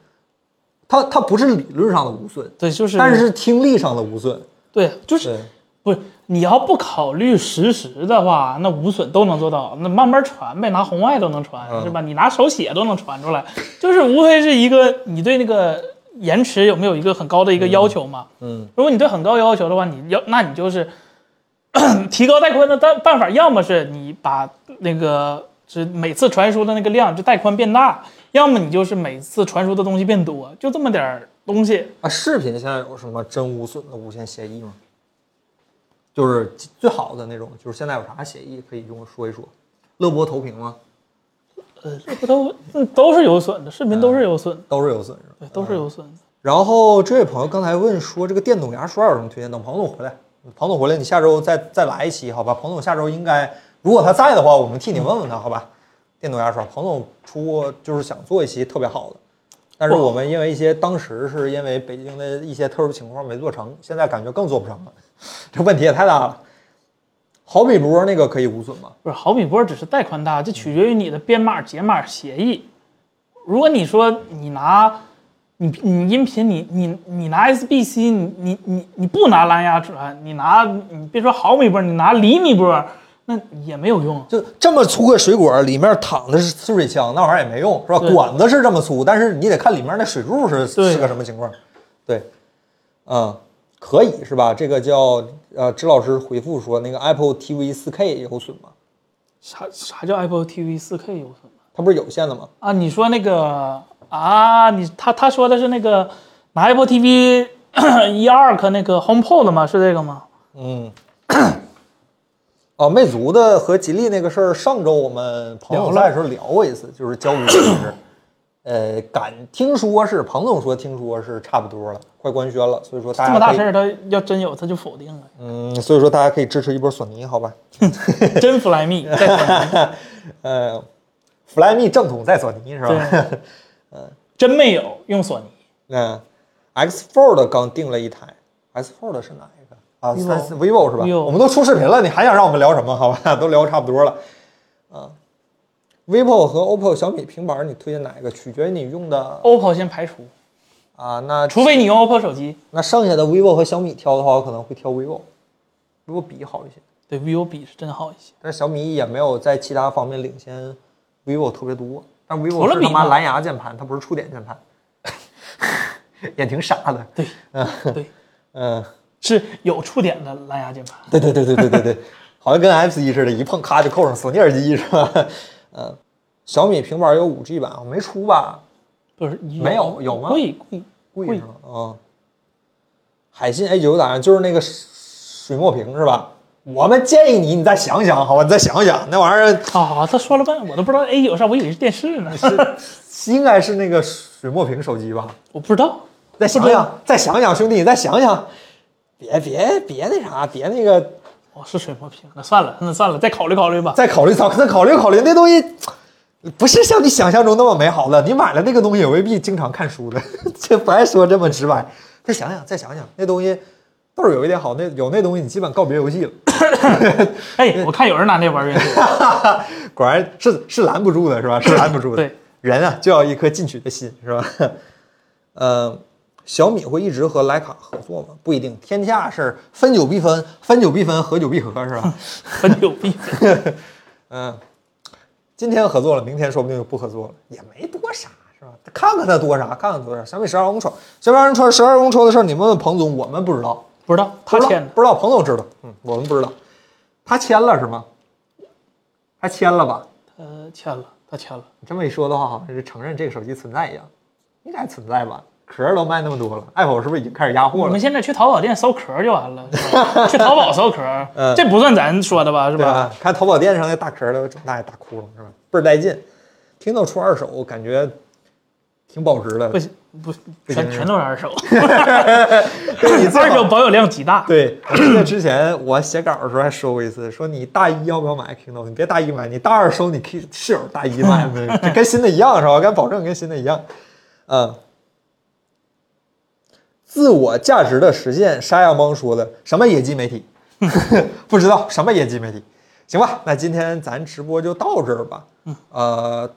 A: 它它不是理论上的无损，
B: 对，就是，
A: 但是听力上的无损。
B: 对，就是
A: 对，
B: 不是你要不考虑实时的话，那无损都能做到，那慢慢传呗，拿红外都能传，
A: 嗯
B: 是吧？你拿手写都能传出来，就是无非是一个你对那个延迟有没有一个很高的一个要求嘛？
A: 嗯，
B: 如果你对很高要求的话，你要那你就是 咳提高带宽的办办法，要么是你把那个是每次传输的那个量就带宽变大，要么你就是每次传输的东西变多，就这么点儿东西。
A: 啊，视频现在有什么真无损的无线协议吗？就是最好的那种，就是现在有啥协议可以跟我说一说？乐播投屏吗？
B: 呃，这不都嗯都是有损的，视频都是有损的，
A: 都是有损是吧？
B: 对，都是有损的。
A: 然后这位朋友刚才问说这个电动牙刷有什么推荐？等彭总回来，彭总回来你下周再再来一期好吧？彭总下周应该如果他在的话，我们替你问问他好吧？电动牙刷，彭总出过就是想做一期特别好的，但是
B: 哇
A: 我们因为一些当时是因为北京的一些特殊情况没做成，现在感觉更做不成了，这问题也太大了。毫米波那个可以无损吗？
B: 不是毫米波只是带宽大，这取决于你的编码解码协议。如果你说你拿你你音频你你你拿 SBC 你你你你不拿蓝牙传，你拿你别说毫米波，你拿厘米波，那也没有用。
A: 就这么粗个水管，里面躺的是刺水枪，那玩意儿也没用，是吧？
B: 对
A: 管子是这么粗，但是你得看里面那水柱是
B: 对
A: 是个什么情况。对，嗯，可以是吧？这个叫呃，支老师回复说，那个 Apple TV 4K 有损吗？
B: 啥啥叫 Apple TV 4K 有损吗？
A: 它不是有线的吗？
B: 啊，你说那个啊，你他他说的是那个拿 Apple TV 一二和那个 HomePod 吗？是这个吗？
A: 哦，魅族的和吉利那个事儿，上周我们朋友在的时候聊过一次，就是交流这个 事儿。呃，敢听说是彭总说，听说是差不多了，快官宣了，所以说大
B: 这
A: 家
B: 么大
A: 哎可以
B: 事儿，他要真有他就否定了，
A: 嗯，所以说大家可以支持一波索尼，好吧？
B: 真 Fly Me 再说一遍
A: 呃，Flyme 正统在索尼是 吧？
B: 对，啊真没有用索尼，
A: 嗯，X Fold 刚定了一台，X Fold 是哪一个啊
B: vivo
A: 三四 vivo 是吧
B: vivo？
A: 我们都出视频了，你还想让我们聊什么？好吧，都聊差不多了。啊，vivo 和 OPPO、小米平板儿，你推荐哪一个？取决于你用的
B: OPPO 先排除，
A: 啊。那
B: 除非你用 OPPO 手机。
A: 那剩下的 vivo 和小米挑的话，我可能会挑 vivo，vivo 比好一些，
B: 对 vivo 比是真好一 些，
A: 但是小米也没有在其他方面领先 vivo 特别多。但 vivo
B: 除了
A: 是
B: 比
A: 他妈
B: 嘛
A: 蓝牙键盘，它不是触点键 盘，也挺傻的。
B: 对，对，
A: 嗯，
B: 是有触点的蓝牙键盘。
A: 对对对对对对 对，好像跟 F 1似的，一碰咔就扣上索尼耳机是吧？嗯，小米平板有五 G 版，没出吧？
B: 不是
A: 没有有吗
B: 贵贵
A: 贵是吗？嗯，海信 A 9咋样？就是那个水水墨屏是吧？我们建议你，你再想想，好吧？你再想想，那玩意儿
B: 啊！他说了半，我都不知道哎 A 九啥，我以为是电视呢，
A: 是应该是那个水墨屏手机吧？
B: 我不知道。
A: 再想想，哎再想想，兄弟，你再想想，别别别那啥，别那个，
B: 哦，是水墨屏，那算了，那算了，再考虑考虑吧。
A: 再考虑考，再考虑考虑，那东西不是像你想象中那么美好的。你买了那个东西，也未必经常看书的。 这不爱说这么直白，再想想，再想想，那东西倒是有一点好，那有那东西，你基本告别游戏了。
B: 哎，我看有人拿那玩原著，
A: 果然是是拦不住的，是吧？是拦不住的。
B: 对，
A: 人啊就要一颗进取的心，是吧？ 嗯，小米会一直和徕卡合作吗？不一定，天下事分久必分，分久必分，合久必合，是 吧？
B: 很有必分。
A: 嗯，今天合作了，明天说不定就不合作了，也没多啥，是吧？看看它多啥，看看多啥。小米十二 Ultra，小米12 Ultra 十二 Ultra 的事儿，你问问彭总，我们 不知道，
B: 不知道他
A: 不知道
B: 签的，
A: 不知道彭总知道，嗯，我们不知道，他签了是吗？他签了吧？
B: 呃，签了，他签了。
A: 你这么一说的话，好像是承认这个手机存在一样，应该存在吧？壳儿都卖那么多了，Apple 是不是已经开始压
B: 我
A: 货了
B: 们？现在去淘宝店搜壳就完了，是吧去淘宝搜壳， 这不算咱说的吧？是
A: 嗯对啊
B: 吧？
A: 吧？看淘宝店上那大壳儿都这么大一大窟窿，是吧？倍儿带劲。听到出二手，感觉挺保值的。
B: 不行，不，全全都是二 手，
A: 对你最好
B: 二手保有量极大。
A: 对，我记得之前我写稿的时候还说过一次，说你大一要不要买 Kindle？你别大一买，你大二收你 K 室友大一卖，这跟新的一样是吧？敢保证跟新的一样。嗯，自我价值的实现，沙亚邦说的什么野鸡媒体？ 不知道什么野鸡媒体。行吧，那今天咱直播就到这儿吧。呃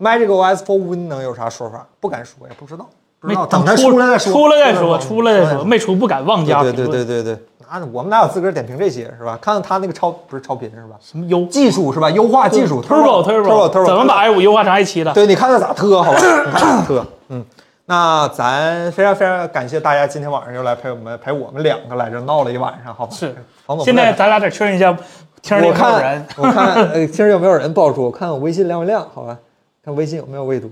A: ，Magic OS for Win 能有啥说法？不敢说，也不知道，不知道，哦等它出来再说，
B: 出来再说，
A: 出
B: 出来
A: 再
B: 再说，没出不敢妄加
A: 对
B: 评
A: 对
B: 论。
A: 对对对，哪啊我们哪有资格点评这些是吧？看看他那个超不是超频是吧？
B: 什么优
A: 技术是吧？优化技术
B: Turbo
A: Turbo Turbo
B: 怎么把 i 五优化成 i 七的？
A: 对，你看他咋特好吧？你看他咋特，嗯，那咱非常非常感谢大家今天晚上又来陪我们陪我们两个来这闹了一晚上，好吧？
B: 是
A: 王总，
B: 现在咱俩得确认一下，听着
A: 我
B: 有没有
A: 看
B: 人？
A: 我看呃，听着有没有人爆出？我看我微信亮不亮？好吧，看微信有没有未读？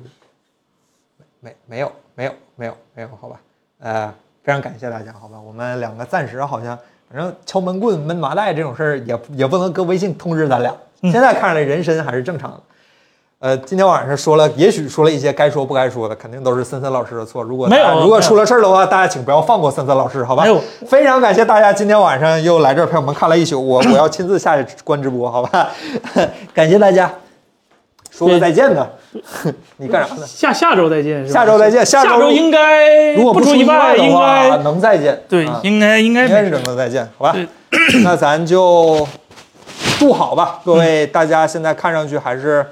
A: 没没有没有没有没有，好吧，呃，非常感谢大家，好吧，我们两个暂时好像反正敲门棍、闷麻袋这种事儿也也不能搁微信通知咱俩，
B: 嗯
A: 现在看着人参还是正常的。呃，今天晚上说了，也许说了一些该说不该说的，肯定都是森森老师的错。如果大家
B: 没有
A: 如果
B: 没有
A: 出了事儿的话，大家请不要放过森森老师，好吧？
B: 没有
A: 非常感谢大家今天晚上又来这儿陪我们看了一宿，我 我要亲自下去关直播，好吧？ 感谢大家，说个
B: 对
A: 再见 呢，你干啥呢？
B: 下下周再见，是吧
A: 下周再见下
B: 下
A: 周
B: 周应该
A: 如果
B: 不
A: 出
B: 意
A: 外的
B: 应
A: 话，
B: 该
A: 能再见。
B: 对
A: 啊，
B: 应该应该
A: 应该是能再见，好吧？ 那咱就祝好吧，各位，大家现在看上去还是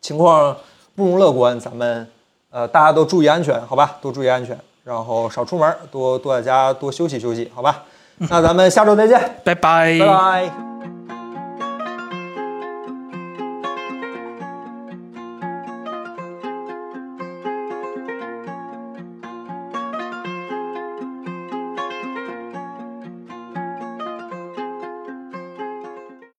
A: 情况不容乐观，咱们呃大家都注意安全，好吧？多注意安全，然后少出门，多多在家多休息休息，好吧？那咱们下周再见，
B: 拜拜
A: 拜拜。